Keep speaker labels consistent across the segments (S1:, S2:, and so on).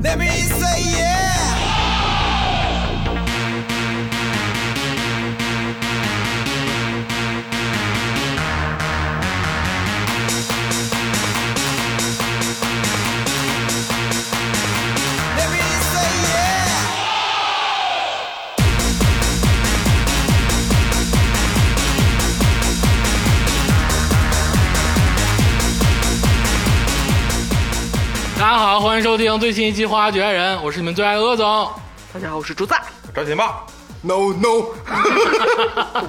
S1: let me say yeah. Let me say yeah.
S2: 大家好，欢迎收听最新一期《花花局爱人》，我是你们最爱的鄂总。
S3: 大家好，我是竹子。
S4: 张琴吧，
S5: No No，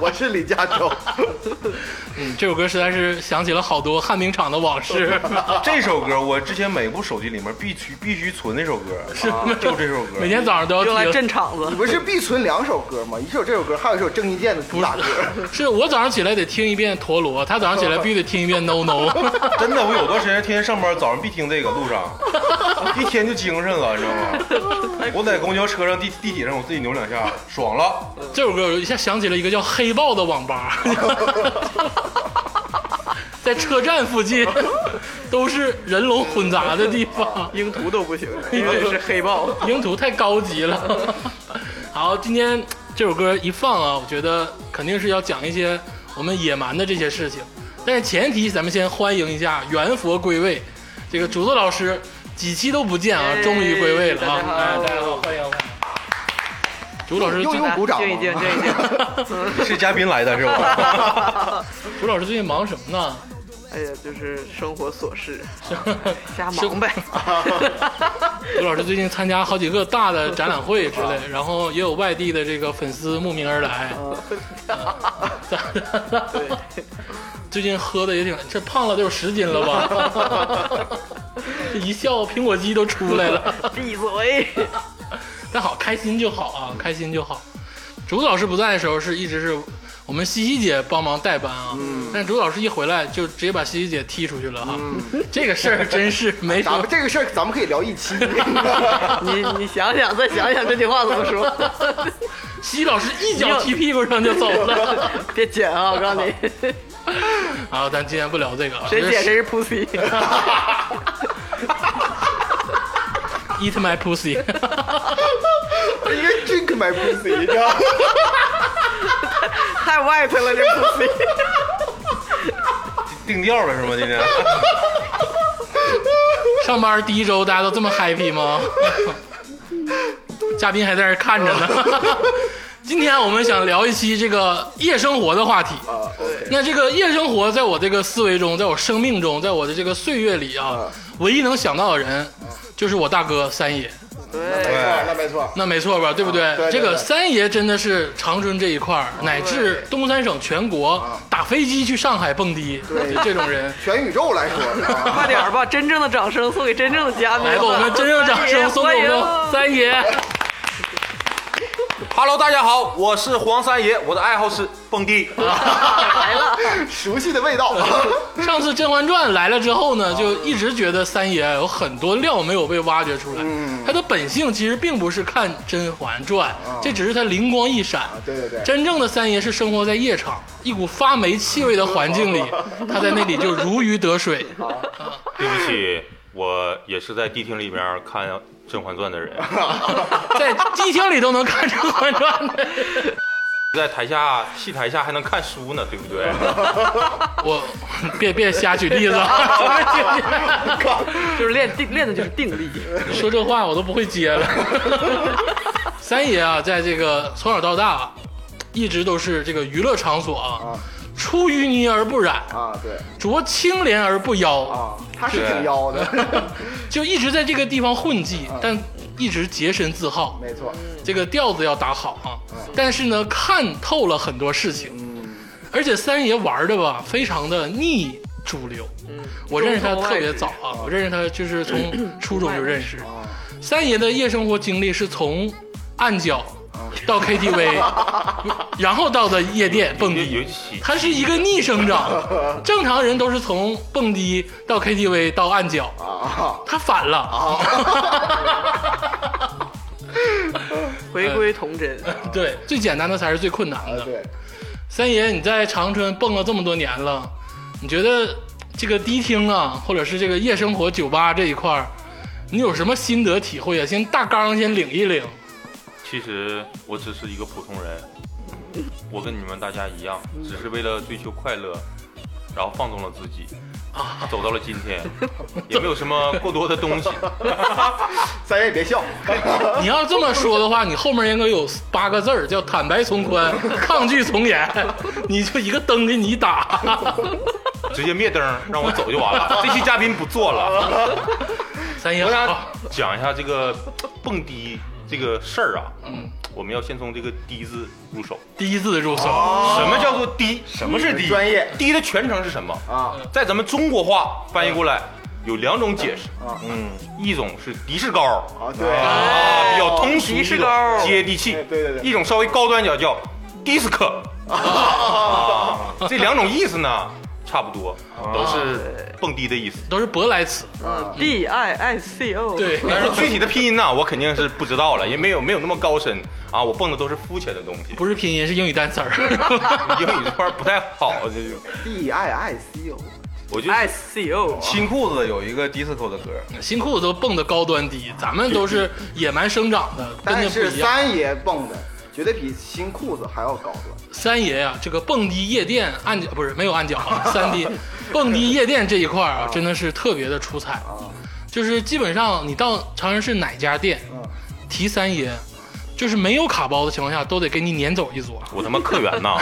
S5: 我是李嘉诚。
S2: 嗯，这首歌实在是想起了好多旱冰场的往事。
S6: 啊
S4: 这首歌我之前每部手机里面必须必须存那首歌，是 就这首歌。
S2: 每天早上都
S3: 用来
S2: 要听，
S3: 镇场
S5: 你
S3: 子，
S5: 不是必存两首歌吗？一首这首歌，还有一首郑伊健的主 打歌。
S2: 是我早上起来得听一遍陀螺，他早上起来必须得听一遍 No No。
S4: 真的，我有段时间天天上班，早上必听这个，路上 一天就精神了，你知道
S6: 哎
S4: 吗？我在公交车上、地地铁上，我自己扭两下，爽了。
S3: 嗯
S2: 这首歌我一下想起了一个叫黑豹的网 吧，在车站附 近，都是人龙混杂的地方。
S3: 英图都不行，因为是 黑豹。
S2: 英图太高级 了。好，今天这首歌一放啊，我觉得肯定是要讲一些我们野蛮的这些事情，但是前提咱们先欢迎一下元佛归位，这个竹子老师几期都不见啊，
S3: 哎
S2: 终于归位了啊！
S3: 大家好
S2: 哎，大家好，欢迎欢迎。竹老师
S5: 用
S2: 最
S5: 用鼓掌
S3: 静一静，
S5: 吗
S3: 静一静。
S4: 是嘉宾来的 是吧？
S2: 竹老师最近忙什么呢？
S3: 哎呀，就是生活琐事，瞎 忙呗。
S2: 竹老师最近参加好几个大的展览会之类，然后也有外地的这个粉丝慕名而来。 最近喝的也挺，这胖了得有十斤了吧？ 这一笑苹果肌都出来了，
S3: 闭嘴！
S2: 但好开心就好啊，开心就好。竹子老师不在的时候是一直是我们西西姐帮忙代班啊，但是竹子老师一回来就直接把西西姐踢出去了哈、这个事儿真是 没什
S5: 咱
S2: 么
S5: 们。这个事儿，咱们可以聊一 期。
S3: 你你想想，再想想这句话怎么说？
S2: 西西老师一脚踢屁股上就走 了。
S3: 别剪啊！我告诉你，
S2: 啊，咱今天不聊这个啊，
S3: 谁剪
S2: 这
S3: 谁
S2: 是
S3: 是 pussy。
S2: Eat My Pussy，
S5: 一个 drink my pussy，你知道吗？
S3: 太 white 了，这 pussy。
S4: 定调了是吗？今天
S2: 上班第一周大家都这么 happy 吗？嘉宾还在这儿看着呢。今天我们想聊一期这个夜生活的话题。
S5: 啊，OK，
S2: 那这个夜生活，在我这个思维中，在我生命中，在我的这个岁月里啊，唯一能想到的人，就是我大哥三爷。
S3: 对，
S5: 没错，那没错。
S2: 那没错吧，对不对？
S5: 啊对对
S2: 这个
S5: 对
S2: 三爷真的是长春这一块儿，乃至东三省全国，打飞机去上海蹦迪，
S5: 啊对
S2: 就这种人。
S5: 全宇宙来说，你知道吗
S3: 快点儿吧！真正的掌声送给真正的嘉宾。
S2: 来吧，我们真正掌声送给我们
S3: 哎欢迎
S2: 三 爷。
S6: Hello，大家好，我是黄三爷，我的爱好是蹦迪。
S3: 啊来了。
S5: 熟悉的味 道。
S2: 上次《甄嬛传》来了之后
S5: 啊
S2: 呢，就一直觉得三爷有很多料没有被挖掘出来。
S5: 嗯
S2: 他的本性其实并不是看《甄嬛传》，
S5: 啊
S2: 这只是他灵光一闪。
S5: 对对对，
S2: 真正的三爷是生活在夜场，一股发霉气味的环境 里，他在那里就如鱼得水。
S6: 对不起，我也是在迪厅里面看《甄嬛传》的人，
S2: 在迪厅里都能看《甄嬛传》的。
S6: 在台下戏台下还能看书呢，对不对？
S2: 我别别瞎举例子 啊，
S3: 就是练定练的就是定力，
S2: 说这话我都不会接 了。三爷啊，在这个从小到大，一直都是这个娱乐场所啊，出淤泥而不染，
S5: 啊，对
S2: 濯清涟而不妖，
S5: 啊，他是挺妖的，
S2: 就一直在这个地方混迹，但一直洁身自好。
S5: 啊没错。
S2: 这个调子要打好啊。但是呢，看透了很多事情，而且三爷玩的吧，非常的逆主流。
S6: 嗯
S2: 我认识他特别早啊，我认识他就是从 初中就认识。
S6: 啊
S2: 三爷的夜生活经历是从暗角
S6: 啊
S2: 到 KTV，然后到的夜店蹦
S6: 也有
S2: 迪。
S6: 喜
S2: 他是一个逆生 长，正常人都是从蹦迪到 KTV 到暗角，
S5: 啊，
S2: 他反了。
S6: 啊
S3: 回归童真。
S2: 对，最简单的才是最困难的。
S6: 啊
S5: 对，
S2: 三爷，你在长春蹦了这么多年了，你觉得这个迪厅啊，或者是这个夜生活酒吧这一块儿，你有什么心得体会啊？先大纲先领一领。
S6: 其实我只是一个普通人，我跟你们大家一样，只是为了追求快乐，然后放纵了自己，走到了今天，也没有什么过多的东西。
S5: 三爷别笑，
S2: 你要这么说的话，你后面应该有八个字儿，叫坦白从宽，抗拒从严。你就一个灯给你打。
S6: 直接灭灯儿，让我走就完了。这期嘉宾不做了，
S2: 三爷
S6: 我想
S2: 好，
S6: 讲一下这个蹦迪这个事儿啊。
S5: 嗯
S6: 我们要先从这个“迪”字入手。
S2: 第一次入手，
S5: 哦
S6: 什么叫做“迪”？什么是“迪”？
S5: 专业
S6: “迪”的全称是什么？
S5: 啊
S6: 在咱们中国话翻译过来有两种解释，嗯，一种是迪士高
S5: 啊对
S6: 啊，比较通俗，
S3: 迪士高
S6: 接地气
S5: 哎，对对对
S6: 一种稍微高端点叫 disc，啊，这两种意思呢差不多，都是蹦迪的意思。
S2: 都是舶来词。
S3: 嗯，D I I C O，
S2: 对，
S5: 哎
S6: 但是具体的拼音呢，我肯定是不知道了，也没有没有那么高深啊，我蹦的都是肤浅的东 西，
S2: 不是拼音，是英语单词儿。
S6: 英语这块儿不太好，这就
S5: ，D I I C O，
S6: 我就
S3: ，I C O，
S4: 新裤子有一个 disco 的歌，
S2: 新裤子都蹦的高端低，咱们都是野蛮生长的，跟那
S5: 但
S2: 不
S5: 是
S2: 一样。
S5: 三爷蹦的绝对比新裤子还要高端，
S2: 三爷呀、这个蹦迪夜店按脚不是没有按脚啊，三 D 蹦迪夜店这一块儿啊，真的是特别的出彩。就是基本上你到长春市哪家店，提三爷，就是没有卡包的情况下，都得给你撵走一桌。
S6: 我他妈客源 呐！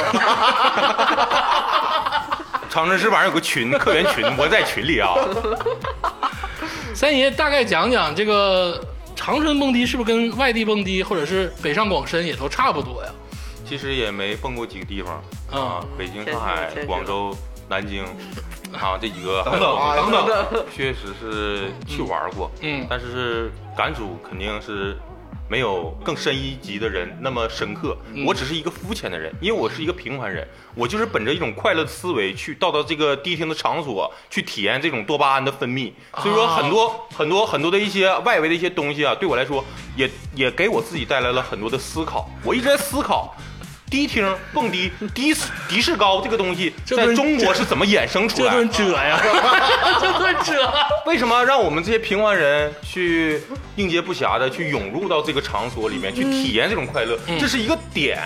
S6: 长春市晚上有个群，客源群，我在群里啊。
S2: 三爷大概讲讲这个长春蹦迪是不是跟外地蹦迪或者是北上广深也都差不多呀？
S6: 其实也没蹦过几个地方啊，北京、上
S3: 天
S6: 海
S3: 津天津、
S6: 广州、南京，啊，这几个
S4: 等等
S6: 还有
S4: 等等，
S6: 确实是去玩过，
S2: 嗯
S6: 但是感触肯定是没有更深一级的人那么深刻。我只是一个肤浅的人，因为我是一个平凡人，我就是本着一种快乐的思维去到到这个迪厅的场所，去体验这种多巴胺的分泌。所以说，很多、很多很多的一些外围的一些东西啊，对我来说也也给我自己带来了很多的思考。我一直在思考。迪厅、蹦迪、迪士迪士高这个东西，
S2: 这都
S6: 在
S2: 是
S6: 中国是怎么衍生出
S2: 这
S6: 来的？
S2: 顿折呀， 这顿折。
S6: 为什么让我们这些平凡人去应接不暇的去涌入到这个场所里面
S2: 嗯
S6: 去体验这种快乐？这是一个点，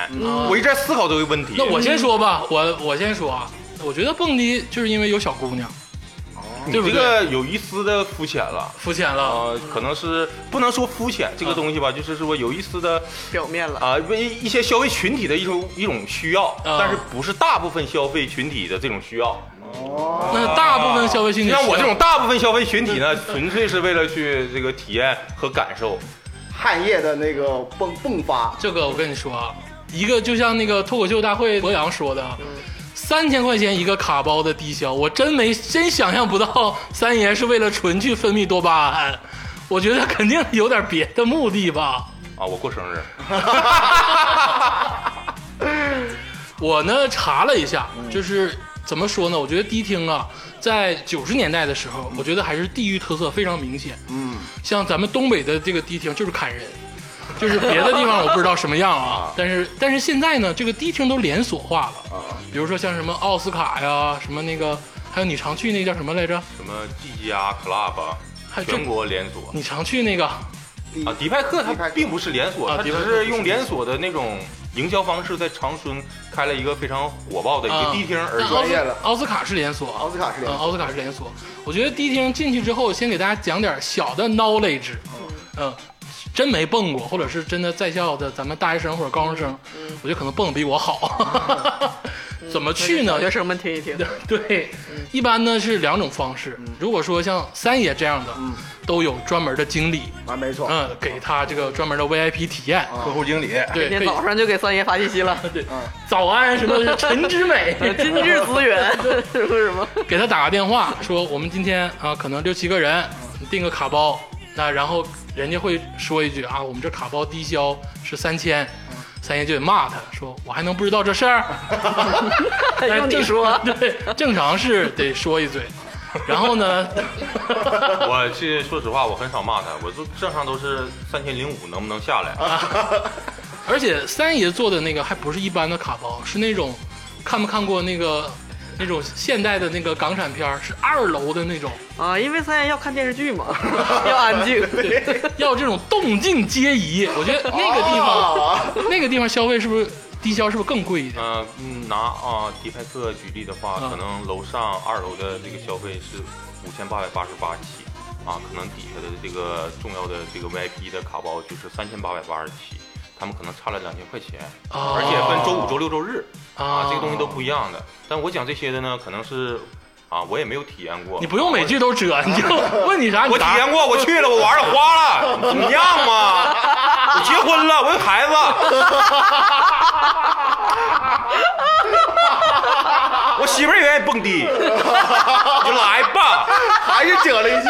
S6: 我一直在思考这个问题。
S2: 那我先说吧，我我先说啊，我觉得蹦迪就是因为有小姑娘，
S6: 你
S2: 对不
S6: 这
S2: 对
S6: 个有一丝的肤浅了。
S2: 肤浅了。
S6: 呃，可能是不能说肤浅这个东
S2: 嗯
S6: 西吧，就是说有一丝的
S3: 表面了，
S6: 啊、为一些消费群体的一种一种需要，
S2: 啊
S6: 但是不是大部分消费群体的这种需要。
S2: 那大部分消费群体，
S6: 啊像我这种，大部分消费群体呢， 纯粹是为了去这个体验和感受。
S5: 汗液的那个迸迸发，
S2: 这个我跟你说啊，一个就像那个脱口秀大会博洋说的啊。三千块钱一个卡包的低消，我真没真想象不到 三爷是为了纯去分泌多巴胺，我觉得肯定有点别的目的吧。
S6: 啊，我过生日，
S2: 我呢查了一下，就是怎么说呢？我觉得迪厅啊，在九十年代的时候，我觉得还是地域特色非常明显。嗯，像咱们东北的这个迪厅就是砍人，就是别的地方我不知道什么样啊。但是但是现在呢，这个迪厅都连锁化了，比如说像什么奥斯卡呀，什么那个，还有你常去那叫什么来着？
S6: 什么 G 加 Club 啊
S2: 还有这
S6: 全国连锁
S2: 你常去那个
S6: 啊，迪派克
S5: 迪派
S6: 它
S5: 克
S6: 并不是连锁，
S2: 啊
S6: 它
S2: 迪
S6: 只
S2: 派克
S6: 是用连锁的那种营销方式，在长春开了一个非常火爆的一
S2: 啊
S6: 个迪厅而
S2: 但
S6: 专
S2: 奥
S5: 专
S2: 斯
S5: 业了
S2: 奥斯卡是连锁啊，
S5: 奥斯卡是
S2: 嗯
S5: 连锁
S2: 奥斯卡是连锁。我觉得迪厅进去之后，先给大家讲点小的 knowledge，嗯，真没蹦过，或者是真的在校的咱们大学生或者高中生，
S3: 嗯
S2: 我觉得可能蹦得比我好。 怎么去呢
S3: 小？学生们听一听，
S2: 对，
S3: 嗯
S2: 一般呢是两种方式。如果说像三爷这样的，
S3: 嗯
S2: 都有专门的经理，
S5: 啊，没错，
S2: 嗯，给他这个专门的 VIP 体验。
S4: 客户经理，
S2: 对，可
S3: 今哦天
S2: 以
S3: 早上就给三爷发信息了，
S2: 早安什么陈之 美，
S3: 呃今日资 源什么什么，
S2: 给他打个电话，说我们今天啊，可能六七个人，你订个卡包，那然后人家会说一句啊，我们这卡包低消是三千，三爷就得骂他说，我还能不知道这事儿？ 哎
S3: 用你说
S2: 对，正常是得说一嘴，然后呢，
S6: 我是说实话，我很少骂他，我就正常都是三千零五，能不能下来？
S2: 而且三爷做的那个还不是一般的卡包，是那种看没看过那个那种现代的那个港产片儿，是二楼的那种，
S3: 啊，因为三爷要看电视剧嘛，要 安静。
S2: 要这种动静皆宜。我觉得那个地
S5: 哦
S2: 方， 那个地方消费是不是低消是不是更贵一点？
S6: 呃，嗯拿啊迪派克举例的话，
S2: 啊
S6: 可能楼上二楼的这个消费是五千八百八十八起，啊，可能底下的这个重要的这个 VIP 的卡包就是三千八百八十起，他们可能差了两千块钱，
S2: 哦
S6: 啊而且分周五、周六、周日
S2: 哦
S6: 啊，这个东西都不一样的。但我讲这些的呢，可能是啊，我也没有体验过。啊
S2: 你不用每句都遮，你 就问你啥你
S6: 我体
S2: 答。
S6: 验过，我去了，我玩了，花了，怎么样嘛？我结婚了，我有孩子，我媳妇儿也愿意蹦迪，你就来吧。
S5: 还是整了一 句，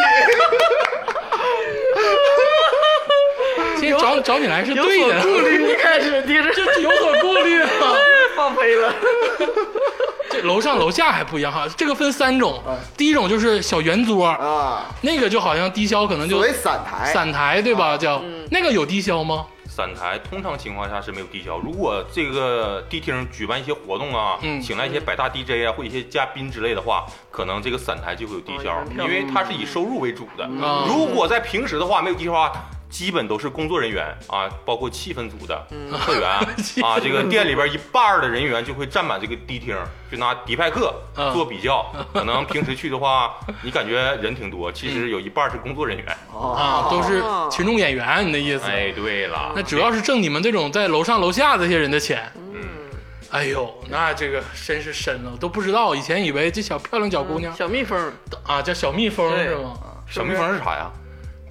S2: 先找找你来是对的，
S3: 顾虑，一开始听 着
S2: 这有所顾虑 啊。
S3: 放飞了。
S2: 这楼上楼下还不一样哈，这个分三种，
S5: 嗯
S2: 第一种就是小圆桌，
S5: 啊，
S2: 那个就好像低消可能
S5: 所
S2: 就
S5: 谓散台，嗯
S2: 散台对吧？叫那个有低消吗？
S6: 散台通常情况下是没有低消，如果这个迪厅举办一些活动啊，
S2: 嗯
S6: 请来一些百大 DJ 啊，或一些嘉宾之类的话，可能这个散台就会有低消
S3: 哦，有人票
S6: 因为它是以收入为主的。
S2: 嗯
S6: 如果在平时的话没有低消的话。基本都是工作人员啊，包括气氛组的客源、啊，这个店里边一半儿的人员就会占满这个迪厅。就拿迪派克
S2: 嗯
S6: 做比较，可能平时去的话，你感觉人挺多，其实有一半儿是工作人员。
S2: 啊，都是
S3: 哦
S2: 群众演员，你的意思？
S6: 哎，对了，
S2: 那主要是挣你们这种在楼上楼下这些人的钱。
S6: 嗯，
S2: 哎呦，那这个真是深了，我都不知道。以前以为这小漂亮小 姑娘
S3: 小蜜蜂，
S2: 啊叫小蜜蜂
S3: 对
S2: 是吗？
S6: 小蜜蜂是啥呀？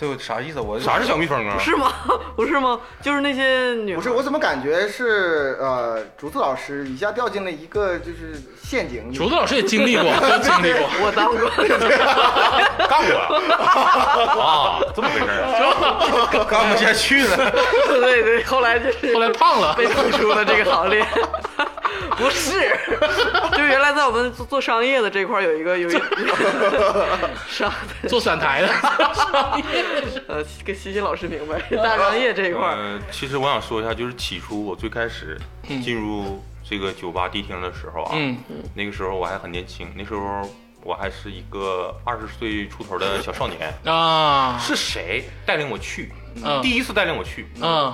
S4: 对，啥意思？我
S6: 啥是小蜜蜂啊？
S3: 是吗？不是吗？就是那些女，
S5: 不是，我怎么感觉是呃，竹子老师一下掉进了一个就是陷阱里？
S2: 竹子老师也经历 过，都经历过。
S3: 我当过，
S6: 干过 啊，这么回事儿啊
S4: 干不下去了。
S3: 对对，后来就是
S2: 后来胖了，
S3: 被退出了这个行列。不是，就原来在我们做做商业的这块儿有一个有一 商
S2: 做散台的。
S3: 呃，跟西西老师明 白大商业这一块
S5: 嗯
S3: 儿，
S6: 呃，其实我想说一下，就是起初我最开始
S4: 嗯
S6: 进入这个酒吧迪厅的时候啊，
S2: 嗯，
S6: 那个时候我还很年轻，那时候我还是一个二十岁出头的小少年。
S2: 啊，
S6: 是谁带领我去？
S2: 嗯
S6: 第一次带领我去，
S2: 嗯，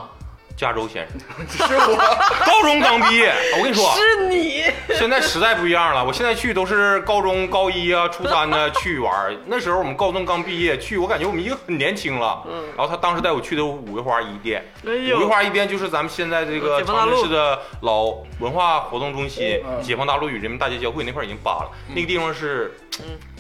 S6: 加州先 生，是我高中刚毕业。我跟你说，
S3: 是你
S6: 现在时代不一样了，我现在去都是高中高一啊、初 三呢、去玩儿。那时候我们高中刚毕业去，我感觉我们已经很年轻了。
S3: 嗯
S6: 然后他当时带我去的五月花一店，
S3: 哎呦
S6: 五月花一店就是咱们现在这个
S3: 解放大嗯
S6: 长
S3: 路
S6: 春市的老文化活动中心，解放大路与人民大街交汇那块儿已经扒了。
S3: 嗯
S6: 那个地方是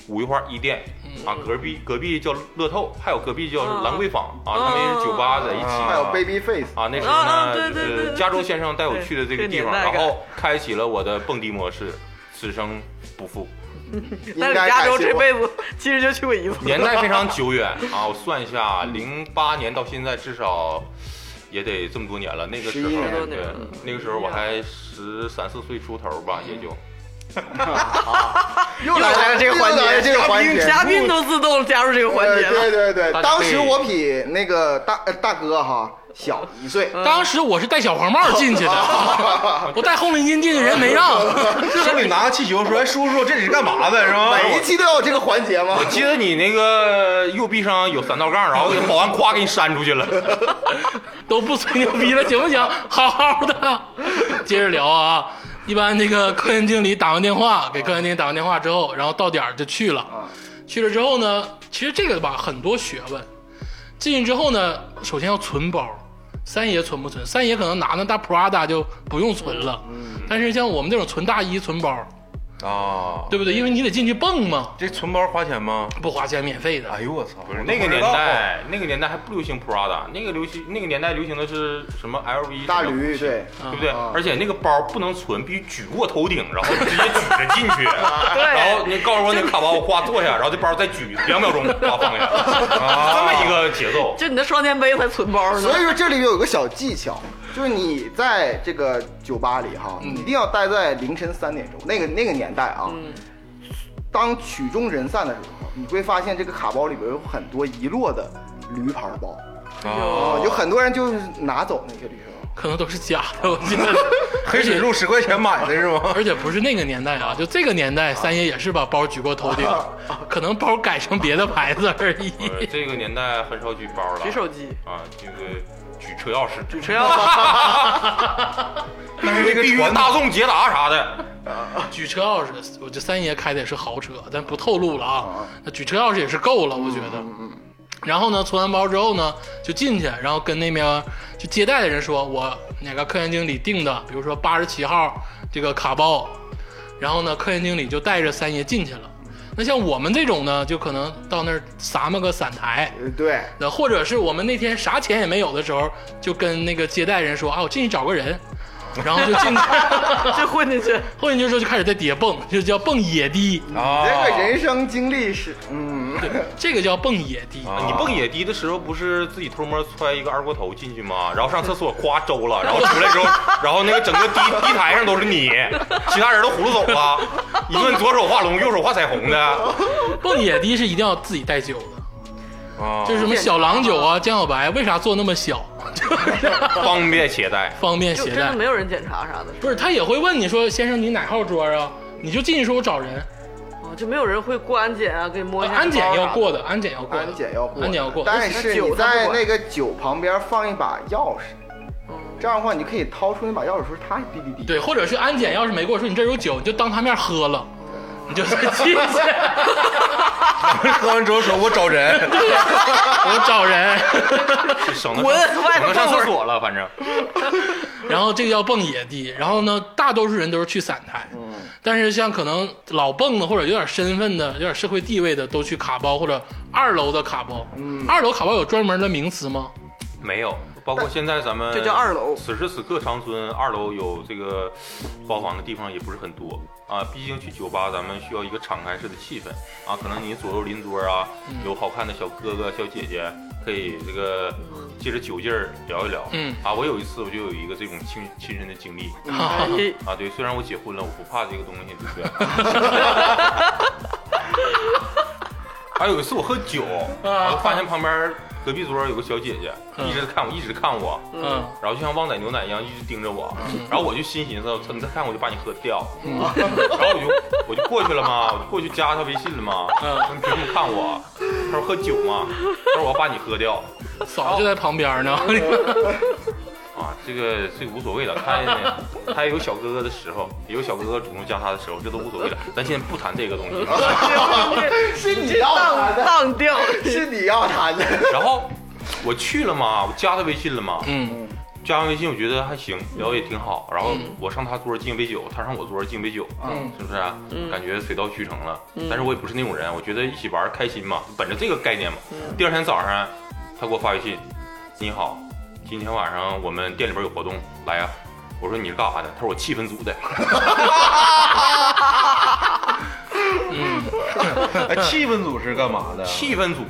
S6: 五月花一店啊，隔壁隔壁叫乐透，还有隔壁叫
S3: 嗯
S6: 兰桂坊啊，他们也是酒吧在一起啊。
S5: 嗯还有 baby face，
S6: 啊，那时
S3: 啊
S6: 候
S3: 对
S6: 呢，
S3: 对
S6: 就
S3: 对
S6: 是
S3: 对
S6: 加州先生带我去的这个地
S3: 对这个年
S6: 方，
S3: 代
S6: 然
S3: 感
S6: 后开启了我的蹦迪模式，此生不复。
S5: 应
S3: 在
S5: 该
S3: 加州
S5: 感谢
S3: 这
S5: 我
S3: 辈子其实就去过一次，
S6: 年代非常久远啊，我算一下，零八年到现在至少也得这么多年了。那个时候，
S5: 11年
S6: 对
S3: 嗯，
S6: 那个时候我还十三四岁出头吧，也就。
S5: 又来了这个环
S3: 又来
S5: 节，
S3: 了
S5: 这个环节，
S3: 嘉宾都自动加入这个环节了
S5: 呃对。对对，
S6: 大家
S5: 当
S6: 可以
S5: 时我比那个大呃大哥哈小一岁，
S2: 当时我是戴小黄帽进去的， 我戴红领巾进去，人没让。
S4: 手里拿个气球说：“哎，叔叔，这里是干嘛的？是吧？”
S6: 哦
S5: 每一期都有这个环节吗
S6: 我？记得你那个右臂上有三道杠，然后给保安夸给你扇出去了。
S2: 都不吹牛逼了，行不行？好好的，接着聊啊。一般那个客人经理打完电话，给客人经理打完电话之后，然后到点儿就去
S4: 啊
S2: 了。去了之后呢，其实这个吧很多学问。进去之后呢，首先要存包。三爷存不存？三爷可能拿那大 Prada 就不用存了，
S4: 嗯
S2: 但是像我们这种存大衣、存包，
S4: 啊，
S2: 对不对？因为你得进去蹦嘛，
S4: 这存包花钱吗？
S2: 不花钱，免费的。
S4: 哎呦我操！
S6: 不是那个年代，那个年代还不流行 Prada，那个流行那个年代流行的是什么 LV
S5: 大
S6: 什么
S5: 驴对，
S6: 对不对？
S4: 啊
S6: 而且那个包不能存，必须举过头顶，然后直接举着进 去。
S4: 啊
S6: 然后你告诉我你卡包，我哗坐下，然后这包再举两秒钟，哗放 下，啊这么一个节奏。
S3: 就你的双肩背才存包呢
S5: 所以，说这里有个小技巧，就是你在这个酒吧里哈，你一定要待在凌晨三点钟，那个那个年代啊，当曲终人散的时候，你会发现这个卡包里边有很多遗落的驴牌包，呃
S4: 啊，
S5: 有很多人就是拿走那些驴牌包。
S2: 可能都是假的，我记得。
S4: 黑水路十块钱买的是吗？
S2: 而且不是那个年代啊，就这个年代，三爷也是把包举过头顶，可能包改成别的牌子而 已。
S6: 呃这个年代很少举包了，
S3: 举手机，
S6: 啊，这个举车钥匙，举
S3: 只要
S4: 但是这个传
S6: 大
S4: 统，
S6: 众、捷达啥的，
S2: 举车钥匙，我这三爷开的也是豪车，咱不透露了啊。嗯那举车钥匙也是够了，我觉得。然后呢，存完包之后呢，就进去，然后跟那边就接待的人说，我哪个客源经理订的，比如说八十七号这个卡包，然后呢，客源经理就带着三爷进去了。那像我们这种呢，就可能到那儿撒么个散台，
S5: 呃对，
S2: 那或者是我们那天啥钱也没有的时候，就跟那个接待人说啊，我进去找个人，然后就进去，
S3: 就混进去，
S2: 后面就说就开始在底下蹦，就叫蹦野迪，
S6: 哦
S4: 啊
S5: 这个人生经历是，嗯，
S2: 这个叫蹦野迪。
S4: 啊
S6: 你蹦野迪的时候不是自己偷摸揣一个二锅头进去吗？然后上厕所夸周了，然后出来之后，然后那个整个地地台上都是你，其他人都葫芦走了，一顿左手画龙，右手画彩虹的，
S2: 蹦野迪是一定要自己带酒的，
S4: 啊
S2: 就是什么小郎酒啊、江小白，为啥做那么小，
S6: 方便携带。
S2: 方便
S3: 就
S2: 携
S3: 真
S2: 带
S3: 的？没有人检查啥的，
S2: 不是，他也会问你说先生你哪号桌啊？你就进去说我找人，
S3: 哦，就没有人会过安检啊，给你摸一下。
S2: 安检要，过的，安检要过的，
S5: 安检要过，
S2: 安检要过。
S5: 但是你在那个酒旁边放一把钥匙，这样的话你可以掏出那把钥匙说它滴滴滴。
S2: 对，或者是安检要是没过，说你这儿有酒，你就当他面喝了，你就再进去，
S4: 喝完之后说我找人，
S2: 我找人。
S6: 省得
S3: 滚
S6: 上
S3: 外头
S6: 省得上
S3: 蹦会
S6: 厕
S3: 儿
S6: 所了，反正
S2: 然后这个叫蹦野地，然后呢，大多数人都是去散台，但是像可能老蹦的或者有点身份的、有点社会地位的，都去卡包或者二楼的卡包。二楼卡包有专门的名词吗？
S6: 没有。包括现在咱们
S3: 这叫二楼
S6: 此时此刻，长春二楼有这个包房的地方也不是很多啊。毕竟去酒吧，咱们需要一个敞开式的气氛啊。可能你左右邻桌啊，
S3: 嗯
S6: 有好看的小哥哥、小姐姐，可以这个借着酒劲儿聊一聊。
S2: 嗯
S6: 啊，我有一次我就有一个这种亲亲身的经历
S2: 哈哈
S3: 哎
S6: 啊。对，虽然我结婚了，我不怕这个东西，对 不对？还有一次我喝酒，我就发现旁边隔壁桌有个小姐姐
S2: 啊嗯
S6: 一直看我，一直看我。
S2: 嗯，
S6: 然后就像旺仔牛奶一样一直盯着我，然后我就心寻思，我操你再看我就把你喝掉，
S2: 嗯
S6: 然后我就我就过去了嘛，我就过去加他微信了嘛，
S2: 嗯
S6: 他说你凭什么看我？他说喝酒嘛，他说我要把你喝掉，
S2: 嫂子就在旁边呢。
S6: 啊，这个这个无所谓了，他也他也有小哥哥的时候，也有小哥哥主动加他的时候，这都无所谓了，咱先不谈这个东西。
S5: 是你要谈的，
S3: 当掉，
S5: 是你要谈的。
S6: 然后我去了嘛，我加他微信了嘛，
S2: 嗯
S6: 加完微信我觉得还行，聊得也挺好。然后
S2: 嗯
S6: 我上他桌敬杯酒，他上我桌敬杯酒，
S2: 嗯
S6: 是不是、感觉水到渠成了。但是我也不是那种人，我觉得一起玩儿开心嘛，本着这个概念嘛。第二天早上，他给我发微信：“你好，今天晚上我们店里边有活动，来呀、我说：“你是干啥的？”他说：“我气氛组 的。
S2: 嗯，
S4: 哎气氛组是干嘛的？
S6: 气氛组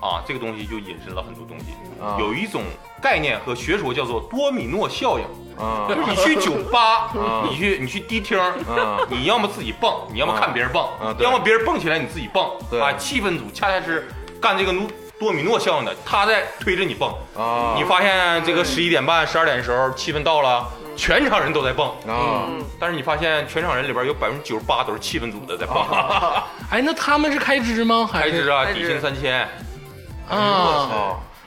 S6: 啊，这个东西就引申了很多东西。
S4: 啊
S6: 有一种概念和学说叫做多米诺效应。
S4: 啊
S6: 就是你去酒吧
S4: 啊，
S6: 你去你去迪厅，
S4: 啊
S6: 你要么自己蹦，你要么看别人蹦
S4: 啊啊，对
S6: 要么别人蹦起来你自己蹦，
S4: 对
S6: 啊，气氛组恰恰是干这个努多米诺效应的，他在推着你蹦，
S4: 啊
S6: 你发现这个十一点半、十二点的时候气氛到了，全场人都在蹦，
S4: 啊
S6: 但是你发现全场人里边有百分之九十八都是气氛组的在蹦，
S4: 啊
S2: 哎，那他们是开支吗？还
S6: 开
S2: 是
S6: 支啊，
S3: 开支
S6: 底薪三千，
S2: 啊？
S4: 啊！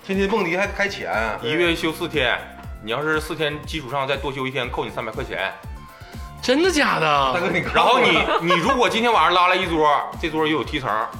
S4: 天天蹦迪还开钱，
S6: 一月休四天，你要是四天基础上再多休一天，扣你三百块钱。
S2: 真的假
S4: 大哥
S2: 的？
S4: 你看
S6: 然后你
S2: 哦
S4: 我
S6: 你如果今天晚上拉了一桌，这桌又有提成，
S2: 啊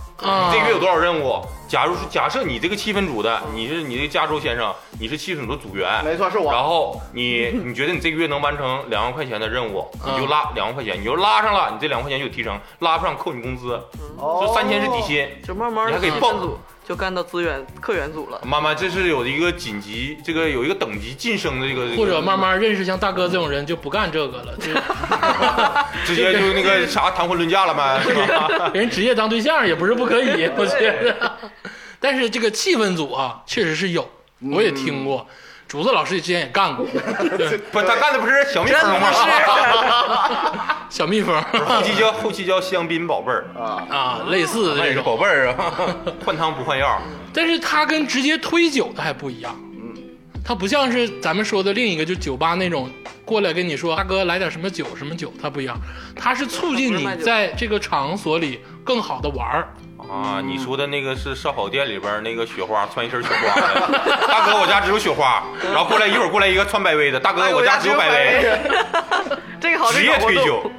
S6: 你这月有多少任务？假如是假设你这个气氛组的，你是你这个加州先生，你是气氛组的组员，
S5: 没错是我
S6: 然后你你觉得你这个月能完成两万块钱的任务，
S2: 嗯
S6: 你就拉两万块钱，你就拉上了，你这两万块钱就有提成，拉不上扣你工资，
S5: 哦
S6: 这三千是底。薪。
S3: 就慢慢
S6: 你还可以
S3: 气氛
S6: 蹦
S3: 组就干到资源客源组
S5: 嗯
S3: 了。
S6: 慢慢这是有一个紧急，这个有一个等级晋升的这个，
S2: 或者慢慢认识像大哥这种人就不干这个了，就
S6: 直接就那个啥谈婚论嫁了呗，是吧？
S2: 别人职业当对象也不是不可以，我觉得。但是这个气氛组啊，确实是有，我也听过，
S6: 嗯
S2: 竹子老师之前也 干过，对，
S6: 不，他干的不是小蜜
S3: 真
S6: 蜂吗
S3: 不？是，
S2: 小蜜蜂
S6: 后期叫后期叫香槟宝贝儿，
S2: 啊，类似的
S4: 那
S2: 这
S4: 也是
S2: 种。
S4: 宝贝儿啊！
S6: 换汤不换药。
S2: 但是他跟直接推酒的还不一样，嗯，它不像是咱们说的另一个，就酒吧那种过来跟你说大哥来点什么酒什么酒，它不一样，它是促进
S3: 它不是
S2: 你
S3: 卖酒
S2: 在这个场所里更好的玩 儿。
S6: 啊，你说的那个是烧烤店里边那个雪花，穿一身雪花的。大哥，我家只有雪花。然后过来一会儿过来一个穿百威的，大哥，哎我家只有百威，
S3: 这个好，
S6: 职
S3: 这个
S6: 业
S3: 好
S6: 退休，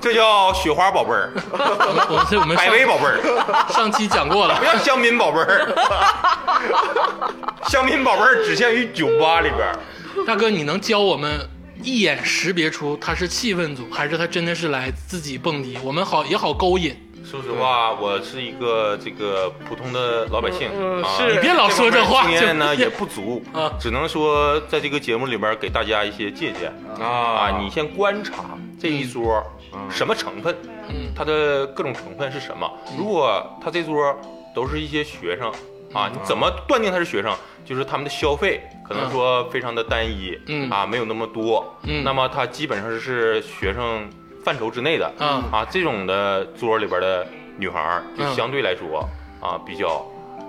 S6: 这叫雪花宝贝儿，
S2: 我们我们我们
S6: 百威宝贝儿，
S2: 上 上期讲过了
S6: 不，要香槟宝贝儿。 香槟宝贝儿只限于酒吧里边儿。
S2: 大哥，你能教我们一眼识别出他是气氛组，还是他真的是来自己蹦迪？我们好也好勾引。
S6: 说实话，我是一个这个普通的老百姓
S3: 嗯嗯
S6: 啊，
S3: 是你
S2: 别老说这话
S6: 经验
S2: 就
S6: 呢
S2: 别
S6: 也不足
S2: 啊
S6: 只能说在这个节目里边给大家一些借鉴啊。你先观察这一桌什么成分，
S2: 嗯
S6: 它的各种成分是什么。如果他这桌都是一些学生
S2: 嗯
S6: 啊，你怎么断定他是学生？就是他们的消费可能说非常的单一，
S2: 嗯
S6: 啊，没有那么多，
S2: 嗯
S6: 那么它基本上是学生范畴之内的，
S2: 嗯
S6: 啊，这种的桌里边的女孩儿就
S2: 嗯
S6: 相对来说、啊比较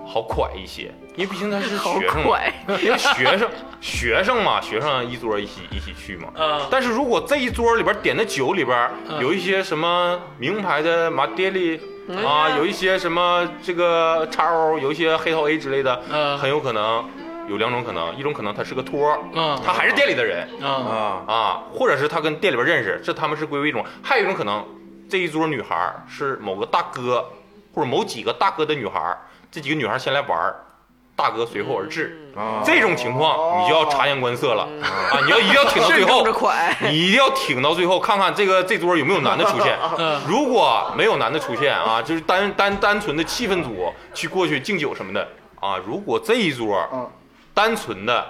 S6: 好拐一些，因为毕竟她是
S3: 好
S6: 学生嘛
S3: 快，
S6: 因为学生 学生嘛，学生一桌一起一起去嘛。
S2: 嗯
S6: 但是如果这一桌里边点的酒里边、
S2: 嗯
S6: 有一些什么名牌的马爹利。啊，有一些什么这个叉 O，有一些黑桃 A 之类的，
S2: 嗯
S6: 很有可能有两种可能，一种可能他是个托儿，
S2: 嗯
S6: 他还是店里的人，
S2: 啊
S4: 啊，
S6: 啊，或者是他跟店里边认识，这他们是归为一种；还有一种可能，这一桌女孩儿是某个大哥或者某几个大哥的女孩儿，这几个女孩儿先来玩儿，大哥随后而至。
S2: 嗯
S4: 啊
S6: 这种情况你就要察言观色了、啊！你要一定要挺到最
S3: 是
S6: 后
S3: 挣着，快，
S6: 你一定要挺到最后，看看这个这桌有没有男的 出现
S2: 嗯。
S6: 如果没有男的出现啊，就是单单单纯的气氛组去过去敬酒什么的啊。如果这一桌
S5: 嗯，
S6: 单纯的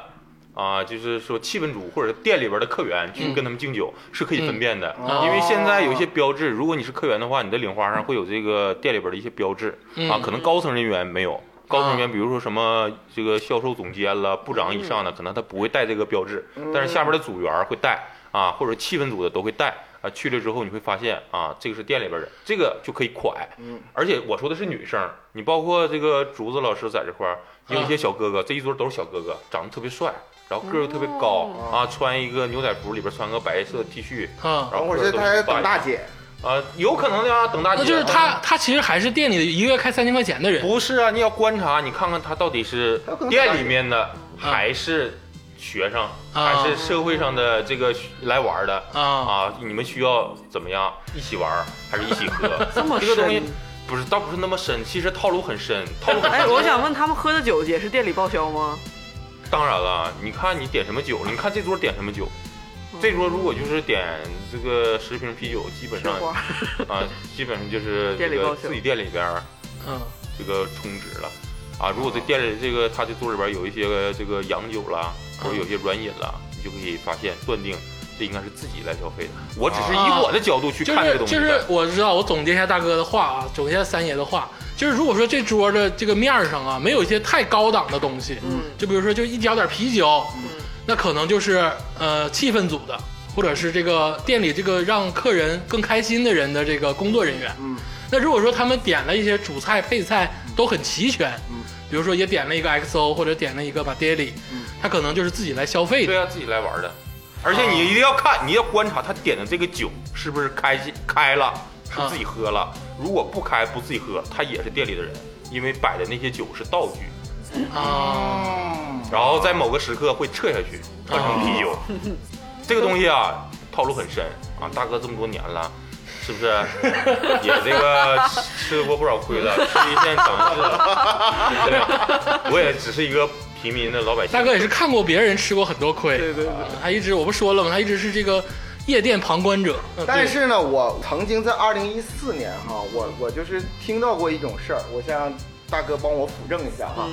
S6: 啊，就是说气氛组或者店里边的客源去跟他们敬酒、是可以分辨的，
S2: 嗯
S6: 因为现在有一些标志，如果你是客源的话，你的领花上会有这个店里边的一些标志、
S2: 嗯
S6: 啊，可能高层人员没有。高层人员，比如说什么这个销售总监了、部长以
S2: 嗯
S6: 上的，可能他不会带这个标志，但是下面的组员会带啊，或者气氛组的都会带啊。去了之后你会发现啊，这个是店里边人，这个就可以蒯。
S2: 嗯
S6: 而且我说的是女生，你包括这个竹子老师在这块儿，也有一些小哥哥，这一桌都是小哥哥，长得特别帅，然后个儿又特别高、啊，穿一个牛仔服，里边穿个白色 T 恤，
S2: 啊！
S6: 然后
S5: 我
S6: 个儿
S5: 是
S6: 都
S5: 他在
S6: 是
S5: 等
S6: 白
S5: 大姐，
S6: 啊，有可能的啊，等大姐。
S2: 那就是他，他其实还是店里的一个月开三千块钱的人。
S6: 不是啊，你要观察，你看看他到底是
S5: 他可能
S6: 店里面的，还是学生，还是社会上的这个来玩的
S2: 啊
S6: 你们需要怎么样一起玩，还是一起喝？
S3: 这么
S6: 这个东西
S3: 深。
S6: 不是，倒不是那么深，其实套路很深，套路很深。
S3: 哎，我想问他们喝的酒也是店里报销吗？
S6: 当然了，你看你点什么酒，你看这桌点什么酒。
S3: 嗯
S6: 这桌如果就是点这个十瓶啤酒，基本上
S3: 花
S6: 啊，基本 上就是这
S3: 店里
S6: 个
S3: 高兴
S6: 自己店里边儿
S2: 嗯
S6: 这个充值了
S3: 哦
S6: 啊。如果这店里这个他这桌里边有一些个这个洋酒啦，
S3: 嗯
S6: 或者有些软饮啦，你就可以发现断定这应该是自己来消费的。我只是
S3: 哦
S2: 啊
S6: 以我的角度去
S2: 就
S6: 看这
S2: 是
S6: 个东西
S2: 就
S6: 的。
S2: 是，我知道，我总结一下大哥的话啊，总结一下三爷的话，就是如果说这桌的这个面儿上啊，没有一些太高档的东西，
S3: 嗯
S2: 就比如说就一小点啤酒，
S5: 嗯
S2: 那可能就是呃气氛组的，或者是这个店里这个让客人更开心的人的这个工作人员。
S5: 嗯，
S2: 那如果说他们点了一些主菜配菜都很齐全，
S5: 嗯，
S2: 比如说也点了一个 XO 或者点了一个 b a d e l i
S5: 嗯
S2: 他可能就是自己来消费的
S6: 对。啊，自己来玩的。啊而且你一定要看，你要观察他点的这个酒是不是开心开了，是自己喝了。如果不开不自己喝，他也是店里的人，因为摆的那些酒是道具，
S2: 啊，
S6: 然后在某个时刻会撤下去换成啤酒。 这个东西啊，套路很深啊，大哥这么多年了。是 不是也这个吃过不少亏了，吃一堑长一智了。 对吧，我也只是一个平民的老百姓。
S2: 大哥也是看过别人吃过很多亏，对对对，他一直我不说了吗？他一直是这个夜店旁观者，呃
S5: 但是呢，我曾经在二零一四年哈，我我就是听到过一种事儿，我先让大哥帮我辅证一下哈。
S3: 嗯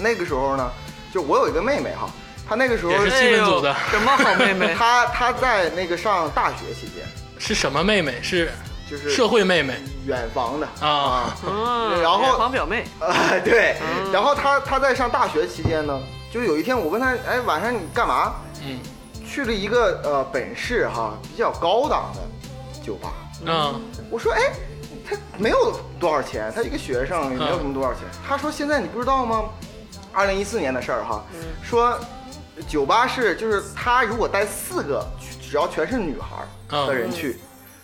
S5: 那个时候呢，就我有一个妹妹哈，她那个时候
S2: 也是气氛组的
S3: 哎呦什么好妹 妹？
S5: 她她在那个上大学期间，
S2: 是什么妹妹？是
S5: 就是
S2: 社会妹妹
S5: 远房的
S2: 啊，
S3: 嗯，
S5: 然后
S3: 远房表妹，
S5: 啊，对。然后她她在上大学期间呢，就有一天我问她，哎，晚上你干嘛？
S2: 嗯
S5: 去了一个呃本市哈比较高档的酒吧。
S2: 嗯
S5: 我说，哎，他没有多少钱，他一个学生嗯嗯也没有什么多少钱。他说现在你不知道吗？二零一四年的事儿哈，说酒吧是就是他如果带四个，只要全是女孩儿的人去，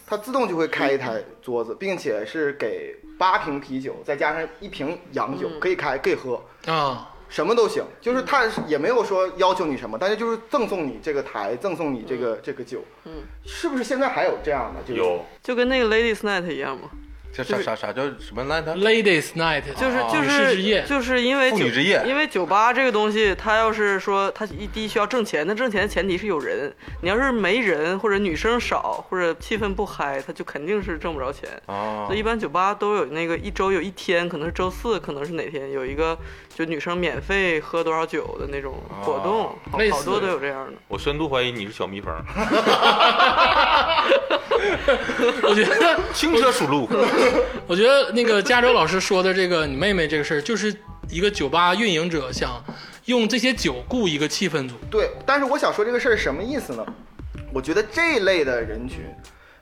S5: 他自动就会开一台桌子，并且是给八瓶啤酒再加上一瓶洋酒，可以开可以喝，
S2: 啊，
S5: 什么都行，就是他也没有说要求你什么，但是就是赠送你这个台，赠送你这个这个酒，嗯，是不是现在还有这样的？就是
S6: 有
S3: 就跟那个 Ladies Night 一样嘛，
S4: 这啥啥啥叫什么来着？
S2: Ladies Night
S3: 就是
S2: 啊
S3: 就
S2: 女士之
S3: 是
S2: 夜，
S3: 就是因为
S4: 妇女
S3: 酒
S4: 之夜
S3: 因为酒吧这个东西，它要是说它一第一需要挣钱，那挣钱的前提是有人，你要是没人或者女生少或者气氛不嗨，它就肯定是挣不着钱。
S4: 啊
S3: 所以一般酒吧都有那个一周有一天，可能是周四，可能是哪天有一个就女生免费喝多少酒的那种
S4: 哦
S3: 活动，好
S2: 类似
S3: 好多都有这样的。
S6: 我深度怀疑你是小蜜蜂，
S2: 我觉得
S6: 轻车熟路。
S2: 我觉得那个加州老师说的这个你妹妹这个事儿，就是一个酒吧运营者想用这些酒雇一个气氛组，
S5: 对，但是我想说这个事儿什么意思呢？我觉得这一类的人群，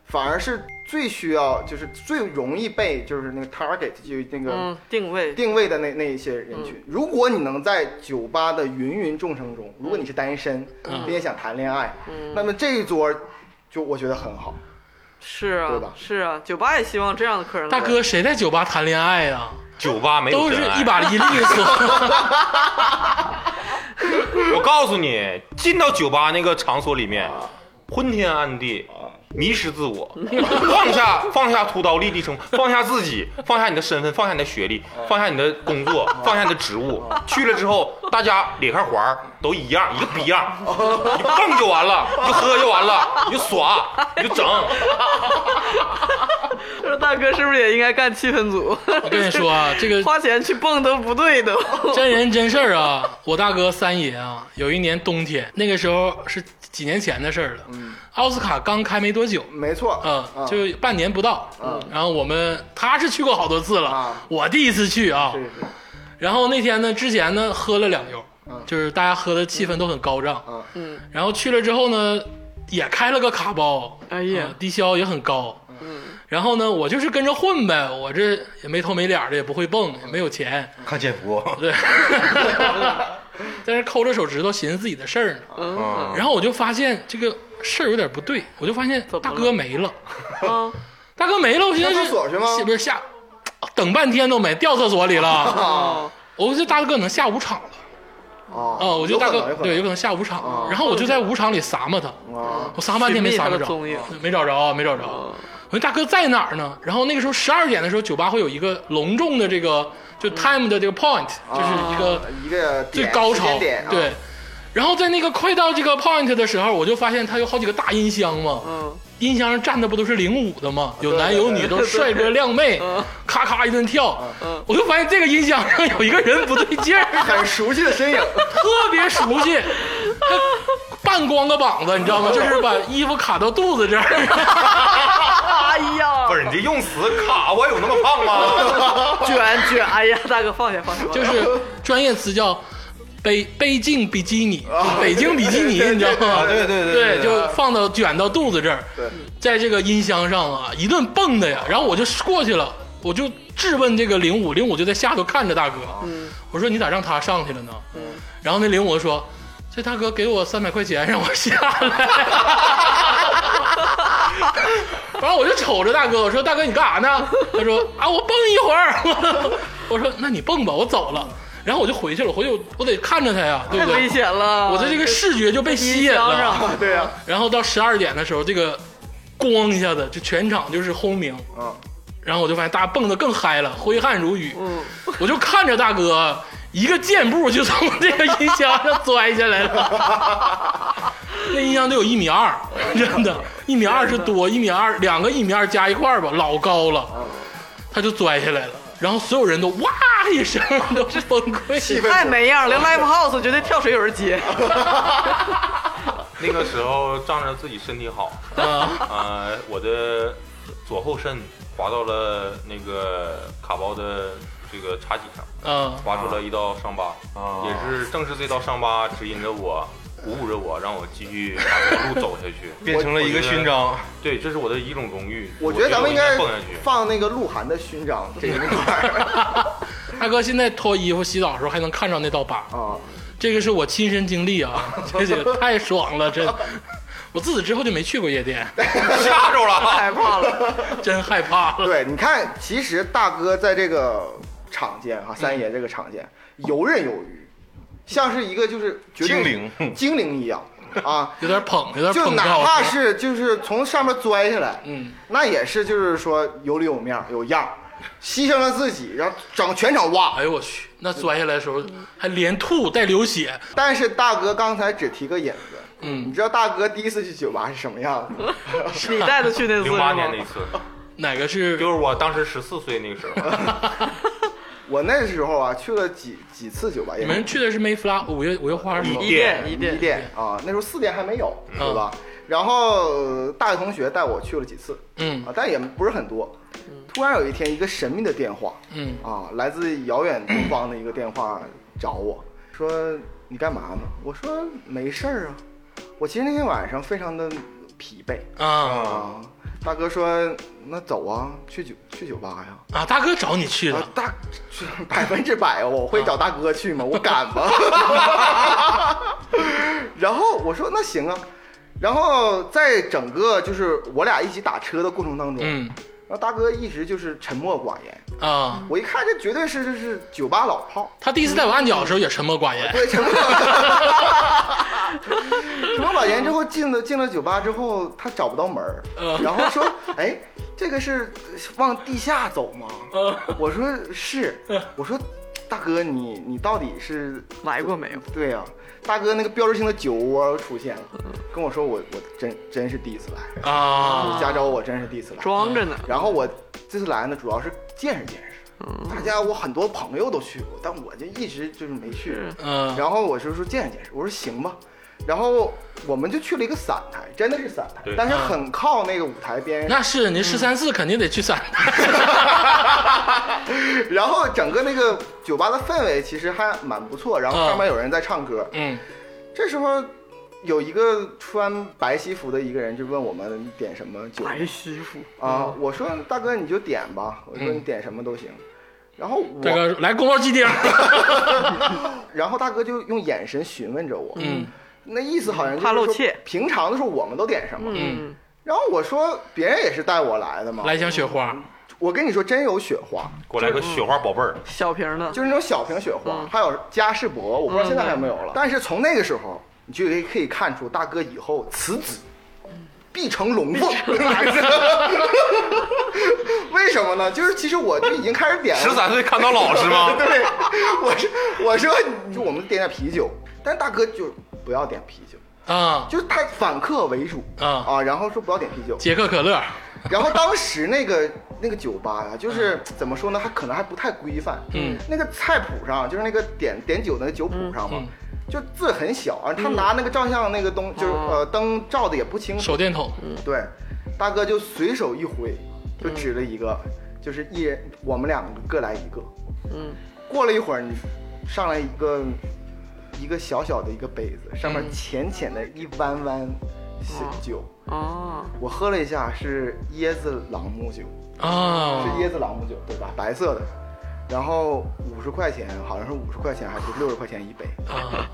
S5: 反而是最需要，就是最容易被就是那个 target 就是那
S3: 嗯
S5: 个，
S3: 定位
S5: 定位的那那一些人
S2: 嗯
S5: 群。如果你能在酒吧的芸芸众生中，如果你是单身，
S2: 嗯
S5: 你也想谈恋爱，那么这一桌就我觉得很好。
S3: 是啊
S5: 对吧
S3: 是啊，酒吧也希望这样的客人来。
S2: 大哥谁在酒吧谈恋爱呀、
S6: 酒吧没有
S2: 都是
S6: 真爱
S2: 一把一利索，
S6: 我告诉你，进到酒吧那个场所里面，昏天暗地，迷失自我，放下放下屠刀立地成，放下自己，放下你的身份，放下你的学历，放下你的工作，放下你的职务。去了之后，大家咧开环儿都一样，一个逼样，你蹦就完了，你就喝就完了，你就耍，你就整。
S3: 说大哥是不是也应该干气氛组？
S2: 我跟你说啊，这 个
S3: 花钱去蹦都不 对的。
S2: 真人真事儿啊，我大哥三爷啊，有一年冬天，那个时候是几年前的事儿了，奥斯卡刚开没多久，
S5: 没错，
S2: 嗯，
S5: 啊
S2: 就半年不到，然后我们他是去过好多次了，
S5: 啊
S2: 我第一次去啊
S5: 对，对对，
S2: 然后那天呢，之前呢喝了两悠，就是大家喝的气氛都很高涨，
S5: 嗯
S2: 嗯，然后去了之后呢，也开了个卡包，
S3: 哎呀
S2: 嗯低消也很高，嗯，然后呢，我就是跟着混呗，我这也没头没脸的，也不会
S5: 嗯
S2: 蹦，也没有钱，
S4: 看潜伏，
S2: 对，在那抠着手指头寻思自己的事儿呢，
S4: 嗯，
S2: 然后我就发现这个事儿有点不对，我就发现
S3: 怎么
S2: 大
S3: 了
S2: 哥没了，
S3: 啊，
S2: 大哥没了，我寻思
S5: 上
S2: 是
S5: 厕所去吗
S2: 是不是下等半天都没掉厕所里 了，
S3: 哦，
S2: 我这大哥可能下午场了。
S5: 啊
S2: 啊，我觉
S5: 有
S2: 得大
S5: 可能哦
S2: 哥
S5: 有可
S2: 对，有
S5: 能
S2: 可能下午场，然后我就在舞场里撒嘛他，
S5: 啊，
S2: 我撒半天没撒
S3: 寻
S2: 着
S3: 觅他的踪影，
S2: 没找着，没找着。
S5: 哦
S2: 我说大哥在哪儿呢？然后那个时候十二点的时候，酒吧会有一个隆重的这个就 time 的这个 point，就是一个
S5: 一个
S2: 最
S5: 嗯哦点
S2: 高
S5: 时
S2: 潮
S5: 间点，啊，
S2: 对。然后在那个快到这个 point 的时候，我就发现他有好几个大音箱嘛，
S3: 嗯，
S2: 音箱上站的不都是领舞的吗？有男有女，都是帅哥靓妹，
S5: 嗯
S2: 咔咔一顿跳。我就发现这个音箱上有一个人不对劲儿，
S5: 很熟悉的身影，
S2: 特别熟悉，他半光个膀子，你知道吗？就是把衣服卡到肚子这儿，
S3: 哎呀
S6: 不，是你这用词卡，我有那么胖吗？
S3: 卷卷，哎呀，大哥放下放下，放下
S2: 就是专业词叫北北京比基尼，北京比基尼，你知道吗？
S4: 啊对对对对对
S2: 就放到卷到肚子这儿，在这个音箱上啊一顿蹦的呀，然后我就过去了，我就质问这个零五，零五就在下头看着大哥，
S3: 嗯
S2: 我说你咋让他上去了呢？然后那零五说。这大哥给我三百块钱让我下 来，然后我就瞅着大哥，我说大哥你干啥呢？他说啊我蹦一会儿， 我说那你蹦吧，我走了。然后我就回去了，回去我我得看着他呀，对
S3: 太
S2: 不对
S3: 危？险了，
S2: 我的这个视觉就被吸引
S3: 音箱
S2: 了。
S3: 上
S5: 对呀，啊
S2: 然后到十二点的时候，这个咣一下子就全场就是轰鸣，
S5: 啊，
S2: 然后我就发现大家蹦得更嗨了，挥汗如雨。
S3: 嗯，
S2: 我就看着大哥一个箭步就从这个音箱上摔下来了，那音箱得有一米二，真的，一米二十多，一米二两个一米二加一块儿吧，老高了，他就摔下来了，然后所有人都哇一声都崩溃 了。
S3: 太没样了，连 live house 绝对跳水有人接，
S6: 那个时候仗着自己身体好，
S2: 啊
S6: 呃，我的左后肾划到了那个卡包的这个茶几上，
S2: 啊！
S6: 划出了一道伤疤，
S4: 啊
S6: 也是正是这道伤疤指引着我，鼓舞着我，让我继续把这条路走下去。
S4: 变成了一个勋章。
S6: 对，这是我的一种荣誉。我
S5: 我觉得咱们应该
S6: 蹦下去。
S5: 放那个鹿晗的勋章这一块儿
S2: 大哥现在脱衣服洗澡的时候还能看着那道疤，
S5: 啊，
S2: 这个是我亲身经历 啊，这个太爽了，真。我自此之后就没去过夜店，
S6: 吓着了。
S3: 害怕了，
S2: 真害怕了。，
S5: 对，你看，其实大哥在这个场间哈，三爷这个场间游刃有余，像是一个就是绝对
S6: 精灵
S5: 精灵一样啊
S2: 有点捧，有点
S5: 就
S2: 捧
S5: 哪
S2: 高。
S5: 怕是就是从上面拽下来，
S2: 嗯，
S5: 那也是就是说有里有面儿有样儿，牺牲了自己，然后整全场哇。
S2: 哎呦我去，那摔下来的时候还连吐带流血，
S5: 但是大哥刚才只提个引子，
S2: 嗯
S5: 你知道大哥第一次去酒吧是什么样 子吗？
S3: 你带他去那次是
S6: 零八
S3: 吗？
S6: 年那一次，
S2: 哪个是
S6: 就是我当时十四岁那个时候，
S5: 我那时候啊去了几几次酒吧，也
S2: 你们去的是 Mayflower 五月五月花是吗
S6: 一？
S3: 一
S6: 店
S3: 店一
S5: 一
S3: 店，
S5: 店啊，那时候四店还没有，
S2: 嗯
S5: 对吧？然后呃大学同学带我去了几次，
S2: 嗯
S5: 啊，但也不是很多。突然有一天，一个神秘的电话
S2: 嗯
S5: 啊，来自遥远东方的一个电话找我说：“你干嘛呢？”我说：“没事儿啊，我其实那天晚上非常的疲惫
S2: 啊
S5: 啊。”大哥说：“那走啊，去酒去酒吧呀。”
S2: 啊！大哥找你去啊
S5: 啊
S2: 了，，
S5: 大百分之百，哦我会找大哥 去吗？我敢吗？ 然后我说那行啊，然后在整个就是我俩一起打车的过程当中，
S2: 嗯
S5: 然后大哥一直就是沉默寡言，
S2: 啊，
S5: 我一看这绝对是就是酒吧老炮儿，
S2: 他第一次带我按脚的时候也沉默寡 言，
S5: 对，沉默。沉默寡言之后进了进了酒吧之后，他找不到门儿
S2: 嗯，
S5: 然后说：“哎，这个是往地下走吗？”
S2: 嗯
S5: 我说：“是。”我说：“大哥，你你到底是
S3: 来过
S2: 哎
S3: 没有？
S5: 对呀、大哥那个标志性的酒窝出现了，跟我说我我真真是第一次来，
S2: 啊
S5: 加州我真是第一次来。
S3: 装着呢，
S5: 然后我这次来呢，主要是见识见识。
S2: 嗯
S5: 大家我很多朋友都去过，但我就一直就是没去。
S2: 嗯
S5: 然后我就说见识见识，我说行吧。然后我们就去了一个散台，真的是散台
S6: 对，
S5: 但是很靠那个舞台边。
S2: 那是你十三四肯定得去散，
S5: 然后整个那个酒吧的氛围其实还蛮不错，然后
S2: 嗯
S5: 上面有人在唱歌。
S2: 嗯
S5: 这时候有一个穿白西服的一个人就问我们点什么酒
S3: 白西服
S5: 啊？我说大哥你就点吧，我说你点什么都行。然后我，
S2: 大哥来宫保鸡丁，
S5: 然后大哥就用眼神询问着我，
S2: 嗯，
S5: 那意思好像就是
S3: 怕露
S5: 说
S3: 怯
S5: 平常的时候我们都点什么，
S2: 嗯
S3: 嗯，
S5: 然后我说别人也是带我来的嘛，
S2: 来一箱雪花，
S5: 我跟你说真有雪花，
S6: 给我来个雪花宝贝儿，
S3: 小瓶的，
S5: 就是那种小瓶雪花，
S3: 嗯
S5: 还有嘉士伯，我不知道现在还有没有了。但是从那个时候，你就可以看出大哥以后此子必成龙凤。 为什么呢？就是其实我就已经开始点了
S6: 十三岁看到老是吗？
S5: 对，我说我说就我们点点啤酒，但大哥就不要点啤酒，
S2: 啊，
S5: 就是他反客为主
S2: 嗯
S5: 啊，然后说不要点啤酒，
S2: 捷克可乐，
S5: 然后当时那个那个酒吧呀、就是怎么说呢，还可能还不太规范。
S2: 嗯，
S5: 那个菜谱上，就是那个点点酒的那酒谱上嘛，
S2: 嗯
S5: 就字很小啊。他拿那个照相那个东，就是呃灯照的也不清楚。
S2: 哦手电筒，
S5: 对，大哥就随手一挥，就
S2: 嗯
S5: 指了一个，就是一人我们两个各来一个。
S3: 嗯，
S5: 过了一会儿，你上来一个一个小小的一个杯子，上面
S2: 嗯
S5: 浅浅的一弯弯小酒。
S3: 哦，
S5: 我喝了一下，是椰子朗姆酒。
S2: 啊
S5: 是，椰子朗姆酒，对吧？白色的，然后五十块钱，好像是五十块钱还是六十块钱一杯。
S2: 啊，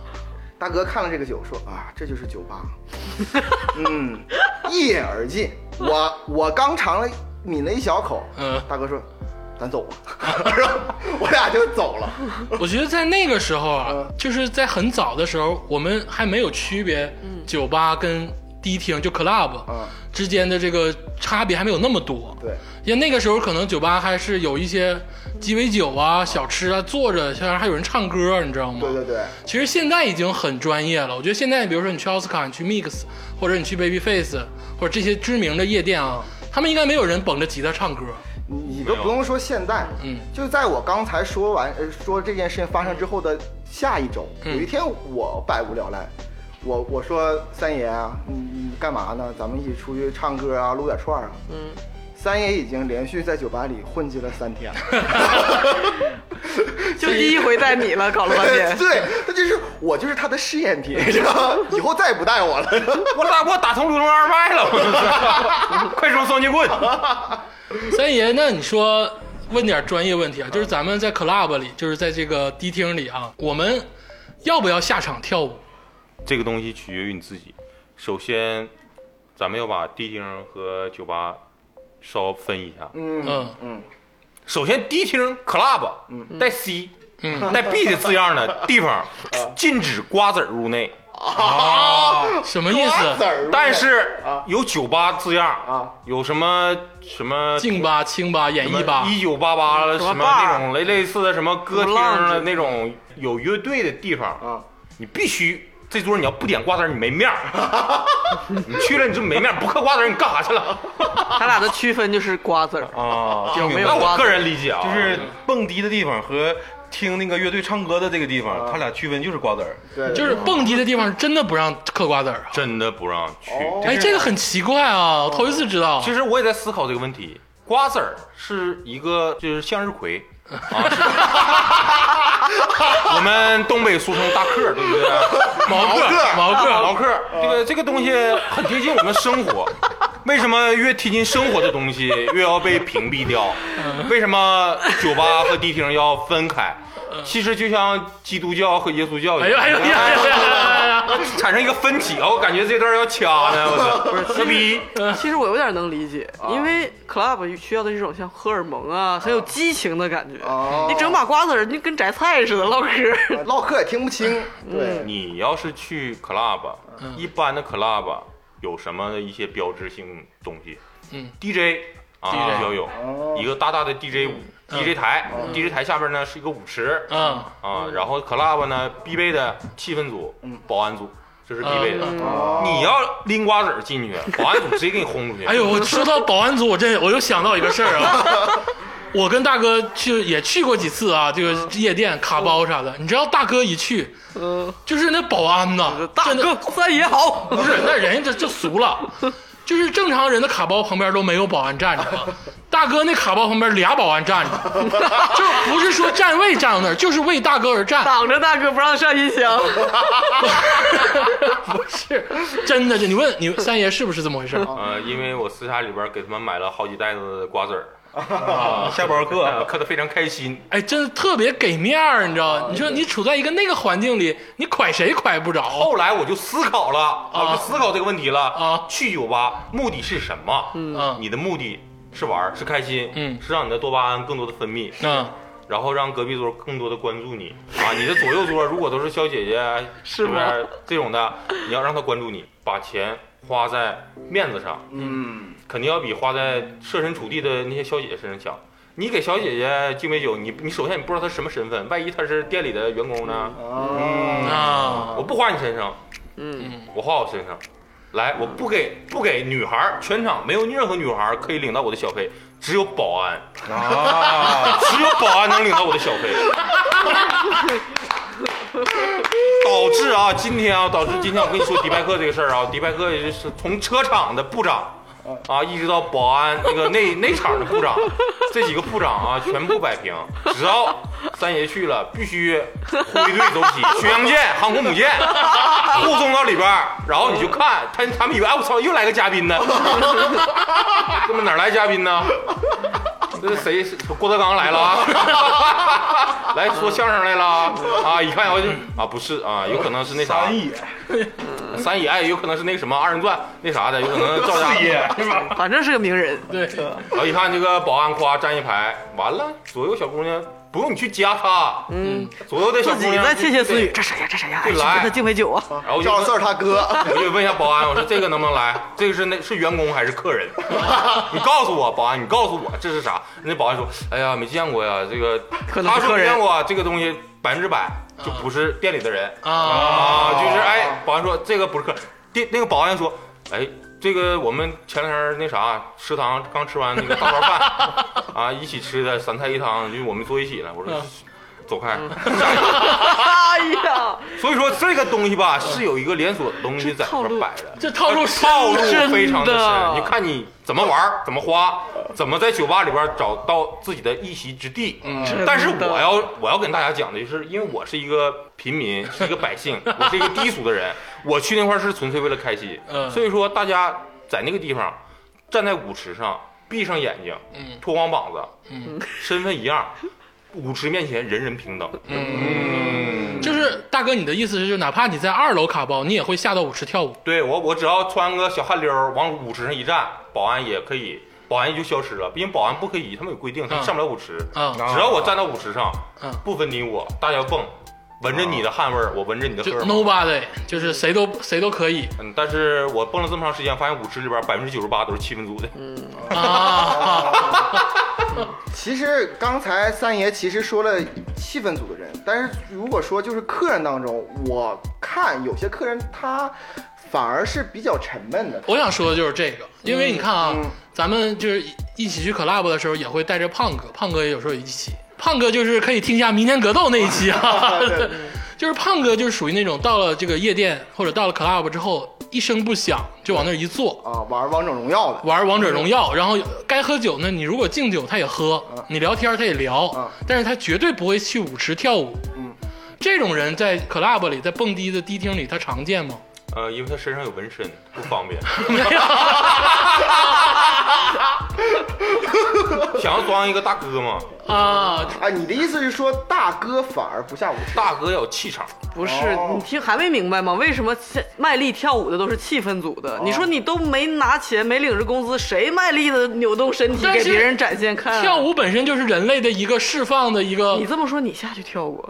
S5: 大哥看了这个酒，说啊，这就是酒吧，嗯，一饮而尽。我我刚尝了抿了一小口，
S2: 嗯
S5: 大哥说，咱走吧， 然后我俩就走了。
S2: 我觉得在那个时候
S5: 嗯
S2: 啊，就是在很早的时候，我们还没有区别酒吧跟迪厅就 club
S5: 嗯
S2: 之间的这个差别还没有那么多。
S5: 对，
S2: 因为那个时候可能酒吧还是有一些鸡尾酒啊、小吃啊，坐着像还有人唱歌，你知道吗？
S5: 对对对，
S2: 其实现在已经很专业了。我觉得现在，比如说你去奥斯卡、你去 Mix，或者你去 Babyface，或者这些知名的夜店啊，
S5: 嗯
S2: 他们应该没有人捧着吉他唱歌。
S5: 你都不用说现在，
S2: 嗯，
S5: 就在我刚才说完呃说这件事情发生之后的下一周，
S2: 嗯
S5: 有一天我百无聊赖，我我说三爷啊，你你干嘛呢？咱们一起出去唱歌啊，撸点串啊。
S3: 嗯，
S5: 三爷已经连续在酒吧里混迹了三天了，，
S3: 就第一回带你了，搞了半天
S5: 对，他就是我就是他的试验品，你知道吗？以后再也不带我了。
S6: 我打我打通流氓二麦 了，快说双截棍，
S2: 三爷，那你说问点专业问题啊，就是咱们在 club 里，就是在这个迪厅里啊，我们要不要下场跳舞？
S6: 这个东西取决于你自己。首先，咱们要把迪厅和酒吧稍分一下。
S5: 嗯
S2: 嗯
S5: 嗯，
S6: 首先，迪厅 club 带 C
S2: 嗯
S6: 带 B 的字样的地
S5: 啊
S6: 方禁止瓜子儿入内，
S4: 啊，
S2: 什么意思？
S5: 儿
S6: 但是
S5: 啊
S6: 有酒吧字样，
S5: 啊，
S6: 有什么什么
S2: 劲吧、青吧、演绎吧，
S6: 一九八八了
S3: 什么
S6: 什么
S3: bar
S6: 那种类类似的什么歌厅
S3: 什么
S6: 啊
S3: lounge
S6: 那种有乐队的地方
S5: 啊，
S6: 你必须这桌你要不点瓜子儿你没面儿， 你去了你就没面儿，不嗑瓜子儿你干啥去了？
S3: 他俩的区分就是瓜子儿，
S4: 啊，
S3: 有 没有
S6: 那
S3: 瓜
S6: 我
S3: 子
S6: 个
S3: 儿
S6: 人理解啊，
S4: 就是蹦迪的地方和听那个乐队唱歌的这个地方，它俩区分就是瓜子儿。
S5: 对，
S2: 就是蹦迪的地方真的不让嗑瓜子儿啊。
S6: 真的不让去。
S5: 哦
S2: 哎，这个很奇怪啊，我头一次知道。
S6: 其实我也在思考这个问题，瓜子儿是一个就是向日 葵。啊，是 我们东北俗称大嗑，对不对？
S2: 毛克毛克
S6: 毛克，这个这个东西很贴近我们生活。为什么越贴近生活的东西越要被屏蔽掉？
S2: 嗯
S6: 为什么酒吧和迪厅要分开？其实就像基督教和耶稣教
S2: 嗯哎
S6: 一
S2: 呦 哎呦哎呦哎呦哎呦哎呦！哎呦
S6: 样，产生一个分歧啊！我感觉这段要掐呢，我操！逼，
S3: 其实我有点能理解，因为 club 需要的是一种像荷尔蒙啊，很有激情的感觉。
S5: 哦
S3: 你整把瓜子儿，你跟摘菜似的唠嗑。
S5: 唠嗑也听不清，对，
S6: 你要是去 club，一
S2: 嗯
S6: 般的 club 有什么一些标志性东西？
S2: 嗯
S6: ，DJ 啊
S2: DJ
S6: 要有
S5: 哦
S6: 一个大大的 DJ 舞，DJ 台，DJ 台下边呢是一个舞池
S2: 嗯
S6: 啊，然后 club 呢必备的气氛组、保安组，这
S2: 嗯
S6: 是必备的。
S5: 哦
S6: 你要拎瓜子儿进去，保安组直接给你轰出去。
S2: 哎呦，我说到保安组，我这我又想到一个事儿啊。 我跟大哥去也去过几次啊，这个夜店卡包啥的。你知道大哥一去，
S3: 嗯，
S2: 就是那保安呐，
S3: 大
S2: 真的
S3: 哥三爷好。
S2: 不是，那人家就俗了，就是正常人的卡包旁边都没有保安站着嘛，大哥那卡包旁边俩保安站着，就不是说站位站到那儿，就是为大哥而站，
S3: 挡着大哥不让上音箱，
S2: 不是真的。就你问你三爷是不是这么回事儿？
S6: 呃，因为我私下里边给他们买了好几袋子瓜子儿，
S4: 啊，下班
S6: 呃
S4: 课，
S6: 嗑的非常开心。
S2: 哎，真的特别给面儿，你知道
S6: 啊
S2: 吗？你说你处在一个那个环境里，你蒯谁蒯不着？
S6: 后来我就思考了，我就思考这个问题了。
S2: 啊
S6: 去酒吧目的是什么？啊
S2: 嗯
S6: 你的目的是玩儿，是开心，
S2: 嗯
S6: 是让你的多巴胺更多的分泌，
S2: 嗯，
S6: 然后让隔壁桌更多的关注你啊。你的左右 桌如果都是小姐姐、
S3: 是
S6: 这
S3: 吗
S6: 边这种的，你要让她关注你，把钱花在面子上，
S5: 嗯，
S6: 肯定要比花在设身处地的那些小姐姐身上强。你给小姐姐敬杯酒，你你首先你不知道她什么身份，万一她是店里的员工呢？
S5: 哦，
S2: 啊，
S6: 我不花你身上，
S3: 嗯，
S6: 我花我身上。来，我不给不给女孩儿，全场没有任何女孩儿可以领到我的小费，只有保安，
S4: 啊，
S6: 只有保安能领到我的小费。导致啊，今天啊，导致今天我跟你说迪拜克这个事儿啊，迪拜克也是从车厂的部长啊，一直到保安那个内内场的部长，这几个部长啊，全部摆平。只要三爷去了，必须挥队走起，巡洋舰、航空母舰护送到里边儿，然后你就看他他们以为哎我操又来个嘉宾呢， 他们哪来嘉宾呢？这是谁？郭德纲来了啊！ 来说相声来了啊！啊，一看我就啊，不是啊，有可能是那啥
S4: 三亿，
S6: 三爷，哎，有可能是那个什么二人转那啥的，有可能赵家
S4: 四亿，是吧？
S3: 反正是个名人。
S2: 对，
S6: 然后一看这个保安夸站一排，完了，左右小姑娘不用你去夹她，
S3: 嗯，
S6: 左右的小
S3: 自
S6: 姑
S3: 己
S6: 娘
S3: 在窃窃私语，
S6: 对
S3: 这谁呀？这谁呀？哎，
S6: 对
S3: 去
S6: 来
S3: 跟他敬杯酒啊！
S6: 然后我就
S5: 赵四儿
S6: 问
S5: 他哥，
S6: 我就问一下保安，我说这个能不能来？这个是那是员工还是客 人？你告诉我，保安，你告诉我这是啥？那保安说，哎呀，没见过呀，这个
S3: 可能
S6: 他
S3: 是
S6: 说
S3: 客
S6: 没
S3: 人啊
S6: 见过啊这个东西，百分之百就不是店里的人。
S2: 啊，
S6: 啊，就是哎，保安说这个不是客人，店那个保安说，哎，这个我们前两天那啥食堂刚吃完那个大锅饭 啊，一起吃的三菜一汤，就是我们坐一起了。我说
S2: 嗯
S6: 走开。
S3: 哎呀，
S6: 所以说这个东西吧，是有一个连锁的东西在
S3: 套
S6: 这
S3: 路
S6: 摆着。
S2: 这套路深
S6: 呃套路
S3: 真
S6: 非常的
S3: 的
S6: 深，你看你怎么玩儿，怎么花，怎么在酒吧里边儿找到自己的一席之地。嗯
S3: 真的
S6: 但是我要我要跟大家讲的就是，因为我是一个平民，是一个百姓，我是一个低俗的人，我去那块儿是纯粹为了开心。
S2: 嗯
S6: 所以说大家在那个地方站在舞池上，闭上眼睛，
S2: 嗯
S6: 脱光膀子，
S2: 嗯
S6: 身份一样，舞池面前人人平等。
S2: 就是大哥，你的意思是，就哪怕你在二楼卡包，你也会下到舞池跳舞？
S6: 对我，我只要穿个小汗溜儿往舞池上一站，保安也可以，保安就消失了。毕竟保安不可以，他们有规定，他们上不了舞池。
S2: 啊
S6: 只要我站到舞池上
S2: 嗯，
S6: 不分你我，大家蹦，闻着你的汗味儿，我闻着你的荷
S2: 就
S6: 尔蒙。
S2: nobody，就是谁都谁都可以
S6: 嗯，但是我蹦了这么长时间，发现舞池里边百分之九十八都是七分组的。
S2: 啊。
S5: 其实刚才三爷其实说了气氛组的人，但是如果说就是客人当中，我看有些客人他反而是比较沉闷的。
S2: 我想说的就是这个，因为你看啊，
S5: 嗯
S2: 咱们就是一起去 club 的时候，也会带着胖哥，胖哥也有时候一起。胖哥就是可以听一下明天格斗那一期 啊， 就是胖哥就是属于那种到了这个夜店或者到了 club 之后，一声不响就往那儿一坐，
S5: 啊，玩王者荣耀的，
S2: 玩王者荣耀，然后该喝酒呢，你如果敬酒他也喝，你聊天他也聊
S5: 嗯，
S2: 但是他绝对不会去舞池跳舞。
S5: 嗯，
S2: 这种人在 club 里，在蹦迪的迪厅里，他常见吗？
S6: 呃，因为他身上有纹身，不 方便。
S2: 没有，
S6: 想要装一个大哥嘛，
S2: 啊，
S5: 啊，你的意思是说大哥反而不下舞池？
S6: 大哥要有气场。
S3: 不是，
S5: 哦
S3: 你听还没明白吗？为什么现卖力跳舞的都是气氛组的？
S2: 哦
S3: 你说你都没拿钱，没领着工资，谁卖力的扭动身体
S2: 但
S3: 给
S2: 是
S3: 别人展现看、
S5: 嗯
S3: 啊？
S2: 跳，舞本身就是人类的一个释放的一个
S3: 你，这么说，你下去跳过？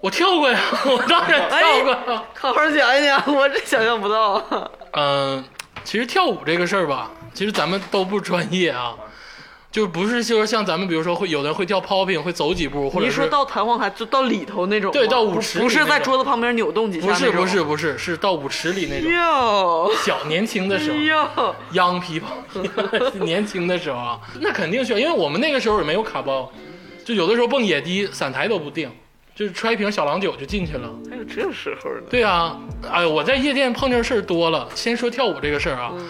S2: 我跳过呀， 我当然
S3: 哎
S2: 跳过。
S3: 好好讲一讲，我真想象不到。啊
S2: 嗯，其实跳舞这个事儿吧，其实咱们都不专业啊，就不是说像咱们，比如说会有的人会跳 popping，会走几步，或者
S3: 你
S2: 是
S3: 说到弹簧台就到里头那种吗，
S2: 对到舞池里
S3: 不是
S2: 那
S3: 在
S2: 种
S3: 桌子旁边扭动几下
S2: 不
S3: 那
S2: 是
S3: 种，哎
S2: 不是不是，是到舞池里那种
S3: 哟
S2: 小年轻的时
S3: 哎
S2: 候
S3: 哟，
S2: ，young people，年轻的时候啊，那肯定需要，因为我们那个时候也没有卡包，就有的时候蹦野迪，散台都不定，就是揣一瓶小郎酒就进去了。
S3: 还有这时 候呢？
S2: 对啊，哎，我在夜店碰见事儿多了。先说跳舞这个事儿啊，
S3: 嗯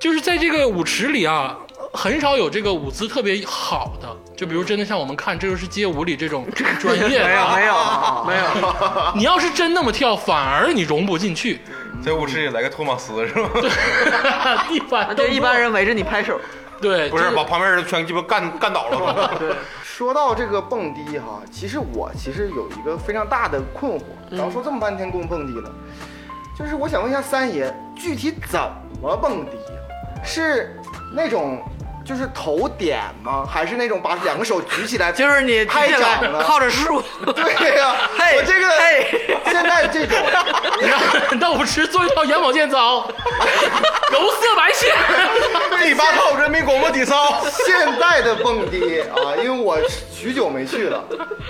S2: 就是在这个舞池里啊，很少有这个舞姿特别好的。就比如真的像我们看，这就是街舞里这 种专业的、
S3: 没有
S2: 啊。
S3: 没有没有，
S2: 你要是真那么跳，反而你融不进去。
S4: 在舞池里来个托马斯是吧？
S2: 一般
S3: 那
S2: 都
S3: 就啊一般人围着你拍手，
S2: 对，
S6: 不
S2: 就是
S6: 把旁边人全鸡巴干干倒 了吗？
S5: 说到这个蹦迪哈，其实我其实有一个非常大的困惑，
S3: 嗯
S5: 然后说这么半天跟我蹦迪呢，就是我想问一下三爷，具体怎么蹦迪呀、是那种就是头点吗？还是那种把两个手举起来？
S3: 就是你
S5: 拍
S3: 进
S5: 掌
S3: 来
S5: 呢
S3: 靠着树，
S5: 对呀、
S3: 嘿
S5: 我这个
S3: 嘿
S5: 现在这种，
S2: 让到舞池做一套眼保健操， 柔色白线。
S4: 第八套人民广播体操，
S5: 现在的蹦迪啊，因为我许久没去了，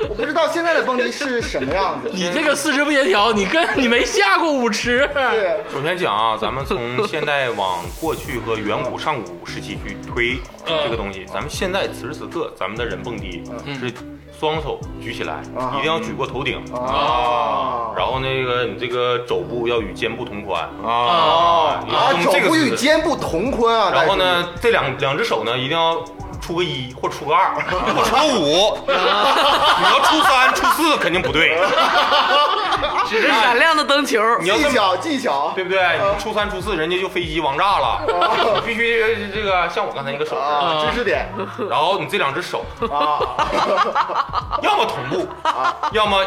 S5: 我不知道现在的蹦迪是什么样子。
S2: 你这个四肢不协调，你跟你没下过舞池。
S5: 对，
S6: 首先讲啊，咱们从现代往过去和远古上古时期去推这个东西。咱们现在此时此刻，咱们的人蹦迪是双手举起来，
S5: 啊
S6: 一定要举过头顶，
S5: 啊
S6: 然后那个你这个肘部要与肩部同宽
S2: 啊，
S6: 你
S5: 啊
S6: 要，用
S5: 肘
S6: 这个
S5: 部
S6: 姿
S5: 与
S6: 势
S5: 肩部同宽啊。
S6: 然后呢，这两两只手呢，一定要出个一或出个
S5: 啊
S6: 二，或出个五。你要出三、出四肯定不对，
S3: 指着闪亮的灯球，
S6: 你要
S5: 但是？
S6: 这
S5: 啊技
S6: 么
S5: 巧技巧，
S6: 对不对？你出三出四，人家就飞机王炸了。你必须这个像我刚才那个手势，
S5: 啊，知识点
S6: 然后你这两只手
S5: 啊，
S6: 要么同步，要么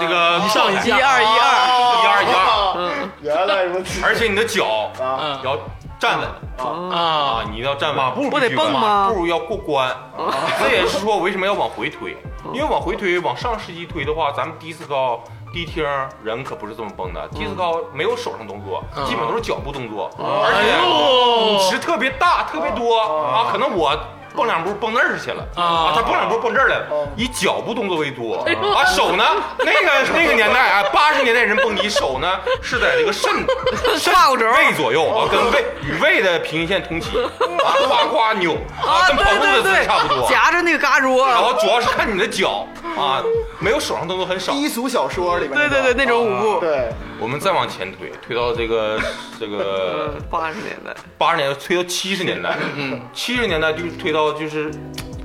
S6: 这个一哦
S2: 上一
S3: 一
S2: 下
S3: 二一二，
S6: 一二一二，
S5: 二，原来如此
S6: 而且你的脚
S5: 哦啊
S2: 嗯
S6: 要站稳
S2: 啊
S6: 啊，你一定要站稳。
S4: 马步
S3: 不得
S4: 必须吧
S3: 蹦吗
S6: 马步要过关，这也是说为什么要往回推，因为往回推，往上世纪推的话，咱们迪斯高、迪厅人可不是这么蹦的，迪斯高没有手上动作，基本都是脚步动作，而
S2: 哎呦
S3: 哦
S6: 且舞池特别大，特别多啊，可能我。蹦两步蹦那儿去了
S3: 哦
S2: 啊
S6: 他蹦两步蹦这儿来了，以脚步动作为多
S3: 哎
S6: 啊，手呢，那个那个年代啊，八十年代人蹦迪手呢是在这 个肾肾
S3: 胯骨轴
S6: 背左右啊，跟胃与胃的平行线 同齐啊，夸夸扭啊，
S3: 啊，
S6: 跟
S3: 对
S6: 跑步的
S3: 对
S6: 姿势
S3: 对，
S6: 差不多。
S3: 夹着那个嘎桌，
S6: 然后主要是看你的脚啊，没有手上动作很少。
S5: 低俗小说里面
S3: 对
S5: 那个。
S3: 对对，那种舞步，
S5: 对，
S6: 我们再往前推，推到这个这个
S3: 呃，八十年代，
S6: 八十年代，推到七十年代，嗯，七十年代就是推到就是，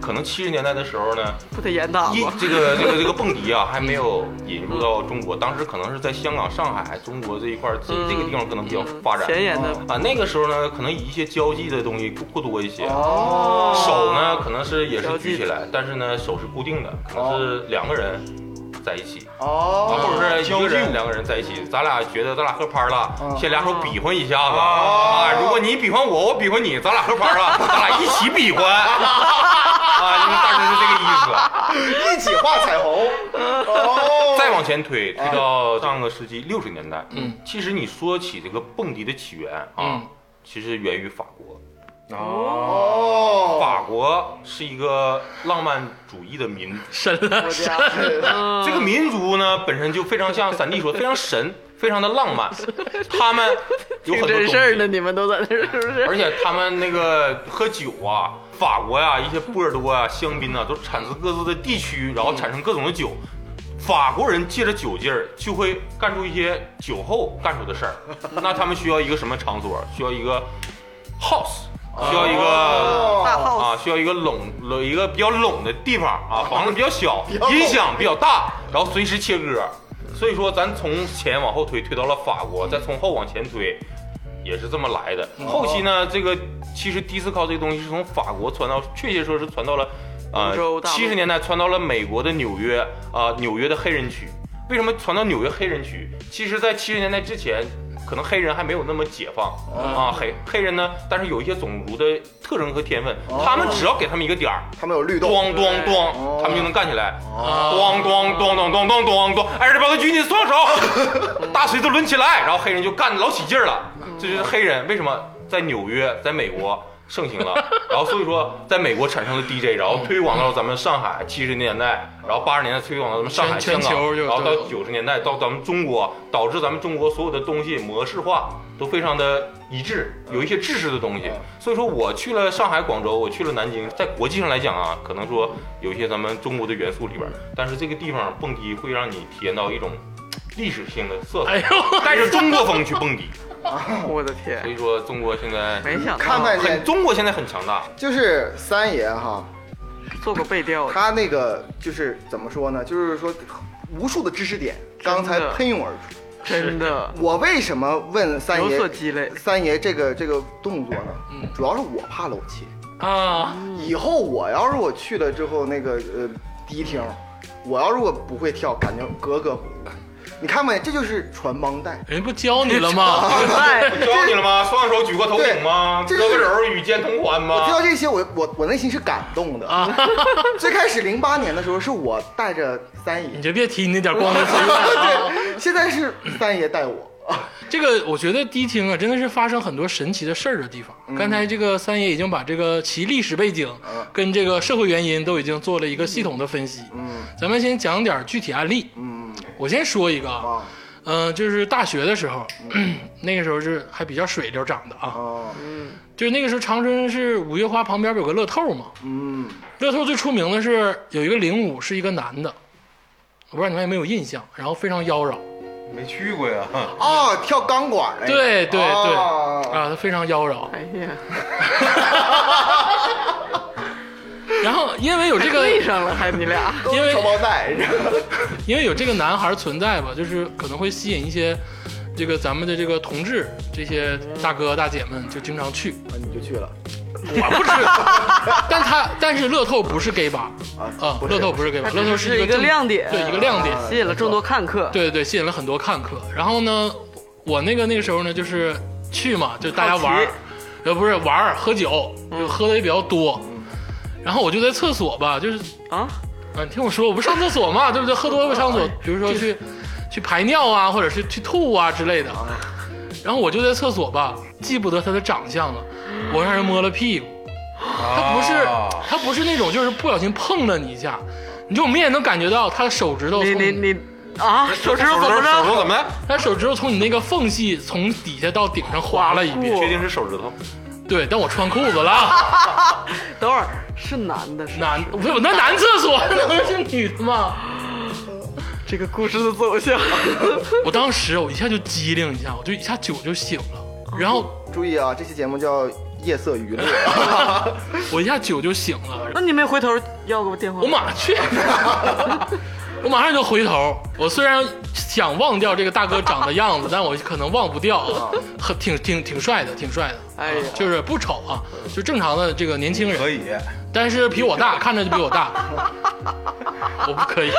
S6: 可能七十年代的时候呢，
S3: 不得严打
S6: 一
S3: 吗？
S6: 这个这个这个蹦迪啊，还没有引入到中国，当时可能是在香港、上海、中国这一块儿，这这个地方可能比较发展
S3: 前沿的
S6: 啊。那个时候呢，可能以一些交际的东西过多一些，
S5: 哦，
S6: 手呢可能是也是
S3: 交际
S6: 举起来，但是呢手是固定的，可能是两个人在一起，
S5: 哦，
S6: 或者啊是一个
S4: 交
S6: 人
S4: 际舞
S6: 两个人在一起，咱俩觉得咱俩合拍了，先俩手比划一下子
S4: 啊
S6: 啊！如果你比划我，我比划你，咱俩合拍了，咱俩一起 比划啊！就是大致是这个意思。
S5: 一起画彩虹，哦，
S6: 再往前推，推到上个世纪六十年代，
S2: 嗯，
S6: 其实你说起这个蹦迪的起源啊
S2: 嗯，
S6: 其实源于法国。
S4: 哦，
S5: 哦，
S6: 法国是一个浪漫主义的民族，
S2: 深了
S3: 我
S2: 深
S3: 家
S2: 了，
S6: 这个民族呢本身就非常像三弟说，非常神，非常的浪 漫。他们有
S3: 挺
S6: 很多东
S3: 真
S6: 西
S3: 事儿呢，你们都在那儿是不是？
S6: 而且他们那个喝酒啊，法国呀、一些波尔多啊、香槟啊，都产自各自的地区，然后产生各种的酒。法国人借着酒劲儿，就会干出一些酒后干出的 事儿。那他们需要一个什么场所？需要一个 house，需要一个、
S3: 大号
S6: 啊，需要一个拢拢一个比较拢的地方啊，房 子比较小，音响比较大，然后随时切歌。所以说，咱从前往后推，推到了法国，再从后往前推，也是这么来的。
S3: 嗯
S6: 后期呢，
S3: 哦
S6: 这个其实迪斯科这个东西是从法国传到，确切说是传到了，呃
S3: 欧洲，大陆
S6: 七十年代传到了美国的纽约啊、纽约的黑人区。为什么传到纽约黑人区？其实，在七十年代之前，可能黑人还没有那么解放、
S3: 哦
S6: 啊。黑黑人呢，但是有一些种族的特征和天分，
S3: 哦
S6: 他们只要给他们一个点儿，
S5: 他们有律动，
S6: 咣咣咣
S5: 哦，
S6: 他们就能干起来。
S2: 啊
S6: 咣咣咣咣咣咣咣咣，哎，这帮他举起双 手，大锤都抡起来，然后黑人就干得老起劲儿了。这就是黑人为什么在纽约，在美国盛 行了，然后所以说在美国产生了 DJ，然后推广到咱们上海七十年代，然后八十年代推广到咱们上海、
S2: 全
S6: 香
S2: 全球
S6: 港，
S2: 就
S6: 然后到
S2: 都有
S6: 九十年代到咱们中国，导致咱们中国所有的东西模式化都非常的一致，有一些制式的东西。所以说我去了上海、广州，我去了南京，在国际上来讲啊，可能说有一些咱们中国的元素里边儿，但是这个地方蹦迪会让你体验到一种历史性的色
S2: 哎
S6: 彩，
S2: 呦，
S6: 带着中国风去蹦迪。
S3: 我的
S6: 所
S3: 天，
S6: 以说中国现在
S3: 没想
S5: 看
S3: 到
S5: 看
S6: 很
S5: 见
S6: 中国现在很强大，
S5: 就是三爷哈，
S3: 做过背调的，
S5: 他那个就是怎么说呢？就是说无数的知识点，刚才
S3: 真的
S5: 喷涌而出。
S3: 真的
S5: 我为什么问三
S3: 有
S5: 爷
S3: 所积累。嗯
S5: 三爷这个这个动作呢？主要是我怕漏气。
S2: 啊，
S5: 以后我要是我去了之后，那个呃迪厅，我要如果不会跳，感觉格格不入。你看没？这就是传帮带。
S2: 人不教你了吗？
S3: 哎，
S6: 我教你了吗？双手举过头顶吗？胳
S5: 对这
S6: 膊
S5: 是
S6: 肘与肩同宽
S2: 啊
S5: 我听到
S6: 吗？
S5: 这些，我我我内心是感动的。 最开始零八年的时候，是我带着三
S2: 你
S5: 爷，
S2: 就别提你那点光荣之源啊！
S5: 对，现在是三爷带我。
S2: 这个我觉得迪厅啊，真的是发生很多神奇的事儿的地方。
S5: 嗯
S2: 刚才这个三爷已经把这个其历史背景跟这个社会原因都已经做了一个系统的分析。
S5: 嗯
S2: 咱们先讲点具体案例。
S5: 嗯
S2: 我先说一个啊，
S5: 啊
S2: 嗯，就是大学的时候，
S5: 嗯
S2: 那个时候是还比较水溜长的啊，
S5: 啊
S2: 就是那个时候长春是五月花旁边有个乐透嘛，
S5: 嗯
S2: 乐透最出名的是有一个零五是一个男的，我不知道你们有没有印象，然后非常妖娆，
S4: 没去过呀，
S5: 啊，跳钢管儿那个。
S2: 对对对，
S5: 哦
S2: 啊，他非常妖娆。
S3: 哎呀，
S2: 啊 然后因为有这
S3: 对
S2: 个，
S3: 哎上了，还你俩，
S5: 都
S2: 因为
S5: 是传帮带。
S2: 因为有这个男孩存在吧，就是可能会吸引一些这个咱们的这个同志这些大哥大姐们就经常去。
S5: 啊你就去了
S2: 我 不是，但他但是乐透不是 gay 吧？啊，乐透不是 gay 吧？
S3: 它只
S2: 乐透
S3: 是
S2: 一
S3: 一个
S2: 正
S3: 亮点
S2: 对一个亮点，
S5: 啊
S3: 吸引了众多看客。
S2: 对对对，吸引了很多看客。然后呢，我那个那个时候呢，就是去嘛，就大家玩
S3: 好
S2: 儿
S3: 奇，嗯
S2: 呃，不是玩儿喝酒，就喝的也比较多。然后我就在厕所吧，就是
S3: 啊，
S2: 啊，你听我说，我不上厕所 嘛，对不对？喝多了不上厕
S3: 哎
S2: 所，比如说去去排尿啊，或者是去吐啊之类的。然后我就在厕所吧，记不得他的长相了，我让人摸了屁股。他不是
S3: 啊
S2: 他不是那种就是不小心碰了你一下，你就明显能感觉到他的手指头
S3: 你
S2: 从
S3: 你你啊，手指头
S6: 手
S3: 怎么
S6: 指手指
S3: 着？
S6: 头怎么了？
S2: 他手指头从你那个缝隙从底下到顶上划了一遍。
S3: 哇
S6: 确定是手指头？
S2: 对，但我穿裤子了，
S3: 等会儿是男的，是
S2: 男不是那男厕所 那能是女的吗？
S3: 这个故事的走 向。
S2: 我当时我一下就机灵一下，我就一下酒就醒了，然后
S5: 注意啊，这期节目叫夜色娱 乐。
S2: 我一下酒就醒了，
S3: 那你没回头要个电话？
S2: 我马去，我马上就回头。我虽然想忘掉这个大哥长的样子，但我可能忘不掉啊，很挺挺挺帅的，挺帅的，
S3: 哎呀，
S2: 啊就是不丑啊，就正常的这个年轻人。
S4: 可以，
S2: 但是比我大，看着就比我大，我不可以，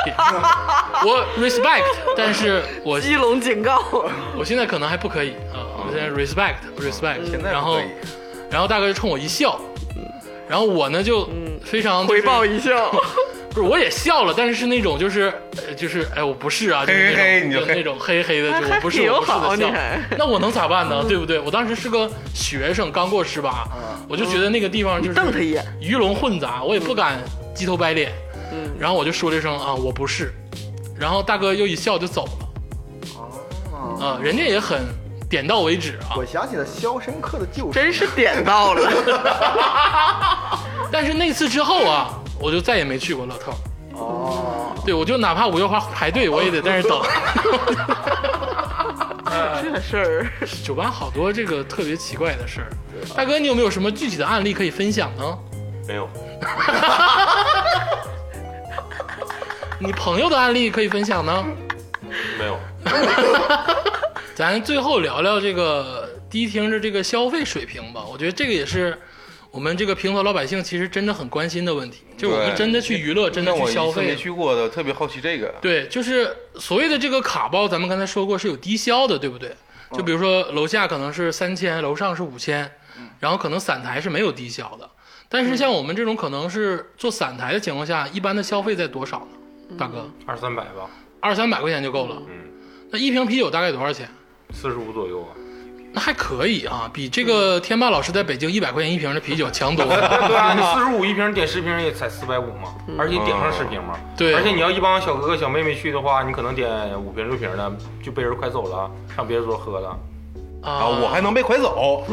S2: 我 respect，但是我
S3: 基隆 警告，
S2: 我现在可能还不可以啊，我现在 respect respect，
S4: 啊现在
S2: 然
S4: 不
S2: 后
S4: 可以嗯
S2: 然后大哥就冲我一笑，然后我呢就非常就是
S3: 回报一笑，
S2: 不是，我也笑了，但是是那种就是呃就是哎，我不是啊，就是那种
S4: 嘿嘿嘿你就
S2: 就
S4: 嘿
S2: 那种嘿嘿嗯的，就
S3: 还
S2: 我不是我不
S3: 挺好
S2: 是的
S3: 你
S2: 笑
S3: 还。
S2: 那我能咋办呢？对不对？我当时是个学生，刚过十八，我就觉得那个地方就是
S3: 瞪他一眼，
S2: 鱼龙混杂，我也不敢鸡头白脸。
S3: 嗯
S2: 然后我就说了一声啊，我不是。然后大哥又一笑就走了。啊，人家也很点到为止啊。
S5: 我想起了《肖申克的救赎》，
S3: 真是点到了。
S2: 但是那次之后啊，我就再也没去过乐透。哦，对，我就哪怕五月花排队，我也得在那儿 等。
S3: 这事 儿，
S2: 酒吧好多这个特别奇怪的事儿。大哥，你有没有什么具体的案例可以分享呢？
S6: 没有，
S2: 你朋友的案例可以分享呢？
S6: 没有，
S2: 咱最后聊聊这个迪厅的这个消费水平吧。我觉得这个也是我们这个平头老百姓其实真的很关心的问题，就是我们
S4: 对
S2: 真的去娱乐，真的
S4: 那我
S2: 去
S4: 一
S2: 消
S4: 次没
S2: 费。
S4: 去过的，特别好奇这个。
S2: 对，就是所谓的这个卡包，咱们刚才说过是有低消的，对不对？就比如说楼下可能是三千，楼上是五千，然后可能散台是没有低消的。但是像我们这种可能是做散台的情况下，一般的消费在多少呢？大哥，
S6: 二三百吧，
S2: 二三百块钱就够了。
S6: 嗯，
S2: 那一瓶啤酒大概多少钱？
S6: 四十五左 右啊。
S2: 那还可以啊，比这个天霸老师在北京一百块钱一瓶的啤酒强多了。
S6: 对啊，你四十五一瓶，点十瓶也才四百五嘛，而且点上十瓶嘛。
S2: 嗯对
S6: 而且你要一帮小哥哥小妹妹去的话，你可能点五瓶六瓶的，就被人快走了，上别人桌喝了。
S2: 啊
S4: 啊，我还能被拐走？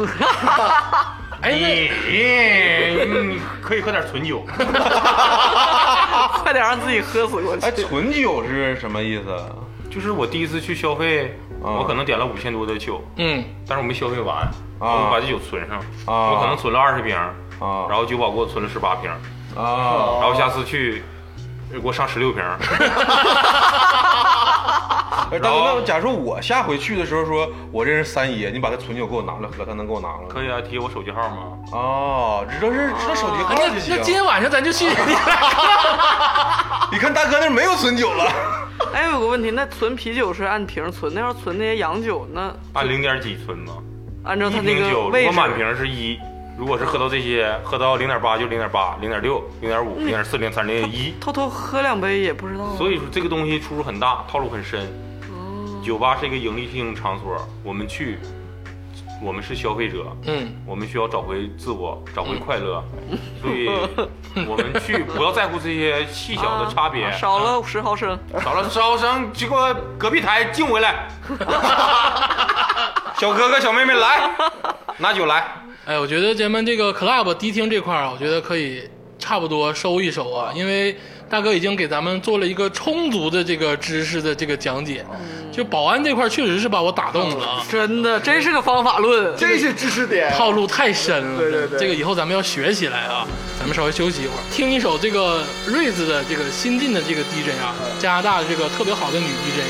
S2: 哎，那
S6: 你你可以喝点纯 酒，
S3: 快点让自己喝死过去
S4: 哎，。纯酒是什么意思？
S6: 就是我第一次去消费，
S4: 啊
S6: 我可能点了五千多的酒，
S2: 嗯，
S6: 但是我没消费完，我把这酒存上，
S4: 啊
S6: 我可能存了二十瓶，
S4: 啊
S6: 然后酒保给我存了十八瓶，
S4: 啊
S6: 然后下次去。给我上十 六瓶，
S4: 哎大哥，那假如说我下回去的时候说，我认识三爷，你把他纯酒给我拿来喝，他能给我拿过来吗？
S6: 可以啊，提我手机号吗？
S4: 哦，知道是知道手机
S2: 啊
S4: 号
S2: 那
S4: 就行
S2: 那。今天晚上咱就去。
S4: 你看大哥那儿没有存酒了，
S3: 哎，有个问题，那存啤酒是按瓶存，那要是存那些洋酒呢？
S6: 按零点几存吗？
S3: 按照
S6: 一
S3: 它那
S6: 瓶酒
S3: 个
S6: 如
S3: 位
S6: 果
S3: 置，
S6: 满瓶是一，如果是喝到这些，喝到零点八就零点八、零点六、零点
S3: 嗯
S6: 五、零点四、零三、零点一，
S3: 偷偷喝两杯也不知道啊。
S6: 所以说这个东西出入很大，套路很深。
S3: 哦
S6: 酒吧是一个盈利性场所，我们去，我们是消费者，
S2: 嗯，
S6: 我们需要找回自我，找回快乐，
S3: 嗯
S6: 所 以我们去不要在乎这些细小的差别
S3: 啊，少了十毫升，
S6: 少了招商，结果隔壁台敬回 来，小哥哥小妹妹来，拿酒来。
S2: 哎，我觉得咱们这个 club 迪厅这块儿啊，我觉得可以差不多收一收啊，因为大哥已经给咱们做了一个充足的这个知识的这个讲解。
S5: 嗯
S2: 就保安这块儿确实是把我打动了啊，
S3: 真的真是个方法论。
S5: 这是知识点。
S2: 套路太深了。
S5: 对对对
S2: 这个以后咱们要学起来啊。咱们稍微休息一会儿，听一首这个瑞子的这个新晋的这个 DJ 啊，加拿大的这个特别好的女 DJ。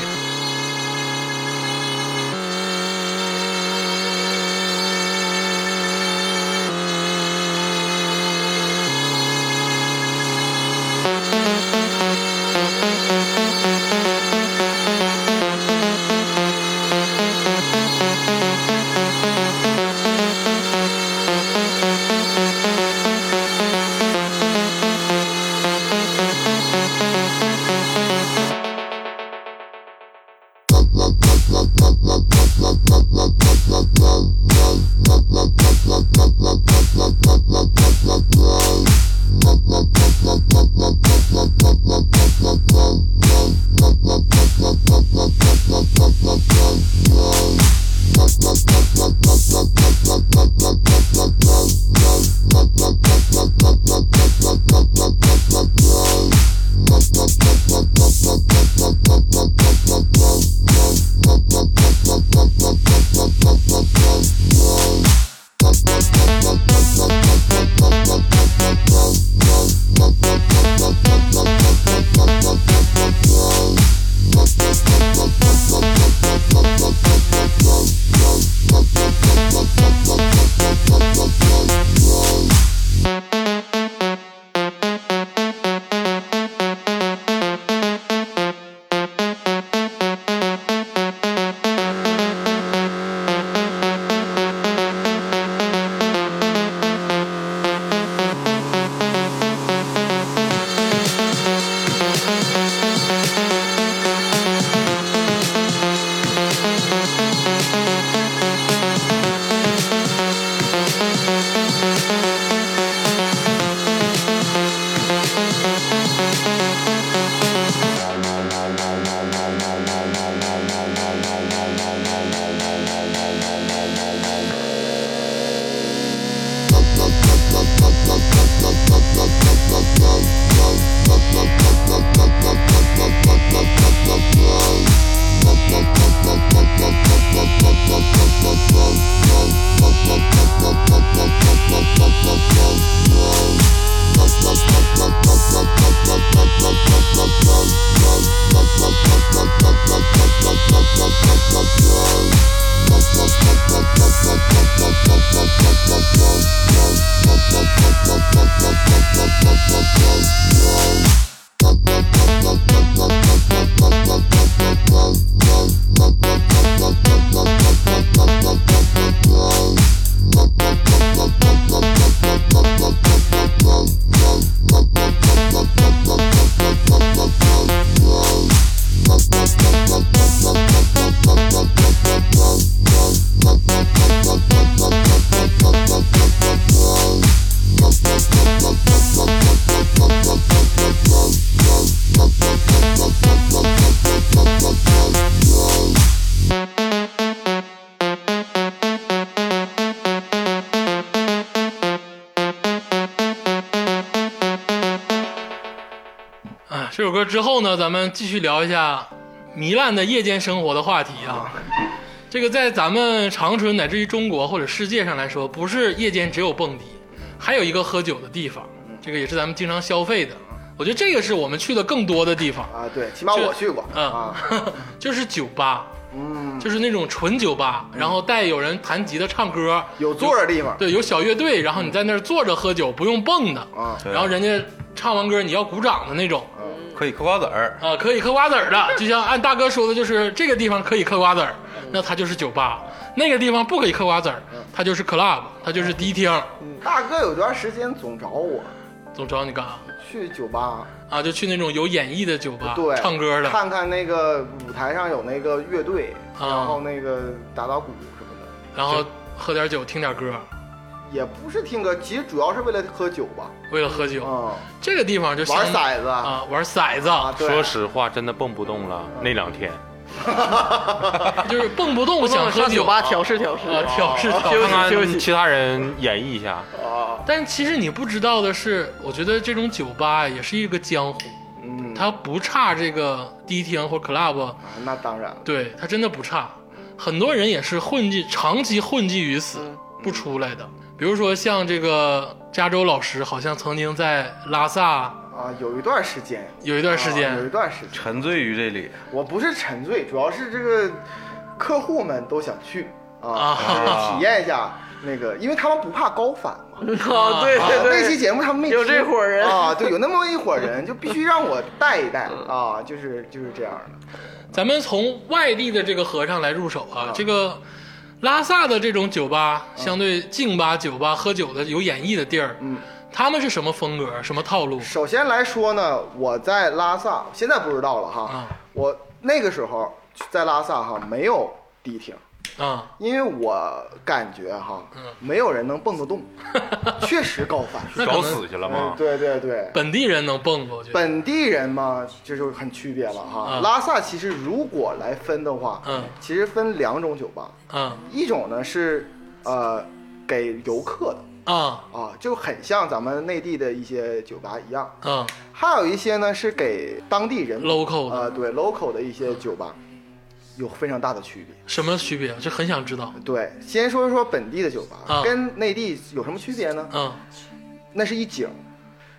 S2: 啊首歌之后呢，咱们继续聊一下糜烂的夜间生活的话题啊。这个在咱们长春乃至于中国或者世界上来说，不是夜间只有蹦迪，还有一个喝酒的地方，这个也是咱们经常消费的。我觉得这个是我们去的更多的地方，
S5: 啊，对，起码
S2: 就
S5: 我去过
S2: 嗯
S5: 啊，
S2: 就是酒吧，
S5: 嗯，
S2: 就是那种纯酒吧，然后带有人弹吉他、唱歌，
S5: 有座儿的地方
S2: 对，有小乐队，然后你在那儿坐着喝酒，不用蹦的，
S5: 啊，
S6: 对
S2: 然后人家唱完歌你要鼓掌的那种。
S6: 可以嗑瓜子儿，
S2: 啊，可以嗑瓜子儿的，就像按大哥说的，就是这个地方可以嗑瓜子儿，
S5: 嗯
S2: 那它就是酒吧；那个地方不可以嗑瓜子儿，它就是 club，它就是
S5: 嗯
S2: 迪厅。
S5: 大哥有段时间总找我
S2: 总找你干啥？
S5: 去酒吧，
S2: 啊，就去那种有演绎的酒吧，
S5: 对，
S2: 啊唱歌的。
S5: 看看那个舞台上有那个乐队，
S2: 啊
S5: 然后那个打打鼓什么的，
S2: 然后喝点酒，听点歌，
S5: 也不是听歌，其实主要是为了喝酒吧，
S2: 为了喝酒。
S5: 嗯，
S2: 这个地方就
S5: 玩
S2: 相
S5: 骰子啊，
S2: 啊，玩骰子，
S5: 对，
S6: 说实话，真的蹦不动了。那两天，
S2: 就是蹦不动
S3: 不
S2: 想
S3: 能
S2: 喝
S3: 上
S2: 酒
S3: 酒吧调试调试
S2: 啊，调试调
S3: 休
S5: 哦
S2: 试
S3: 息。
S6: 看
S3: 休
S6: 看
S3: 息
S6: 其他人演绎一下，
S5: 啊
S2: 但其实你不知道的是，我觉得这种酒吧也是一个江湖，
S5: 嗯，
S2: 它不差这个迪厅或 club。
S5: 啊那当然了，
S2: 对他真的不差，很多人也是混迹长期混迹于此
S5: 嗯
S2: 不出来的。比如说像这个加州老师，好像曾经在拉萨
S5: 啊，有一段时间，
S2: 有一段时
S5: 啊有一
S2: 间，
S5: 段时间，
S4: 沉醉于这里，
S5: 我不是沉醉，主要是这个客户们都想去啊，
S2: 啊
S5: 体验一下那个，因为他们不怕高反 嘛。
S3: 啊，对
S5: 啊
S3: 对对，
S5: 那期节目他们没
S3: 有
S5: 听
S3: 这伙人
S5: 啊，对，有那么一伙人，就必须让我带一带啊，就是就是这样的。
S2: 咱们从外地的这个和尚来入手啊，这个拉萨的这种酒吧，相对静吧、酒吧喝酒的有演绎的地儿，
S5: 嗯，
S2: 他们是什么风格、什么套路？
S5: 首先来说呢，我在拉萨，现在不知道了哈
S2: 啊，
S5: 我那个时候在拉萨哈没有迪厅。
S2: 啊，
S5: 因为我感觉哈，没有人能蹦得动，确实高反。
S2: 那可
S6: 找
S2: 能
S6: 死去了
S5: 嗯
S6: 吗，？
S5: 对对对，
S2: 本地人能蹦过去，
S5: 本地人嘛，这就很区别了哈。
S2: 嗯
S5: 拉萨其实如果来分的话，
S2: 嗯
S5: 其实分两种酒吧，
S2: 啊
S5: 一种呢是呃给游客的
S2: 啊
S5: 啊，就很像咱们内地的一些酒吧一样，
S2: 啊
S5: 还有一些呢是给当地人
S2: ，local 的
S5: 呃对 local 的一些酒吧，有非常大的区别。
S2: 什么区别？就很想知道。
S5: 对，先说说本地的酒吧、
S2: 啊
S5: 跟内地有什么区别呢？
S2: 啊
S5: 那是一景。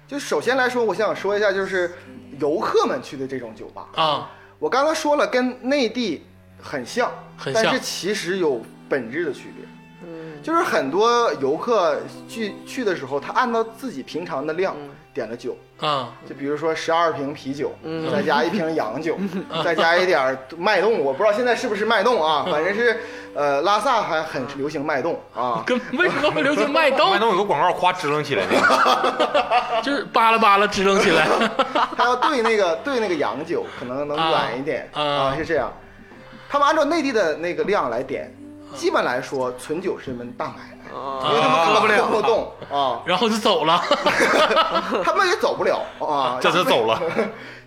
S5: 就首先来说，我想说一下，就是游客们去的这种酒吧，
S2: 啊
S5: 我刚才说了，跟内地很像，
S2: 很
S5: 但是
S2: 像
S5: 其实有本质的区别。嗯，就是很多游客去去的时候，他按照自己平常的量点了酒，
S2: 啊
S5: 就比如说十二瓶啤酒，再加一瓶洋酒， 再加一点儿脉动，我不知道现在是不是脉动啊，反正是，呃，拉萨还很流行脉动啊，
S2: 跟为什么会流行麦兜
S6: 麦？当有个广告，夸支棱起来那个，
S2: 就是扒拉扒拉支棱起 来。
S5: 他要啊兑那个 兑那个洋酒，可能能软一点
S2: 啊
S5: 啊
S2: 啊，
S5: 是这样。他们按照内地的那个量来点，
S2: 嗯
S5: 基本来说纯酒是一门大买卖，因为他们根
S4: 喝不
S5: 本
S4: 了
S5: 喝不动啊，
S2: 然后就走了，
S5: 他们也走不了 啊。
S6: 这就走了。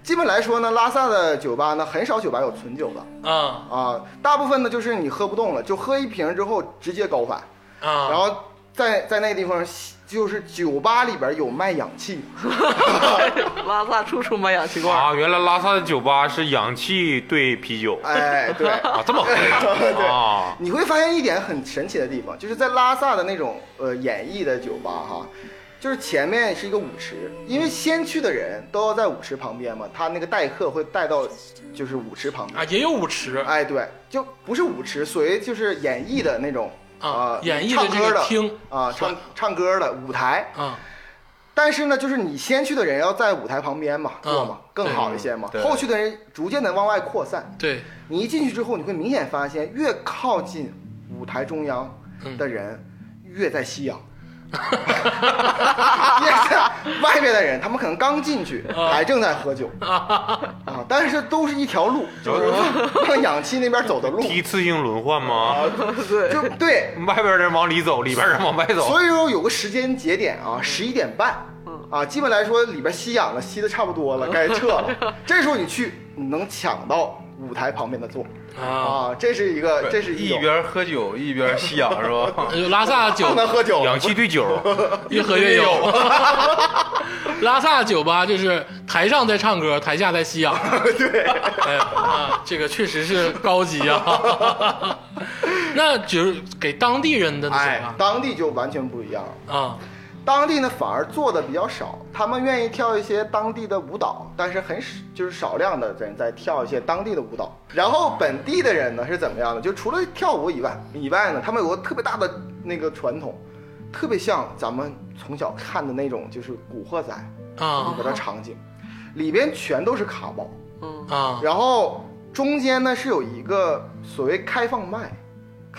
S5: 基本 来说呢，拉萨的酒吧呢，很少酒吧有纯酒的。
S2: 啊
S5: 啊，大部分呢就是你喝不动了，就喝一瓶之后直接高反，然
S2: 啊，
S5: 后在在那个地方就是酒吧里边有卖氧气，啊
S3: 拉萨处处买氧气罐，
S6: 啊，原来拉萨的酒吧是氧气兑啤酒
S5: 哎，对。
S2: 哦
S6: 啊，这么 喝呀啊？
S5: 你会发现一点很神奇的地方，就是在拉萨的那种呃演艺的酒吧哈，就是前面是一个舞池，因为先去的人都要在舞池旁边嘛，他那个待客会带到就是舞池旁边
S2: 啊，也有舞池
S5: 哎，对，就不是舞池，属于就是演绎的那种
S2: 啊
S5: 呃
S2: 演绎的
S5: 唱
S2: 这
S5: 歌
S2: 个
S5: 的
S2: 厅
S5: 啊，唱唱歌的舞台。
S2: 啊
S5: 但是呢，就是你先去的人要在舞台旁边嘛，
S2: 嗯
S5: 坐嘛，更好一些嘛。
S4: 对
S5: 后去的人逐渐的往外扩散。
S2: 对，
S5: 你一进去之后，你会明显发现，越靠近舞台中央的人，越在吸氧。越在外面的人，他们可能刚进去，还正在喝酒啊，但是都是一条路，就是往氧气那边走 的路。
S6: 第一次性轮换吗？
S3: 对，
S5: 就对，
S6: 外边人往里走，里边人往外走，
S5: 所以说有个时间节点啊，十一点半，啊，基本来说里边吸氧了，吸的差不多了，该撤了。这时候你去，你能抢到舞台旁边的座
S2: 啊
S5: 啊，这是一个，这是
S4: 一
S5: 种
S4: 边喝酒一边吸氧 是吧？
S2: 就拉萨酒
S5: 不能喝酒，
S6: 氧气兑酒，
S2: 越喝越有， 拉萨酒吧就是台上在唱歌，台下在吸氧。
S5: 对，
S2: 哎呀，啊，这个确实是高级啊。 那就是给当地人的那
S5: 哎
S2: 种，啊
S5: 当地就完全不一样了。
S2: 啊，
S5: 当地呢反而做的比较少，他们愿意跳一些当地的舞蹈，但是很少就是少量的人在跳一些当地的舞蹈。然后本地的人呢是怎么样的？就除了跳舞以外，以外呢，他们有个特别大的那个传统，特别像咱们从小看的那种就是《古惑仔》
S2: 啊
S5: 里边的场景，里边全都是卡包，
S2: 啊
S5: 然后中间呢是有一个所谓开放麦，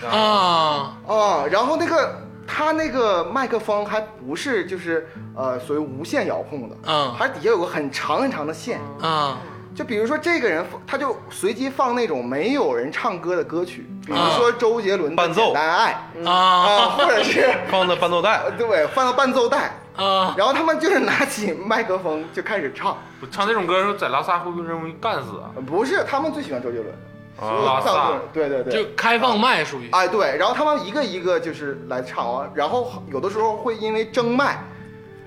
S2: 啊
S5: 啊，然后那个他那个麦克风还不是就是呃属于无线遥控的，
S2: 嗯
S5: 还底下有个很长很长的线。
S2: 啊
S5: 就比如说这个人他就随机放那种没有人唱歌的歌曲，比如
S2: 啊
S5: 说周杰伦的
S6: 伴
S5: 《
S6: 奏
S5: 简单爱》啊，
S2: 啊
S5: 或者是
S6: 放的伴奏带
S5: 呃，对放到伴奏带，
S2: 啊！
S5: 然后他们就是拿起麦克风就开始唱。
S6: 不唱这种歌的时候在拉萨会不会容易干死啊？
S5: 不是，他们最喜欢周杰伦，
S6: 啊
S5: 藏族人对对对，
S2: 就开放麦属于
S5: 哎，对，然后他们一个一个就是来唱啊，然后有的时候会因为争麦，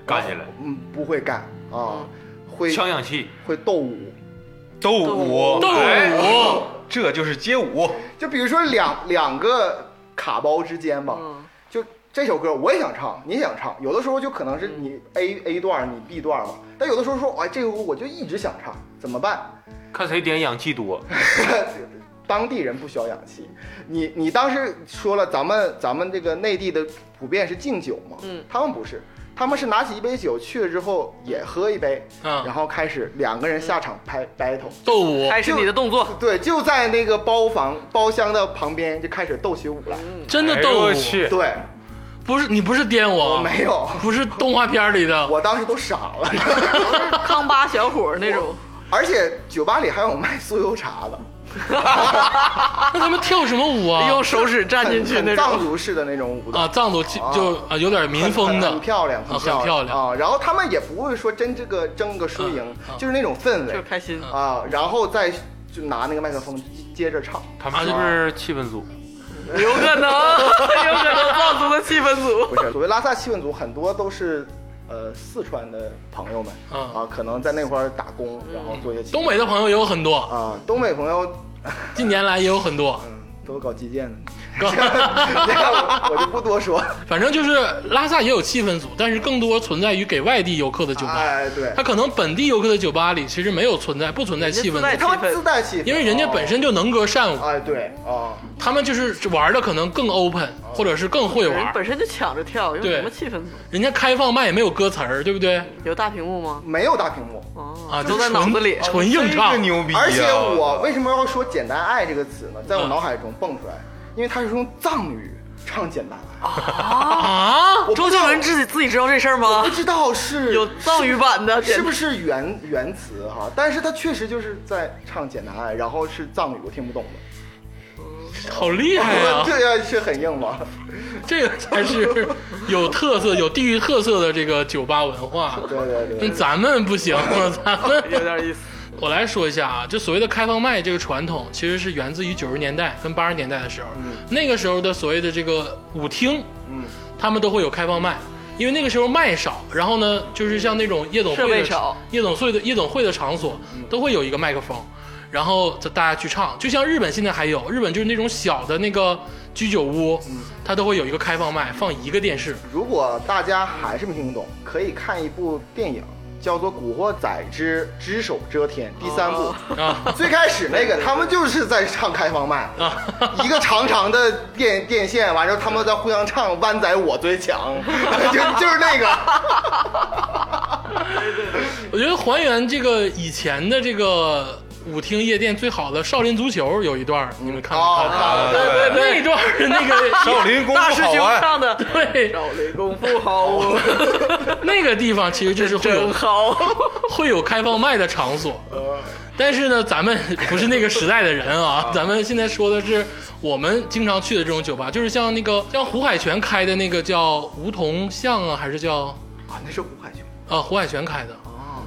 S6: 干起来，
S5: 嗯，不会干啊，会
S6: 呛氧气，
S5: 会斗舞，
S4: 斗舞，
S2: 斗
S4: 哎
S2: 舞
S4: 这就是街舞。
S5: 就比如说两两个卡包之间吧，就这首歌我也想唱，你也想唱，有的时候就可能是你 A A 段，你 B 段嘛，但有的时候说，哎，这个我就一直想唱，怎么办？
S6: 看谁点氧气多。
S5: 当地人不需要氧气。你你当时说了，咱们咱们这个内地的普遍是敬酒嘛，
S3: 嗯
S5: 他们不是，他们是拿起一杯酒去了之后也喝一杯，
S2: 嗯
S5: 然后开始两个人下场拍 battle。
S2: 斗舞，
S3: 开始你的动作，
S5: 对，就在那个包房包厢的旁边就开始斗起舞来。
S2: 真的
S6: 哎呦
S2: 斗舞
S6: 我，去，
S5: 对，
S2: 不是你不是颠我
S5: 我
S2: 啊，
S5: 没有，
S2: 不是动画片里的
S5: 我当时都傻了。
S3: 康巴小伙儿那种，
S5: 而且酒吧里还有卖酥油茶的，
S2: 那啊他们跳什么舞啊
S3: 用？手指站进
S5: 很
S3: 去那
S5: 很藏
S3: 种，
S5: 族式的那种舞蹈
S2: 啊，藏族就就啊有点民风的
S5: 很很漂亮，
S2: 啊，很
S5: 漂
S2: 漂亮嗯
S5: 啊。然后他们也不会说真这个争个输赢，就是那种氛
S3: 就是
S5: 围
S3: 开心。
S5: 啊，然后再就拿那个麦克风接着唱。
S6: 他们是不是气氛组？
S3: 有可能，有可能藏族的气氛组。
S5: 不是，所谓拉萨气氛组很多都是。呃，四川的朋友们
S2: 嗯
S5: 啊，可能在那块儿打工，然后做一些其他
S2: 东北的朋友也有很多，
S5: 啊，东北朋友
S2: 近年来也有很多。
S5: 嗯，都搞基建的， 这个我就不多说。
S2: 反正就是拉萨也有气氛组，但是更多存在于给外地游客的酒吧。
S5: 哎，对
S2: 它，可能本地游客的酒吧里其实没有存在，不存在气氛
S3: 人家自带
S2: 组，
S5: 他们自带气氛，
S2: 因为人家本身就能歌善舞
S5: 哦，哎，对啊，
S2: 他们就是玩的可能更 open，或者是更会
S3: 人
S2: 玩。
S3: 本身就抢着跳，有
S2: 对
S3: 什么气氛组？
S2: 人家开放麦也没有歌词儿，对不对？
S3: 有大屏幕吗？
S5: 没有大屏幕。
S3: 哦，
S2: 啊，
S3: 都
S2: 就
S3: 在脑子里
S2: 纯纯硬
S4: 这个
S2: 唱。
S4: 牛逼啊呀！
S5: 而且我为什么要说“简单爱”这个词呢？在
S2: 嗯
S5: 我脑海中蹦出来，因为它是用藏语唱“简单爱
S2: 啊
S5: 我不
S3: 周
S5: 知
S3: 杰
S5: 道
S3: 伦自己自己知道这事儿”，吗
S5: 不？知道是
S3: 有藏语版的，
S5: 是不
S3: 是？
S5: 是原原词哈？但是它确实就是在唱“简单爱”，然后是藏语，我听不懂的。
S2: 好厉害 啊！
S5: 这个是很硬吗？
S2: 这个才是有特色、有地域特色的这个酒吧文化。
S5: 对对
S2: 那
S5: 对，
S2: 咱们不 行，咱们
S3: 哦有点意思。
S2: 我来说一下啊，就所谓的开放麦这个传统，其实是源自于九十年代跟八十年代的时候，
S3: 嗯
S2: 那个时候的所谓的这个舞厅，
S5: 嗯，
S2: 他们都会有开放麦，因为那个时候麦少，然后呢，就是像那种夜总会
S3: 设
S2: 的
S3: 备少
S2: 夜总会的夜总会的场所
S3: 嗯
S2: 都会有一个麦克风，然后大家去唱，就像日本现在还有，日本就是那种小的那个居酒屋，
S3: 嗯
S2: 它都会有一个开放麦，放一个电视，
S5: 如果大家还是没听懂，可以看一部电影，叫做《古惑仔之只手遮天》第三部。
S2: 啊
S5: 最开始那个，他们就是在唱开放麦，一个长长的电电线，完之后他们在互相唱“湾仔我最强”， 就就是那个，
S2: 我觉得还原这个以前的这个舞厅夜店最好的少林足球有一段儿，你们看没看？
S5: 哦
S4: 对啊对
S2: 那一段儿那个
S4: 少林功
S3: 大
S4: 夫
S3: 师
S4: 好
S3: 兄
S4: 啊！
S3: 唱的
S2: 对
S3: 少林功夫 好，
S2: 那个地方其实就是会有
S3: 真好。
S2: 会有开放麦的场所，但是呢，咱们不是那个时代的人啊，咱们现在说的是我们经常去的这种酒吧，就是像那个像胡海泉开的那个叫梧桐巷啊，还是叫
S5: 啊，那是胡海雄。啊
S2: 啊胡海泉开的，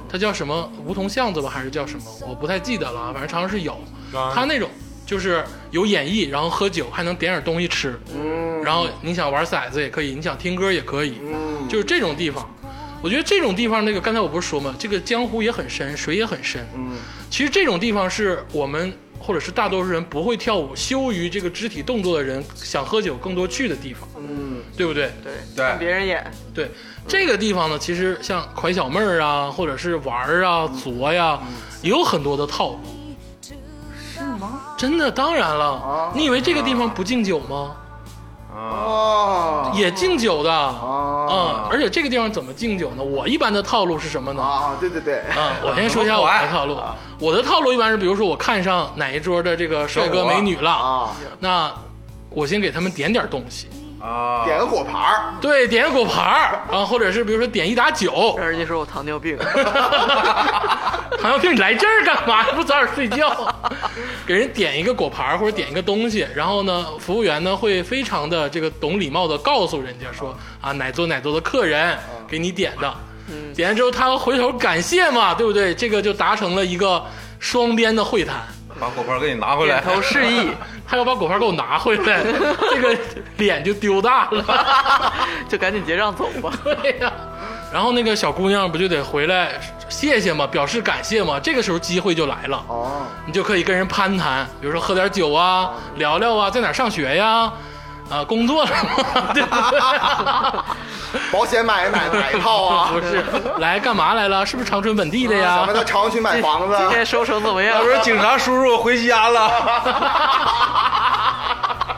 S2: 它叫什么梧桐巷子吧，还是叫什么？我不太记得了啊，反正常常是有，
S5: 啊
S2: 它那种就是有演绎，然后喝酒，还能点点东西吃，
S5: 嗯
S2: 然后你想玩骰子也可以，你想听歌也可以，就是这种地方。我觉得这种地方，那个刚才我不是说嘛，这个江湖也很深，水也很深。嗯，其实这种地方是我们或者是大多数人不会跳舞、羞于这个肢体动作的人想喝酒更多去的地方。嗯，对不对？
S3: 对，
S4: 对
S3: 看别人演，
S2: 对，这个地方呢，其实像拐小妹儿啊，或者是玩儿啊、作呀、也有很多的套路。是吗？真的，当然了。你以为这个地方不敬酒吗？
S5: 哦
S2: 也敬酒的
S5: 啊
S2: 嗯，而且这个地方怎么敬酒呢？我一般的套路是什么呢？
S5: 啊，对对对，
S2: 啊，我先说一下我的套路。啊我的套路一般是，比如说我看上哪一桌的这个帅哥美女了，
S5: 啊，
S2: 那我先给他们点点东西，
S4: 啊，
S5: 点个火牌儿，
S2: 对，点个果盘儿啊，或者是比如说点一打酒
S3: 让，人家说我糖尿 病，
S2: 糖尿病你来这儿干嘛？不早点睡 觉？给人点一个果盘儿或者点一个东西，然后呢，服务员呢会非常的这个懂礼貌的告诉人家
S3: 哦
S2: 说啊，哪桌哪桌的客人给你点的，
S3: 嗯
S2: 点完之后他要回头感谢嘛，对不对？这个就达成了一个双边的会谈。
S4: 把火炮给你拿回来
S3: 点。头示意，
S2: 他要把果盘给我拿回 来，这个脸就丢大了。
S3: 就赶紧结账走吧。
S2: 对呀、然后那个小姑娘不就得回来谢谢嘛，表示感谢嘛。这个时候机会就来了，
S5: 哦，
S2: 你就可以跟人攀谈，比如说喝点酒啊，聊聊啊，在哪儿上学呀？啊，工作了 吗？对不对？
S5: 保险买哪哪一套 啊？
S2: 不是，来干嘛来了？是不是长春本地的呀
S5: 咱们？到朝阳区买房子，
S3: 今天收成怎么样
S4: 他？说：“警察叔叔，我回 家了。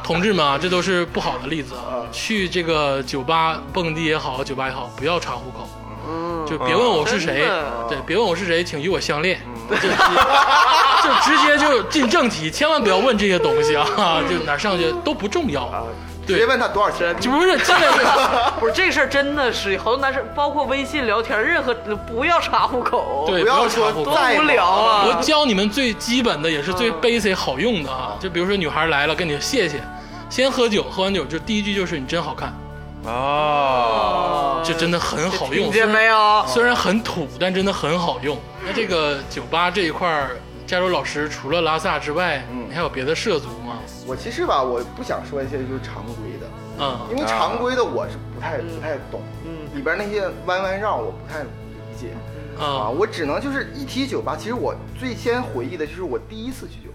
S2: 同志们啊，这都是不好的例子
S5: 嗯
S2: 啊。去这个酒吧蹦迪也好，酒吧也好，不要查户口，啊
S5: 嗯
S2: 就别问我是谁
S5: 哦
S3: 真
S5: 啊
S3: 的，
S2: 对，别问我是谁，请与我相恋，
S5: 嗯
S2: 就直就直接就进正题，千万不要问这些东西啊， 就哪上去都不重要，
S5: 啊直接问他多少钱
S3: 真。
S2: 就不是进来 就
S3: 不是这事儿真的是好多男生，包括微信聊天，任何不要查户口，
S2: 对，
S5: 不
S2: 不
S5: 要
S2: 要查
S5: 说
S2: 户
S3: 多
S2: 口。
S5: 再
S3: 无聊啊！
S2: 我教你们最基本的，也是最 basic 好用的啊，就比如说女孩来了跟你谢谢，先喝酒，喝完酒就第一句就是你真好看，”
S4: 啊，
S2: 这真的很好用，
S3: 听见没有？
S2: 虽然很土，但真的很好用。那这个酒吧这一块儿，加州老师除了拉萨之外，你还有别的涉足吗？
S5: 我其实吧，我不想说一些就是常规的，因
S2: 嗯，
S5: 为常规的我是不太不太懂，里边那些弯弯绕我不太理解啊，
S2: 啊
S5: 我只能就是一提酒吧，其实我最先回忆的就是我第一次去酒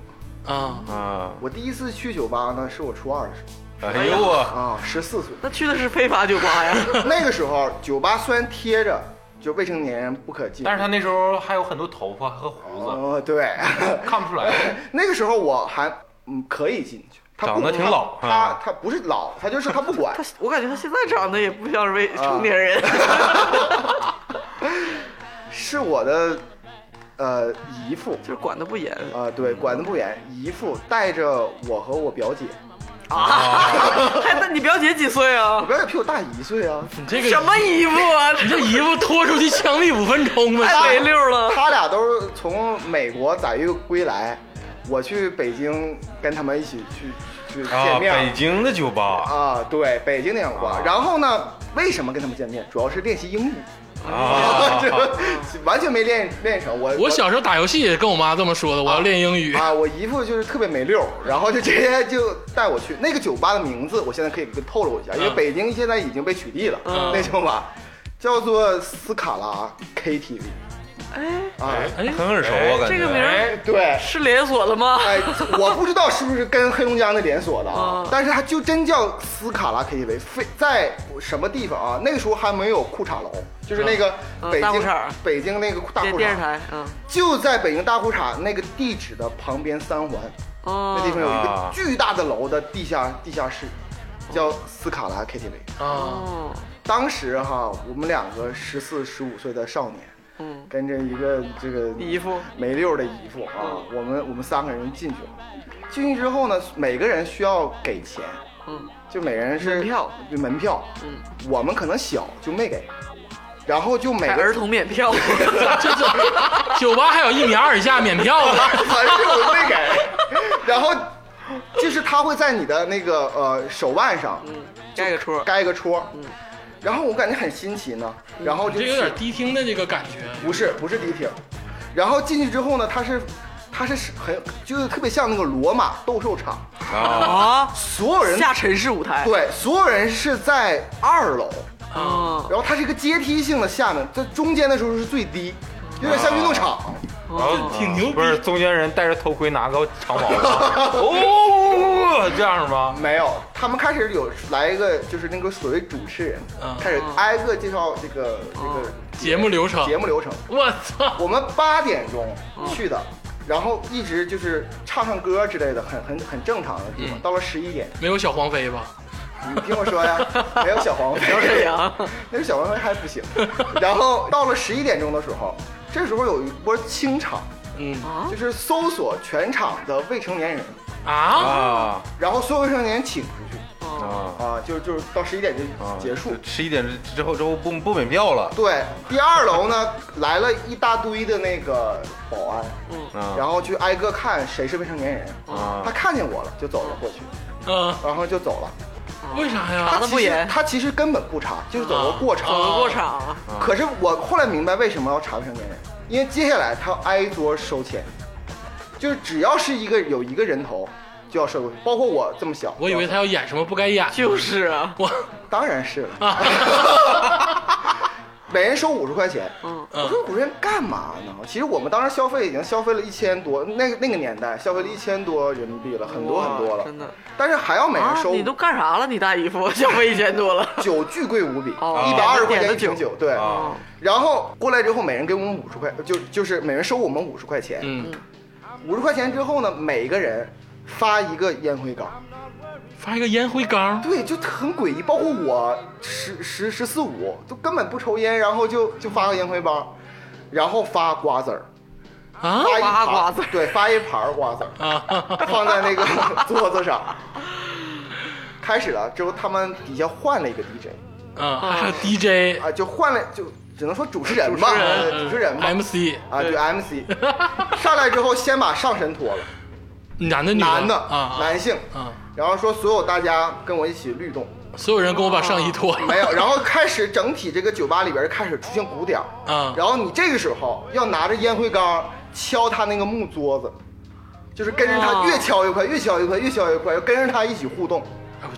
S2: 啊，
S5: 吧。
S4: 啊，
S5: 我第一次去酒吧呢，是我初二的时候
S4: 哎呦我，
S5: 啊，十四岁。
S3: 那去的是非法酒吧呀？
S5: 那个时候酒吧虽然贴着就未成年人不可进，
S6: 但是他那时候还有很多头发和胡子，
S5: 哦对，
S6: 看不出来。
S5: 那个时候我还嗯可以进去。他不
S4: 长得挺老
S5: 他他
S4: 啊
S5: 他不是老，他就是他不管
S3: 他我感觉他现在长得也不像是
S2: 啊
S3: 未成 年人。
S5: 是我的呃姨父
S3: 就是管得不严
S5: 啊、对，管得不严，姨父带着我和我表姐，
S3: 啊！还那你表姐几岁
S5: 我
S3: 啊？
S5: 表姐比我大一岁啊，
S2: 你这
S3: 什
S2: 个
S3: 么衣服啊？
S2: 你这姨夫拖出去枪毙五分钟吧？
S3: 太没溜了！
S5: 他俩都是从美国载誉归来，我去北京跟他们一起去去去
S4: 啊，
S5: 哎见面儿。
S4: 北啊京的酒吧
S5: 啊，对，北京那样挂。然后呢，为什么跟他们见面？主要是练习英语，哎
S4: 啊，
S5: 这完全没练练成。我
S2: 我小时候打游戏也跟我妈这么说的，我要练英语。
S5: 啊，我姨父就是特别没溜儿，然后就直接就带我去那个酒吧的名字，我现在可以跟透露一下，因为
S2: 嗯
S5: 北京现在已经被取缔了，那酒吧叫做斯卡拉 KTV。哎啊，哎
S2: 哎，
S4: 很耳熟啊，感觉。
S3: 这个名儿
S5: 对。
S3: 是连锁的吗？
S5: 哎，我不知道是不是跟黑龙江的连锁的啊
S3: 啊，
S5: 但是它就真叫斯卡拉 KTV，非在什么地方啊？那个时候还没有裤衩楼，就是那个
S3: 嗯
S5: 北
S3: 大裤
S5: 京、
S3: 衩儿
S5: 北京那个大
S3: 电
S5: 裤
S3: 电视
S5: 衩，
S3: 台，嗯，
S5: 就在北京大裤衩那个地址的旁边三环，那地
S3: 哦，
S5: 方有一个
S4: 啊
S5: 巨大的楼的地下地下室，叫斯卡拉 KTV。
S2: 啊，
S3: 哦，
S5: 当时哈，我们两个十四十五岁的少年，
S3: 嗯，
S5: 跟着一个这个
S3: 姨夫嗯
S5: 没溜儿的姨父啊，我们我们三个人进去了。进去之后呢，每个人需要给钱，
S3: 嗯，
S5: 就每人是
S3: 门票，
S5: 就门票。
S3: 嗯，
S5: 我们可能小就没给，然后就每
S3: 还
S5: 个
S3: 哎儿童免票，
S2: 啊这这酒吧还有一米二以下免票的。
S5: 反正我没给，然后就是他会在你的那个呃手腕上
S3: 盖个戳，
S5: 盖一个戳，然后我感觉很新奇呢，然后就
S2: 这
S5: 去
S2: 有点迪厅的这个感觉，
S5: 不是不是迪厅，然后进去之后呢，它是它是很就是特别像那个罗马斗兽场，
S4: 啊，
S3: 啊，
S5: 所有人
S3: 下沉式舞台，
S5: 对所有人是在二楼，
S3: 啊，
S5: 然后它是一个阶梯性的下面，在中间的时候是最低，有点像运动场。
S6: 然后
S2: 挺牛逼
S6: 不是中间人戴着头盔，拿个长矛子，哦，这样是吗？
S5: 没有，他们开始有来一个，就是那个所谓主持人
S2: 嗯，
S5: 开始挨个介绍这个这
S2: 节目流程
S5: 个，节目流程。
S2: 我操，
S5: 我们八点钟去的，然后一直就是唱唱歌之类的，很很很正常的地方。到了十一点，
S2: 没有小黄飞吧？
S5: 你听我说呀，没有小黄飞，
S3: 小沈阳，
S5: 那个小黄飞还不行。然后到了十一点钟的时候，这时候有一波清场，
S2: 嗯
S5: 就是搜索全场的未成年人，
S2: 啊，
S4: 啊
S5: 然后所有未成年人请出去
S4: 啊
S5: 啊，就就是到十一点就结束。
S4: 十一点之后之后不不免票了，
S5: 对，第二楼呢来了一大堆的那个保安，
S4: 啊
S3: 嗯
S5: 然后去挨个看谁是未成年人。
S4: 啊
S5: 他看见我了，就走了过去，
S2: 嗯，
S5: 然后就走了。
S2: 为啥
S5: 他
S2: 呀？
S3: 得
S5: 其
S3: 不
S5: 实
S3: 严
S5: 他其实根本不查，就是走个过场。
S2: 啊
S3: 走个过场啊，
S5: 可是我后来明白为什么要查未成年人，因为接下来他要挨桌收钱，就是只要是一个有一个人头就要收过去，包括我这么小。
S2: 我以为他要演什么不该演，
S3: 就是啊，
S2: 我
S5: 当然是 了，
S2: 啊，
S5: 每人收五十块钱。
S3: 嗯
S5: 我说五十元干嘛呢？其实我们当时消费已经消费了一千多，那那个年代消费了一千多人民币了，很多很多
S3: 哇
S5: 了。
S3: 哦真的。
S5: 但是还要每人
S3: 啊，
S5: 收
S3: 你都干啥了？你大姨夫 消费一千多了，
S5: 酒巨贵无比，
S3: 哦
S5: 一百二十块钱
S3: 点
S5: 一瓶
S3: 的酒
S5: 酒，对
S3: 哦
S4: 啊。
S5: 然后过来之后，每人给我们五十块，就就是每人收我们五十块钱。
S2: 嗯，
S5: 五十块钱之后呢，每个人发一个烟灰缸，
S2: 发一个烟灰缸，
S5: 对，就很诡异。包括我十十十四五，就根本不抽烟，然后就就发个烟灰缸，然后发瓜子儿，
S2: 啊
S5: 发一
S3: 发
S5: 盘
S3: 瓜子儿
S5: 对，发一盘儿瓜子儿。
S2: 啊，
S5: 放在那个桌子上。开始了之后，他们底下换了一个 DJ
S2: 嗯，还有 DJ
S5: 啊，就换了，就只能说主持人吧，呃主持
S2: 嗯
S5: 人吧
S2: MC
S5: 啊，对 MC。上来之后，先把上身脱了，
S2: 男的女
S5: 男的
S2: 啊，
S5: 男性，
S2: 啊，
S5: 然后说所有大家跟我一起律动，
S2: 所有人跟我把上衣脱了，
S5: 啊 没有，然后开始整体这个酒吧里边开始出现鼓点儿
S3: 啊
S2: 嗯
S5: 然后你这个时候要拿着烟灰缸敲他那个木桌子，就是跟着他
S3: 哦
S5: 越敲越快，越敲越快，越敲越快，要跟着他一起互动。
S2: 哎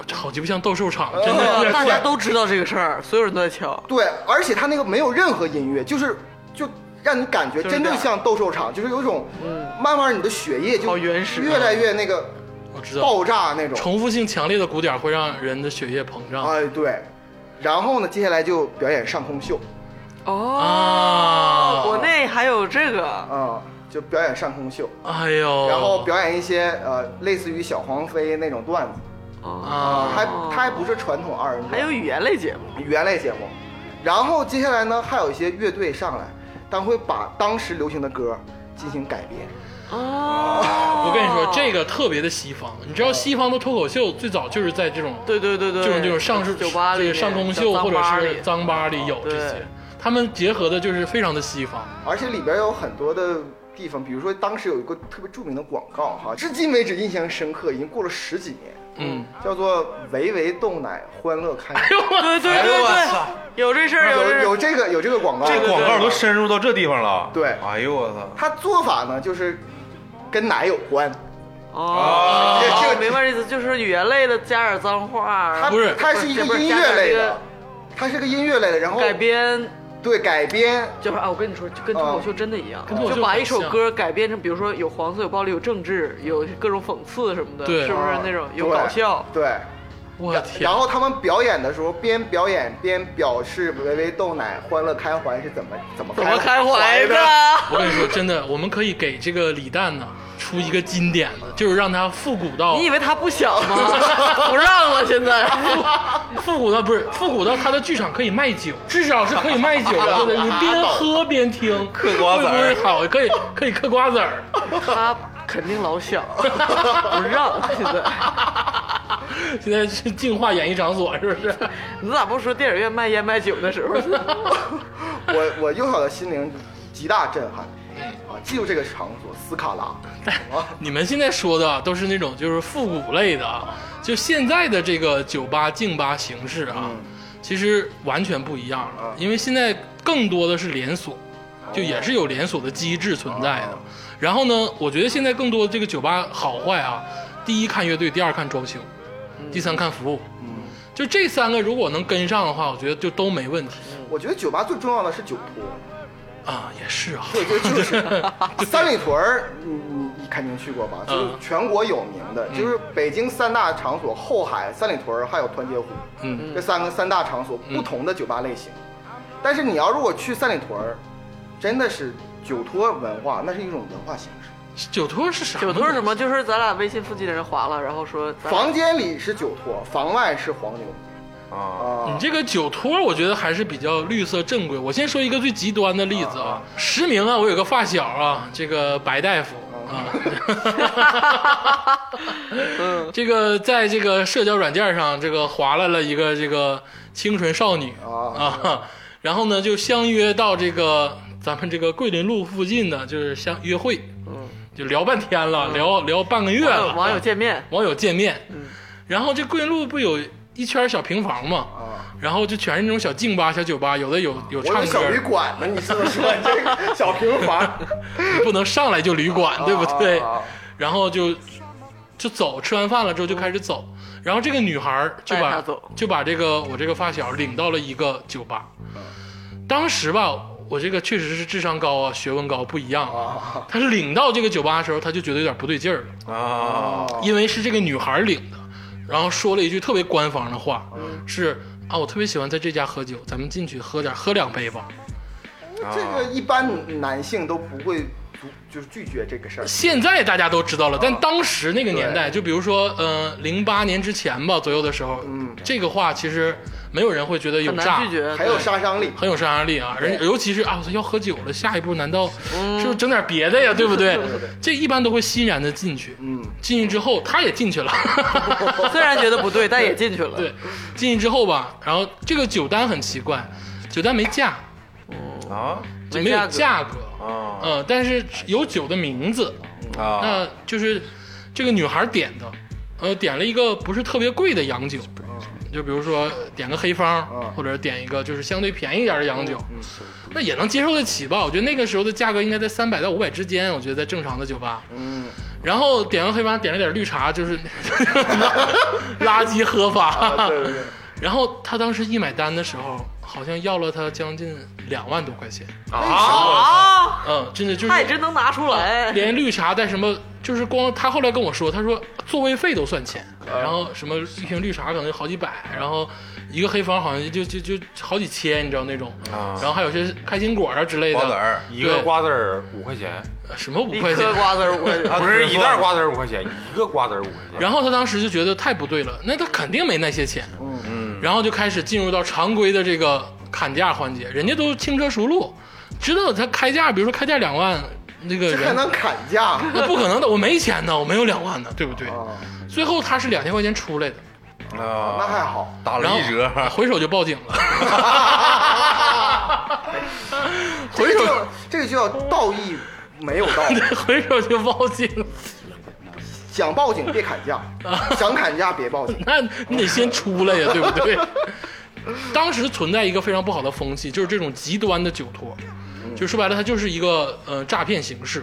S2: 我这好鸡巴像斗兽场，真
S5: 嗯
S2: 的
S3: 大家都知道这个事儿，所有人都在敲，
S5: 对，而且他那个没有任何音乐，就是就让你感觉
S3: 就是
S5: 真
S3: 这
S5: 正
S3: 样
S5: 像斗兽场，就是有一种，慢慢你的血液就
S3: 好原始啊
S5: 越来越那个
S2: 我知道。
S5: 爆炸那种。
S2: 重复性强烈的鼓点会让人的血液膨胀
S5: 哎，对。然后呢，接下来就表演上空秀
S3: 哦
S2: 啊，
S3: 国内还有这个，
S5: 啊、就表演上空秀，
S2: 哎呦，
S3: 哦
S5: 然后表演一些呃类似于小黄飞那种段子，
S3: 哦，
S2: 啊，
S5: 还它还不是传统二人转，
S3: 还有语言类节目，
S5: 语言类节目。然后接下来呢，还有一些乐队上来，但会把当时流行的歌进行改编。
S3: 哦，
S2: 我跟你说，这个特别的西方，你知道西方的脱口秀最早就是在这种
S3: 对对对对，
S2: 这种这种上市
S3: 酒吧
S2: 这
S3: 里
S2: 个上空秀
S3: 小
S2: 或者
S3: 脏吧
S2: 是
S3: 里哦
S2: 脏吧里有这
S3: 对
S2: 些，他们结合的就是非常的西方。
S5: 而且里边有很多的地方，比如说当时有一个特别著名的广告哈，至今为止印象深刻，已经过了十几年，
S2: 嗯，
S5: 叫做“维维豆奶欢乐开心
S3: 对对对
S4: 哎呦我
S3: 对
S4: 操，
S3: 有这事儿”，哎有
S5: 有
S3: 这
S5: 有这个有这个广告，
S4: 这广告都深入到这地方了。
S5: 对
S4: 哎呦我操！
S5: 它做法呢就是跟奶有关，
S3: 哦，
S5: 这
S3: 哦
S5: 这
S3: 明白意思，就是语言类的加点脏话，然
S5: 它
S3: 后
S2: 不是
S5: 它是一个音乐类的，它是个音乐类的，然后
S3: 改编，
S5: 对改编，
S3: 就是啊，我跟你说，就跟脱
S5: 哦
S3: 口秀真的一样，
S2: 跟脱口秀
S3: 就把一首
S2: 很像
S3: 歌改编成，比如说有黄色、有暴力、有政治、有各种讽刺什么的，
S2: 对
S3: 是不是那种有
S5: 对
S3: 搞笑？
S5: 对。
S2: 我
S5: 然
S2: 天
S5: 然，后他们表演的时候，边表演边表示维维豆奶欢乐开怀是怎么怎么
S3: 怎么开
S5: 怀
S3: 怀的？
S2: 我跟你说，真的，我们可以给这个李诞呢出一个经典的，就是让他复古到
S3: 你以为他不想 吗？不让了，现在
S2: 复古到不是复古到他的剧场可以卖酒，至少是可以卖酒的，对不对？你 边喝边听，嗑
S4: 瓜子儿
S2: 会不会好？可以可以嗑瓜子儿，
S3: 他肯定老想， 不让现在。
S2: 现在是净化演艺场所是不是？
S3: 你咋不说电影院卖烟卖酒的时候呢？
S5: 我我幼小的心灵极大震撼，啊，记住这个场所斯 卡拉，
S2: 你们现在说的啊都是那种就是复古类的啊，就现在的这个酒吧、静吧形式啊，其实完全不一样了，因为现在更多的是连锁，就也是有连锁的机制存在的。然后呢，我觉得现在更多的这个酒吧好坏啊，第一看乐队，第二看装修，第三看服务。就这三个如果能跟上的话，我觉得就都没问题
S5: 我觉得酒吧最重要的是酒托，
S2: 啊，也是啊，
S5: 对，就就是 三里屯儿，你你你肯定去过吧？就是
S2: 嗯
S5: 全国有名的，就是北京三大场所：后海、三里屯儿还有团结湖。
S2: 嗯，
S5: 这三个三大场所不同的酒吧类型。但是你要如果去三里屯儿，真的是酒托文化，那是一种文化形式。
S2: 酒托是啥？
S3: 酒托是什么？就是咱俩微信附近的人划了，然后说咱俩
S5: 房间里是酒托，房外是黄牛
S4: 啊，
S5: 啊。
S2: 你这个酒托，我觉得还是比较绿色正规。我先说一个最极端的例子啊，实名啊，我有个发小啊，这个白大夫
S3: 哦
S2: 啊，
S3: 嗯
S2: 这个在这个社交软件上，这个划拉了一个这个清纯少女
S3: 哦
S5: 啊
S2: 啊，然后呢就相约到这个咱们这个桂林路附近的，就是相约会，
S3: 嗯，
S2: 就聊半天了，聊聊半个月
S3: 网
S2: 了
S3: 友，网友见面，
S2: 网友见面，
S5: 嗯
S2: 然后这桂林路不有一圈小平房吗？
S5: 啊！
S2: 然后就全是那种小静吧、小酒吧，有的有有
S5: 我有
S2: 唱歌
S5: 小，旅馆呢，你是不是说 这个小 平房，
S2: 你不能上来就旅馆，对不对？
S5: 啊
S2: 然后就就走，吃完饭了之后就开始走。然后这个女孩儿就
S3: 带
S2: 把
S3: 她走
S2: 就把这个我这个发小领到了一个酒吧。当时吧，我这个确实是智商高啊，学问高不一样啊。
S5: 啊
S2: 他领到这个酒吧的时候，他就觉得有点不对劲儿了。
S4: 啊，
S2: 因为是这个女孩领的，然后说了一句特别官方的话，是啊，我特别喜欢在这家喝酒，咱们进去喝点，喝两杯吧。
S5: 这个一般男性都不会阻，就是拒绝这个事儿。
S2: 现在大家都知道了，但当时那个年代，就比如说呃零八年之前吧左右的时候，
S5: 嗯
S2: 这个话其实没有人会觉得有
S3: 很
S2: 诈
S3: 难拒。绝。
S5: 还有杀伤力，
S2: 很有杀伤力啊！人尤其是啊，我要喝酒了，下一步难道
S3: 嗯
S2: 是不是整点别的呀？对不对？这一般都会欣然的进去。
S5: 嗯，
S2: 进去之后，他也进去了。
S3: 虽然觉得不对，但也进去了。
S2: 对，进去之后吧，然后这个酒单很奇怪，酒单没价，
S4: 啊
S2: 就
S3: 没
S2: 没有价
S3: 价
S2: 格，
S4: 啊
S2: 嗯、但是有酒的名字，
S4: 啊！
S2: 那就是这个女孩点的，呃，点了一个不是特别贵的洋酒，就比如说点个黑方，
S5: 嗯
S2: 或者点一个就是相对便宜一点的洋酒，那也能接受得起吧？我觉得那个时候的价格应该在三百到五百之间，我觉得在正常的酒吧，
S5: 嗯，
S2: 然后点个黑方，点了点绿茶，就是垃圾喝法。
S5: 啊对对对，
S2: 然后他当时一买单的时候，好像要了他将近两万多块钱。
S3: 啊，
S2: 嗯，真的就
S3: 他也
S2: 是嗯
S3: 真能拿出来。
S2: 连绿茶带什么，就是光他后来跟我说，他说座位费都算钱，然后什么一瓶绿茶可能好几百，然后一个黑方好像就就就好几千，你知道那种。然后还有些开心果啊之类
S4: 瓜子
S2: 的，
S4: 儿
S6: 一个瓜子儿五块钱，
S2: 什么五
S3: 一
S2: 块钱
S3: 颗。瓜子儿五块 钱，
S6: 不是一袋瓜子儿五块钱，一个瓜子儿五块钱。
S2: 然后他当时就觉得太不对了，那他肯定没那些钱，嗯，然后就开始进入到常规的这个砍价环节，人家都轻车熟路，知道他开价，比如说开价两万，那个
S5: 这还
S2: 人
S5: 能砍价
S2: 那不可能的，我没钱呢，我没有两万呢，对不对？
S5: 啊？
S2: 最后他是两千块钱出来的，
S5: 那
S4: 啊，
S5: 还好，
S4: 打
S2: 然
S4: 了
S2: 后
S4: 一折，啊
S2: 回手就报警了，回
S5: 这
S2: 手
S5: 个就这个就叫道义没有道，
S2: 回手就报警了，
S5: 想报警别砍 价，想砍价别报警。
S2: 那你得先出来呀，对不对？ 当时存在一个非常不好的风气，就是这种极端的酒托，就说白了，它就是一个呃诈骗形式。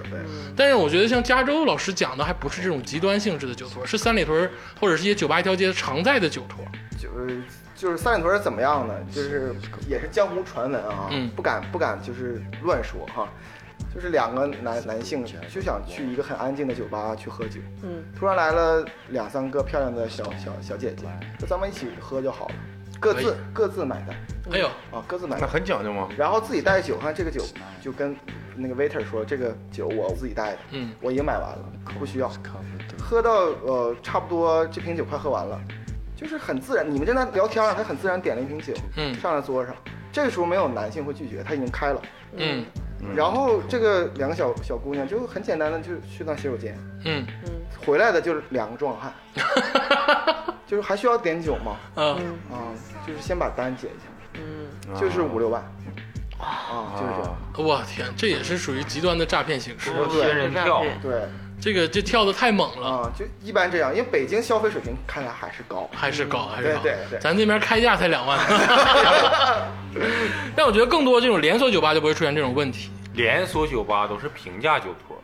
S2: 但是我觉得像加州老师讲的，还不是这种极端性质的酒托，是三里屯儿或者是一些酒吧一条街常在的酒托。
S5: 就是就是三里屯是怎么样呢？就是也是江湖传闻啊，
S2: 嗯
S5: 不敢不敢就是乱说哈。就是两个男男性就想去一个很安静的酒吧去喝酒，
S3: 嗯，
S5: 突然来了两三个漂亮的小小小姐姐，说咱们一起喝就好了，各自
S2: 可以
S5: 各自买单
S2: 哎呦，
S5: 啊，各自买
S4: 那
S5: 单，
S4: 很讲究吗？
S5: 然后自己带酒，看这个酒就跟那个 waiter 说这个酒我自己带的，
S2: 嗯，
S5: 我已经买完了，不需要。喝到呃差不多这瓶酒快喝完了，就是很自然，你们正在聊天啊，他很自然点了一瓶酒，
S2: 嗯
S5: 上了桌上。这个时候没有男性会拒绝，他已经开了。
S2: 嗯
S5: 然后这个两个小小姑娘就很简单的就去趟洗手间，
S2: 嗯
S5: 回来的就是两个壮汉，就是还需要点酒吗？
S2: 呃，
S5: 啊，就是先把单结一
S3: 嗯，
S5: 下，就是五六万，啊，就是这样，
S2: 我天，这也是属于极端的诈骗形式。
S6: 我仙人跳，
S5: 对。
S2: 这个这跳的太猛了，
S5: 啊，就一般这样，因为北京消费水平看来还是高。
S2: 还是高，还是高。
S5: 嗯对对对
S2: 咱这边开价才两 万。但我觉得更多这种连锁酒吧就不会出现这种问题。
S6: 连锁酒吧都是平价酒托，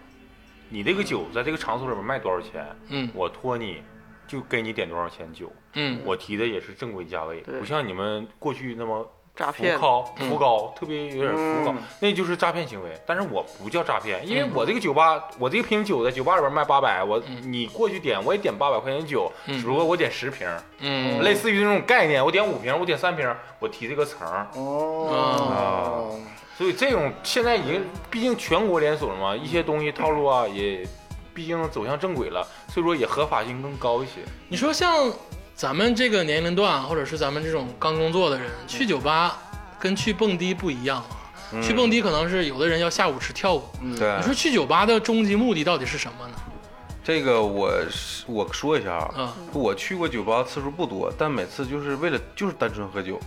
S6: 你这个酒在这个场所里面卖多少钱？
S2: 嗯
S6: 我托你就给你点多少钱酒。
S2: 嗯，
S6: 我提的也是正规价位，
S3: 对
S6: 不像你们过去那么
S3: 诈
S6: 浮
S3: 骗嗯
S6: 高、浮高，特别有点浮高，那就是诈骗行为。但是我不叫诈骗，因为我这个酒吧，我这个瓶酒在酒吧里边卖八百，我你过去点我也点八百块钱酒，
S2: 嗯
S6: 只不过我点十瓶，
S2: 嗯，
S6: 类似于这种概念，我点五瓶，我点三瓶，我提这个层儿。
S5: 哦，
S6: 所以这种现在已经，毕竟全国连锁了嘛，一些东西套路啊也，毕竟走向正轨了，所以说也合法性更高一些。
S2: 你说像咱们这个年龄段，或者是咱们这种刚工作的人，去酒吧跟去蹦迪不一样啊。
S5: 嗯
S2: 去蹦迪可能是有的人要下午池跳舞，
S4: 对
S2: 你说去酒吧的终极目的到底是什么呢？
S4: 这个我是我说一下
S2: 嗯
S4: 啊，我去过酒吧次数不多，但每次就是为了就是单纯喝酒，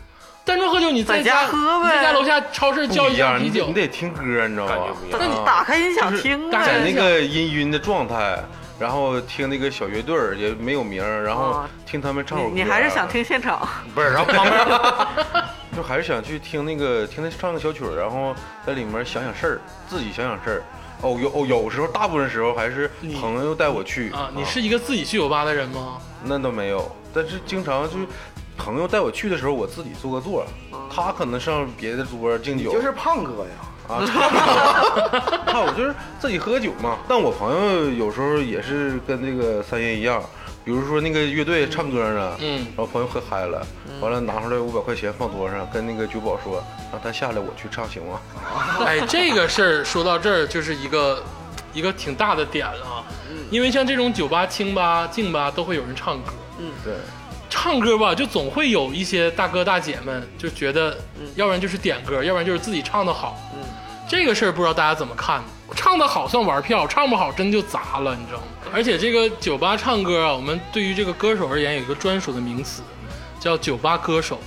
S2: 单纯喝酒，你在
S3: 在家喝呗
S2: 你在家楼下超市
S4: 不
S2: 叫
S4: 一
S2: 箱
S4: 样，
S2: 啤
S4: 你得
S2: 酒
S4: 你，得听歌，你知道
S6: 感觉
S4: 吗
S6: 不？一
S3: 那
S6: 样。
S3: 你打开音响听
S2: 打
S3: 呗
S2: 开。
S4: 在那个氤氲的状态，然后听那个小乐队儿也没有名儿，然后
S3: 啊
S4: 听他们唱首歌
S3: 你你还是
S2: 啊
S3: 想，听 现场？
S6: 不是，然后旁边
S4: 就还是想去听那个听他唱个小曲儿，然后在里面想想事儿，自己想想事儿。哦，有哦，有时候大部分时候还是
S2: 你
S4: 朋友带我去
S2: 啊，你是一个自己去酒吧的人吗？
S4: 那倒没有，但是经常就是朋友带我去的时候，我自己坐个座儿，
S3: 哦
S4: 他可能上别的桌儿敬
S5: 你
S4: 酒，
S5: 就是胖哥呀，
S4: 啊，那我就是自己喝酒嘛。但我朋友有时候也是跟那个三爷一样，比如说那个乐队唱歌呢，
S2: 嗯
S4: 然后朋友喝嗨了，完了拿出来五百块钱放桌上，跟那个酒保说，让他下来我去唱行吗？
S2: 哎，这个事儿说到这儿就是一个一个挺大的点啊，因为像这种酒吧、清吧、静吧都会有人唱歌，
S4: 对，
S2: 唱歌吧就总会有一些大哥大姐们就觉得，要不然就是点歌，要不然就是自己唱的好。这个事儿不知道大家怎么看呢？唱的好算玩票，唱不好真就砸了，你知道吗？而且这个酒吧唱歌啊，我们对于这个歌手而言有一个专属的名词，叫酒吧歌手。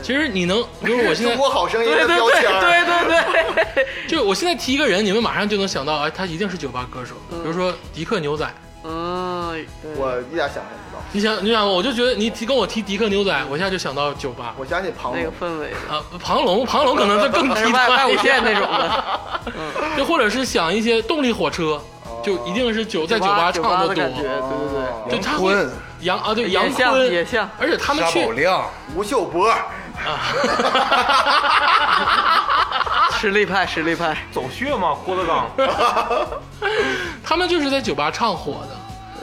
S2: 其实你能，比如我现在
S5: 中国好声音
S3: 对
S5: 的
S3: 对
S5: 标
S3: 对
S5: 签儿，
S3: 对 对对，
S2: 就我现在提一个人，你们马上就能想到，哎，他一定是酒吧歌手，比如说迪克牛仔。
S3: 嗯，
S5: 我一点想象不到。
S2: 你想，你想，我就觉得你提跟我提迪克牛仔，我一下就想到酒吧
S5: 我想起庞
S3: 那个
S5: 龙，
S3: 氛围，
S2: 啊，庞龙，庞龙可能就更
S3: 但是
S2: 提
S3: 外
S2: 他
S3: 外
S2: 一
S3: 五
S2: 下
S3: 线那种的，
S2: 就或者是想一些动力火车，就一定是酒 在酒吧
S3: 酒
S2: 唱
S3: 的感觉，
S2: 多，
S3: 对对对。
S2: 就
S4: 杨
S2: 他会
S4: 坤、
S2: 杨啊，对杨
S3: 也像也
S2: 坤，
S3: 像，
S2: 而且他们
S4: 沙
S2: 去
S4: 宝亮，
S5: 吴秀波，
S2: 啊
S3: 实力派实力派，
S6: 走穴嘛，郭德纲。
S2: 他们就是在酒吧唱火的，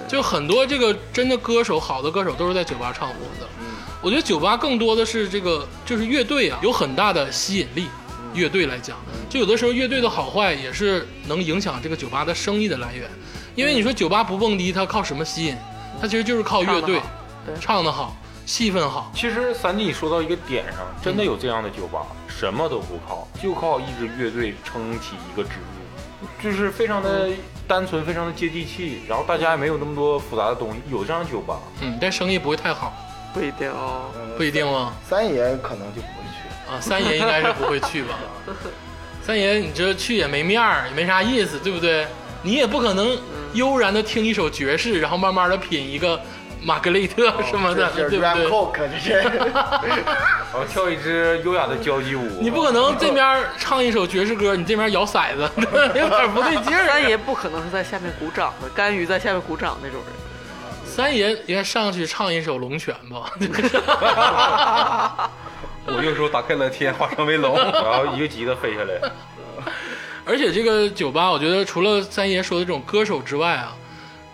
S2: 就很多这个真的歌手，好的歌手都是在酒吧唱火的。
S3: 嗯
S2: 我觉得酒吧更多的是这个，就是乐队啊，有很大的吸引力。
S3: 嗯
S2: 乐队来讲，就有的时候乐队的好坏也是能影响这个酒吧的生意的来源，因为你说酒吧不蹦迪，它靠什么吸引？它其实就是靠乐队
S3: 嗯唱得好对
S2: 唱的好，气氛好。
S6: 其实三弟说到一个点上，真的有这样的酒吧，什么都不靠，就靠一支乐队撑起一个支柱，就是非常的单纯，非常的接地气，然后大家也没有那么多复杂的东西。有这样的酒吧，
S2: 嗯，但生意不会太好，
S3: 不一定哦。
S2: 不一定吗？
S5: 三爷可能就不会去。
S2: 啊，三爷应该是不会去 吧？三爷，你这去也没面儿，也没啥意思，对不对？你也不可
S5: 嗯
S2: 能悠然的听一首爵士，然后慢慢的品一个玛格丽特什么的，
S5: 哦这
S2: 对
S5: 是
S2: 不
S5: Ram
S2: 对？
S5: Coke，这啊是。
S6: 然后跳一支优雅的交际舞。
S2: 你不可能这边唱一首爵士歌，你这边摇骰子，有点不对劲 儿。 啊
S3: 三爷不可能是在下面鼓掌的，甘于在下面鼓掌那种人。
S2: 三爷应该上去唱一首《龙泉》吧？
S4: 我有时候打开了天，化身为龙。
S6: 然后一个级的飞下来，
S2: 而且这个酒吧，我觉得除了三爷说的这种歌手之外啊，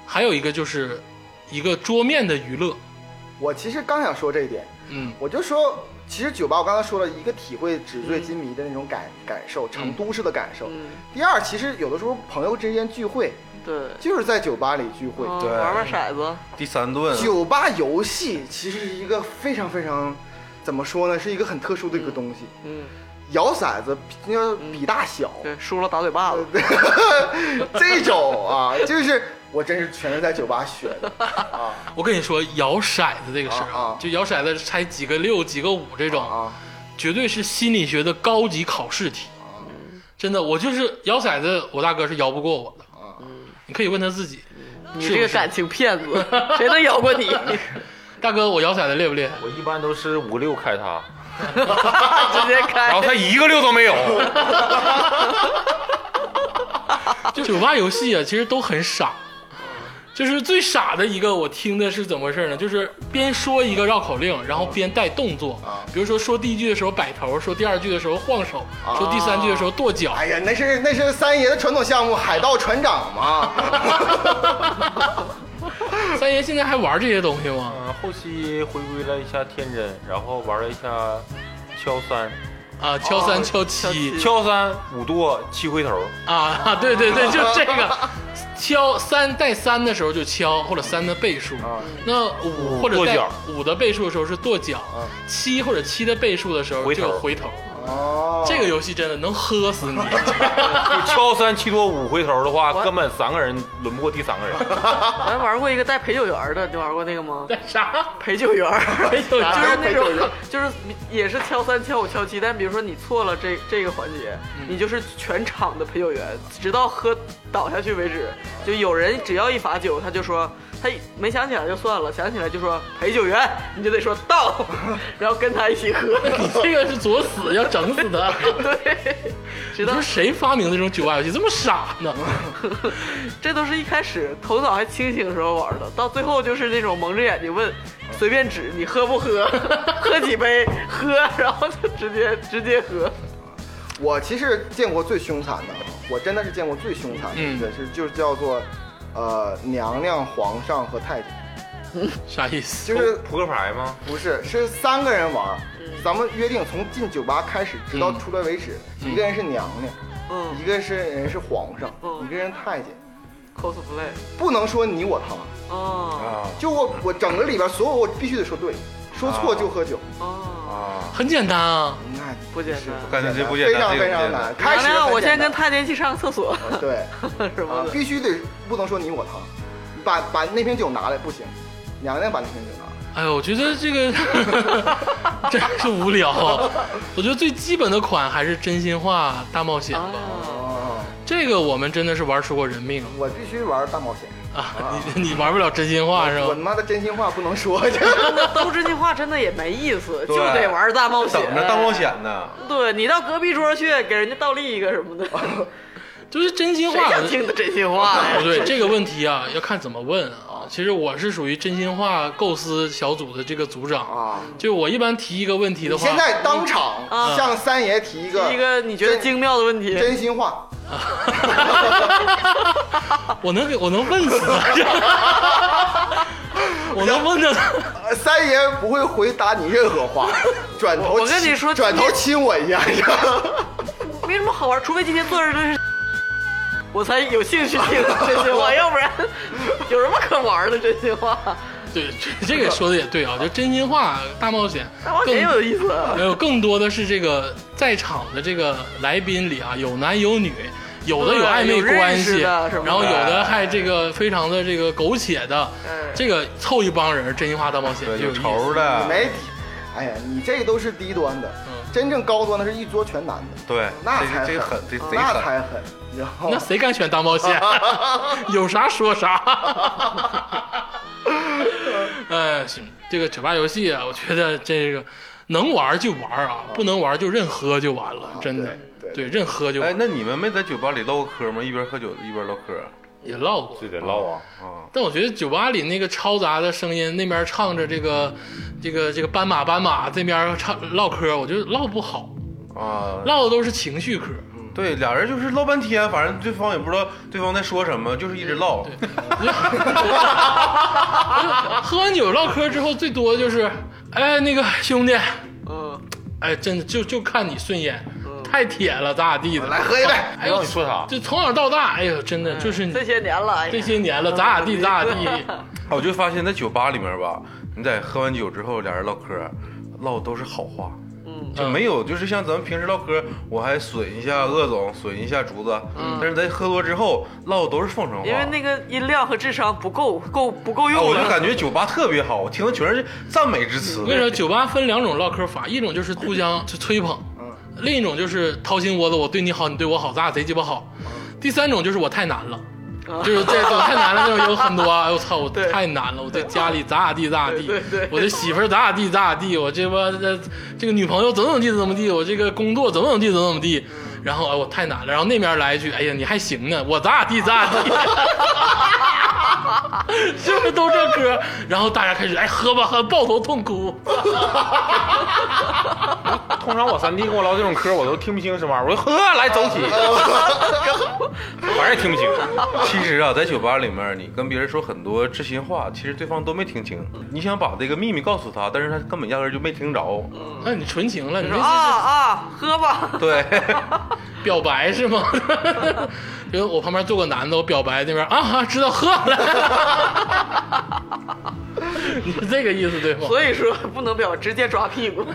S2: 还有一个就是一个桌面的娱乐。
S5: 我其实刚想说这一点，
S2: 嗯
S5: 我就说，其实酒吧我刚才说了一个体会纸醉金迷的那种感
S2: 嗯
S5: 感受，成都市的感受。
S3: 嗯，
S5: 第二，其实有的时候朋友之间聚会
S3: 对，
S5: 就是在酒吧里聚会，
S2: 哦
S3: 嗯
S4: 对
S3: 玩玩骰子，
S4: 第三
S2: 嗯
S4: 顿，
S5: 酒吧游戏其实是一个非常非常，怎么说呢，是一个很特殊的一个东西。
S3: 嗯，
S5: 摇骰子，那叫比大小，
S3: 对，输了打嘴巴子，
S5: 这种啊，就是我真是全是在酒吧学的啊
S2: 我跟你说，摇骰子这个事儿
S5: 啊啊
S2: 就摇骰子猜几个六、几个五这种，
S5: 啊！
S2: 绝对是心理学的高级考试题。
S5: 啊
S2: 真的，我就是摇骰子，我大哥是摇不过我的。
S5: 啊
S2: 你可以问他自己，
S3: 你
S2: 是
S3: 这
S2: 不
S3: 个
S2: 是
S3: 感情骗子，谁能饶过你？
S2: 大哥，我摇骰子厉不厉害？
S6: 我一般都是五个六开他，
S3: 直接
S6: 然后
S3: 开，
S6: 他一个六都没有。
S2: 啊就酒吧游戏啊，其实都很傻。就是最傻的一个，我听的是怎么回事呢？就是边说一个绕口令，然后边带动作，
S5: 啊
S2: 比如说说第一句的时候摆头，说第二句的时候晃手，说第三句的时候跺脚。
S5: 啊哎呀，那是那是三爷的传统项目，海盗船长嘛。
S2: 三爷现在还玩这些东西吗？
S6: 嗯，后期回归了一下天真，然后玩了一下敲三，
S2: 啊，敲三敲
S3: 敲七
S2: 七
S6: 哦敲三五剁七回头，
S2: 啊啊，对对对，就这个。敲三带三的时候就敲，或者三的倍数。那五或者
S6: 跺
S2: 带
S6: 脚
S2: 五的倍数的时候是跺脚，七或者七的倍数的时候
S6: 回头
S2: 就回头。
S5: 哦，
S2: 这个游戏真的能喝死你！
S6: 就敲三七剁五回头的话，根本三个人轮不过第三个人。
S3: 咱玩过一个带陪酒员的，你玩过那个吗？
S2: 啥？
S3: 陪酒员，
S2: 陪酒员
S3: 就是那
S5: 陪酒员
S3: 种， 就是也是敲三、敲五、敲七，但比如说你错了这这个环节，你就是全场的陪酒员，直到喝倒下去为止。就有人只要一罚酒，他就说他没想起来就算了，想起来就说陪酒员，你就得说到，然后跟他一起喝。
S2: 你这个是作死，要整死他！
S3: 对，
S2: 你
S3: 直到
S2: 说谁发明的这种酒吧游戏这么傻呢？
S3: 这都是一开始头脑还清醒的时候玩的，到最后就是那种蒙着眼睛问，随便指你喝不喝， 喝几杯，喝，然后就直接直接喝。
S5: 我其实见过最凶惨的，我真的是见过最凶惨的，
S2: 嗯
S5: 一个是就是叫做，呃，娘娘、皇上和太监，
S2: 啥意思？
S5: 就是
S6: 扑克牌吗？
S5: 不是是三个人玩儿，
S3: 嗯
S5: 咱们约定从进酒吧开始直到出来为止，一个人是娘娘，
S3: 嗯
S5: 一个是人是皇上，
S3: 嗯
S5: 一个人太监，
S3: ，cosplay，
S5: 不能说你我他，
S3: 哦
S4: 啊
S5: 就我我整个里边所有我必须得说对，说错就喝酒，
S3: 哦，
S4: 啊！
S2: 很简单啊，
S5: 那
S3: 不简单
S5: 是
S4: 感觉这不
S5: 非
S4: 简
S5: 常
S4: 单，这个
S5: 非
S4: 不
S5: 常
S4: 简单
S5: 难。。开始
S3: 娘娘，
S5: 很
S3: 啊我
S5: 简
S3: 先
S5: 单啊
S3: 跟太监去上厕所
S5: 对。
S3: 什么
S5: 啊，
S3: 的。
S5: 必须得不能说你我他，你把把那瓶酒拿来不行，娘娘把那瓶酒拿来。
S2: 哎呦，我觉得这个 真是无聊。我觉得最基本的款还是真心话大冒险吧，
S3: 啊
S5: 哦，
S2: 这个我们真的是玩出过人命
S5: 我必须玩大冒险，
S2: 啊！你你玩不了真心话
S4: 哦
S2: 是
S5: 我
S2: 吧
S5: 他？妈的真心话不 能说，
S3: 那都真心话真的也没意思，就
S4: 对
S3: 得玩大冒险。
S4: 等着大冒。险呢，
S3: 对你到隔壁桌去给人家倒立一个什么的，
S2: 就是真心
S3: 谁
S2: 话，
S3: 想听的真心话呀？
S2: 不对，这个问题啊，要看怎么问啊。其实我是属于真心话构思小组的这个组长
S5: 啊
S2: 就我一般提一个问题的
S5: 你
S2: 话，
S5: 现在当场
S3: 啊
S5: 向三爷提一个
S3: 一个你觉得精妙的问题，
S5: 真心话，
S2: 我能给我能问死他，我能问到他。
S5: 呃三爷不会回答你任何话，转头
S3: 我跟你
S5: 亲
S3: 说
S5: 转头
S3: 今天
S5: 亲我一下，
S3: 没什么好玩，除非今天坐着真是， 我才有兴趣听真心话，要不然有什么可玩的真心话？
S2: 对，这这个说的也对啊，就真心话大冒险，
S3: 大冒险
S2: 更
S3: 有意思啊，
S2: 没有，更多的是这个在场的这个来宾里啊，有男有女，有的有
S3: 对
S2: 暧昧
S3: 有认
S2: 关
S3: 识
S2: 系，
S3: 的什么的
S2: 然后有的还这个非常的这个苟且的，
S3: 嗯
S2: 这个凑一帮人真心话大冒险
S4: 对，
S2: 就
S4: 有
S2: 意思
S4: 仇的，
S5: 没底。哎呀，你这都是低端的，
S2: 嗯
S5: 真正高端的是一桌全男的，
S4: 对，
S5: 那
S4: 这
S5: 才
S4: 个这个狠，这贼
S5: 那
S4: 狠。
S5: 才狠。然后
S2: 那谁敢选大冒 险？有啥说啥。哎，行，这个酒吧游戏啊，我觉得这个能玩就玩啊，不能玩就任喝就完了，真的。
S5: 对
S2: 对，任喝就
S4: 哦哎，
S2: 完
S4: 那你们没在酒吧里唠过嗑吗？一边喝酒一边唠嗑
S2: 也唠过
S6: 就。得唠啊，
S4: 啊？
S2: 但我觉得酒吧里那个嘈杂的声音，那边唱着这个这个这个斑马斑马，这边唱唠嗑，我觉得唠不好，
S4: 啊，
S2: 唠的都是情 绪嗑。
S4: 对，俩人就是唠半天，反正对方也不知道对方在说什么，就是一直唠。
S2: 喝完酒唠嗑之后，最多就是，哎，那个兄弟，
S3: 嗯，
S2: 哎，真的就就看你顺眼，太铁了，咋咋地的。
S5: 嗯来喝一杯，
S2: 哎
S6: 让
S2: 呦
S6: 你，说啥？
S2: 就从小到大，哎呦，真的就是你
S3: 这些年了，哎呀
S2: 这些年了，咋咋地咋咋地。
S4: 啊我就发现，在酒吧里面吧，你在喝完酒之后，俩人唠嗑，唠的都是好话，
S3: 嗯，
S4: 就没有就是像咱们平时唠嗑，我还损一下鄂总，损一下竹子，但是在喝多之后唠的都是奉承话。
S3: 嗯因为那个音量和智商不够，够不够
S4: 啊
S3: 用
S4: 我就
S3: 了。
S4: 感觉酒吧特别好，我听的全是赞美之词
S2: 我。跟你说，酒吧分两种唠嗑法，一种就是互相就吹捧，
S3: 嗯
S2: 另一种就是掏心窝子，我对你好，你对我好，咱俩贼鸡巴好。
S3: 嗯
S2: 第三种就是我太难了。就是这我太难了，那种有很多啊！哎我操，我
S3: 对啊
S2: 太难了，我在家里咋咋地咋咋地
S3: 对对对，
S2: 我的媳妇儿咋咋地咋咋地，我这帮这这个女朋友怎么怎么地怎么地，我这个工作怎么怎么地怎么怎么地，
S3: 嗯
S2: 然后哎 我太难了，然后那边来一句，哎呀你还行呢，我咋咋地咋咋地，是不是都这歌？然后大家开始哎喝吧喝，抱头痛哭。
S6: 通常我三弟给我唠这种嗑，我都听不清什么玩意儿，我就呵来走起，反正也听不清。
S4: 其实啊，在酒吧里面，你跟别人说很多知心话，其实对方都没听清。你想把这个秘密告诉他，但是他根本压根儿就没听着。
S3: 嗯
S2: 那哎你纯情了，你这
S3: 啊啊，喝吧，
S4: 对，
S2: 表白是吗？ 就我旁边坐个男的，我表白那边啊啊，知道喝了。 你是这个意思对吗？
S3: 所以说不能表，直接抓屁股。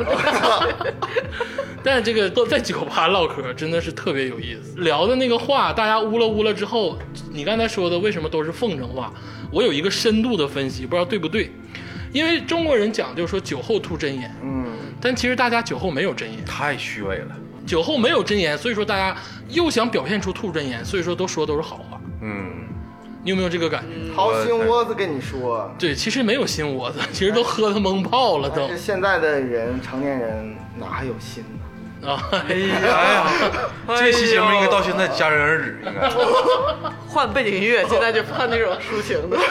S2: 但这个都在酒吧唠嗑真的是特别有意思，聊的那个话，大家呜了呜了之后，你刚才说的为什么都是奉承话？我有一个深度的分析，不知道对不对？因为中国人讲究说酒后吐真言，
S5: 嗯，
S2: 但其实大家酒后没有真言，
S4: 太虚伪了。
S2: 酒后没有真言，所以说大家又想表现出吐真言，所以说都说都是好话。
S4: 嗯，
S2: 你有没有这个感觉？
S5: 掏心窝子跟你说，
S2: 对，其实没有心窝子， 其实都喝的懵泡了
S5: 但是
S2: 都
S5: 现在的人，成年人哪还有心呢？
S2: 啊！
S4: 哎呀， 这期节目
S3: 哎呦
S4: 应该到现在戛然而止，应该。
S3: 换背景音乐，现在就换那种抒情的。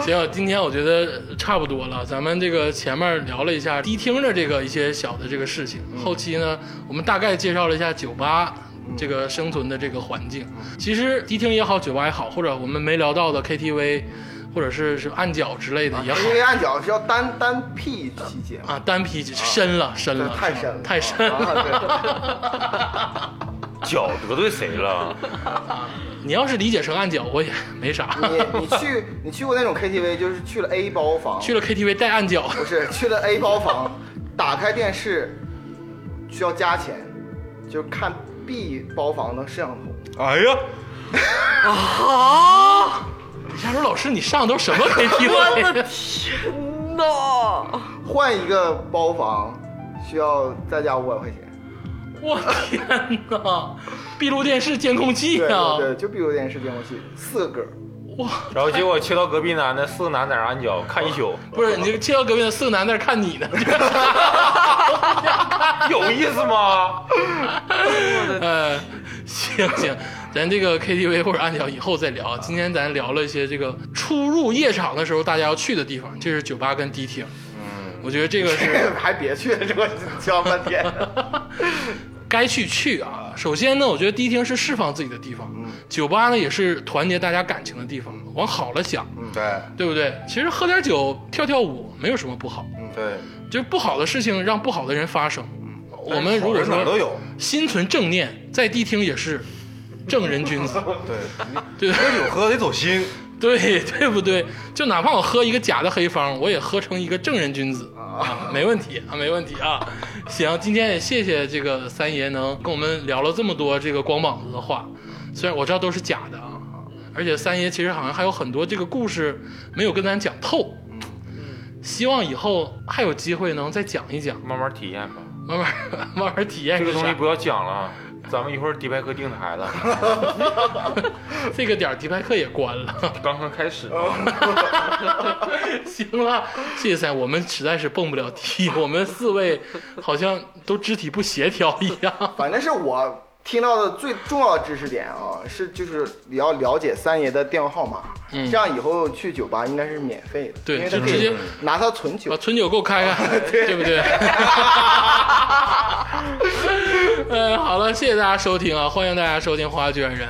S2: 行，今天我觉得差不多了，咱们这个前面聊了一下迪厅的这个一些小的这个事情，后期呢，我们大概介绍了一下酒吧。这个生存的这个环境，其实迪厅也好，酒吧也好，或者我们没聊到的 KTV，或者是是按脚之类的也好，
S5: 因为按脚是要单单辟期节目，
S2: 啊，单批深了，深
S5: 这
S2: 了，
S5: 啊太深了，
S2: 啊
S5: 啊
S2: 太深了。
S6: 脚得罪谁了？
S2: 你要是理解成按脚，我也没啥。
S5: 啊对你你去你去过那种 KTV，就是去了 A 包房，
S2: 去了 KTV 带按脚，
S5: 不是去了 A 包房，打开电视需要加钱，就是看 B 包房的摄像头。
S4: 哎呀，
S3: 啊！
S2: 亚洲老师，你上都什 么
S3: 我
S2: KTV？
S3: 的天呐！
S5: 换一个包房需要再加五百块钱。
S2: 哎我天哪！闭路电视监控器
S5: 对
S2: 啊
S5: 对！对，就比如电视监控器，四个。
S6: 然后结果切到隔壁男的，四个男在那儿按脚看一宿，
S2: 不是你这个切到隔壁的四个男在那看 你呢，
S6: 有意思吗？
S2: 呃，行行，咱这个 KTV 或者按脚以后再聊。今天咱聊了一些这个出入夜场的时候大家要去的地方，这是酒吧跟迪厅。嗯，我觉得这个是
S5: 还别去，这我教半天。
S2: 该去去啊。首先呢，我觉得迪厅是释放自己的地方，
S4: 嗯
S2: 酒吧呢也是团结大家感情的地方。往好了想，
S4: 嗯对
S2: 对不对？其实喝点酒、跳跳舞没有什么不好，
S4: 嗯对，
S2: 就是不好的事情让不好的人发生。我们如果
S4: 嗯好人哪儿都
S2: 说
S4: 有。
S2: 心存正念，在迪厅也是正人君子，
S4: 对，
S2: 对
S4: 喝酒喝得走心。
S2: 对对不对？就哪怕我喝一个假的黑方，我也喝成一个正人君子啊，没问题啊，没问题啊。行，今天也谢谢这个三爷能跟我们聊了这么多这个光膀子的话，虽然我知道都是假的啊，而且三爷其实好像还有很多这个故事没有跟咱讲透。
S6: 嗯
S2: 希望以后还有机会能再讲一讲，
S6: 慢慢体验吧，
S2: 慢慢慢慢体验
S6: 这个
S2: 一
S6: 东西
S2: 下。
S6: 不要讲了，啊咱们一会儿迪拜科定台了，
S2: 这个点儿迪拜克也关了。
S6: 刚刚开始。
S2: 行了，谢谢三，我们实在是蹦不了迪，我们四位好像都肢体不协调一样。
S5: 反正是我听到的最重要的知识点啊，是就是你要了解三爷的电话号码，这样以后去酒吧应该是免费的，
S2: 嗯对
S5: 因为他
S2: 就
S5: 可
S2: 直接
S5: 以拿它存
S2: 把
S5: 酒。
S2: 存酒给我开开，对不对？ 呃，好了，谢谢大家收听啊，欢迎大家收听《花卷人》，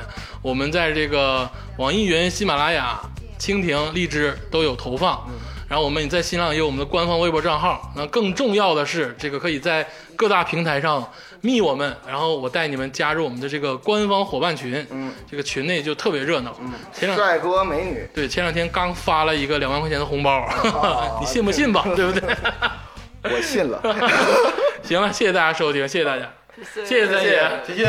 S2: 我们在这个网易云、喜马拉雅、蜻蜓、荔枝都有投放。然后我们也在新浪也有我们的官方微博账号。那更重要的是，这个可以在各大平台上密我们，然后我带你们加入我们的这个官方伙伴群。嗯，这个群内就特别热闹。嗯，前两
S5: 帅哥美女，
S2: 对，前两天刚发了一个两万块钱的红包， 你信不信吧？对不对？
S5: 我信 了。
S2: 行了，谢谢大家收听，谢谢大家，
S3: 谢
S2: 谢谢三爷。
S4: 谢谢。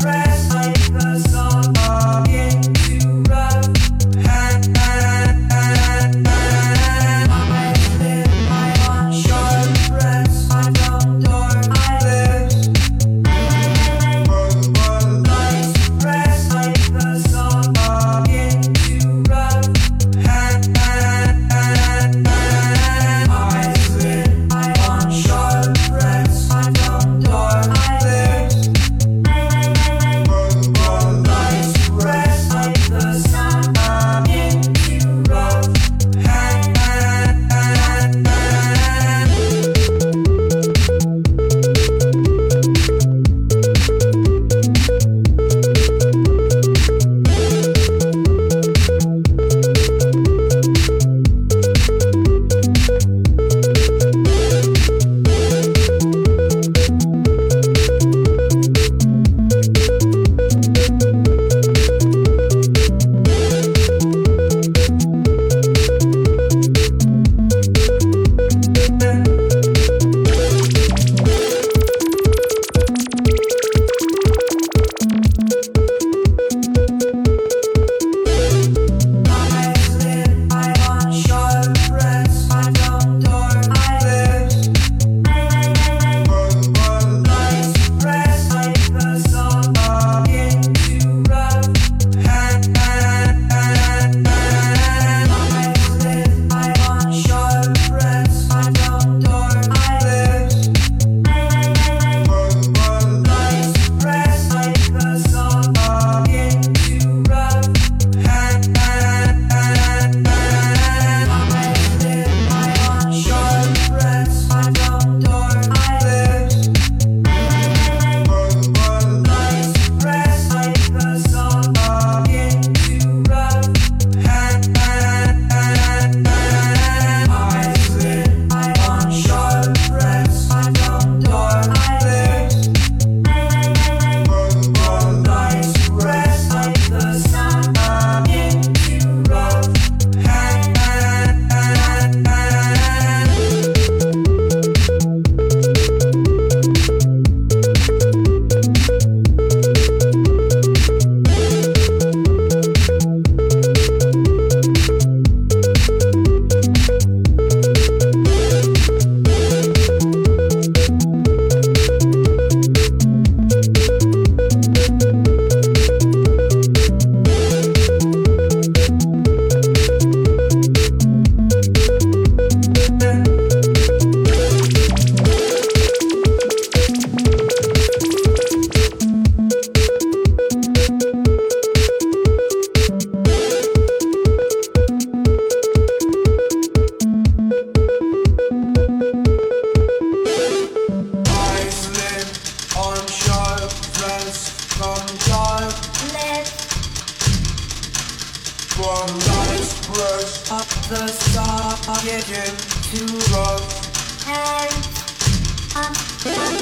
S7: Press my fingers on, into rough
S1: attention to rock.
S7: Hey, up, up.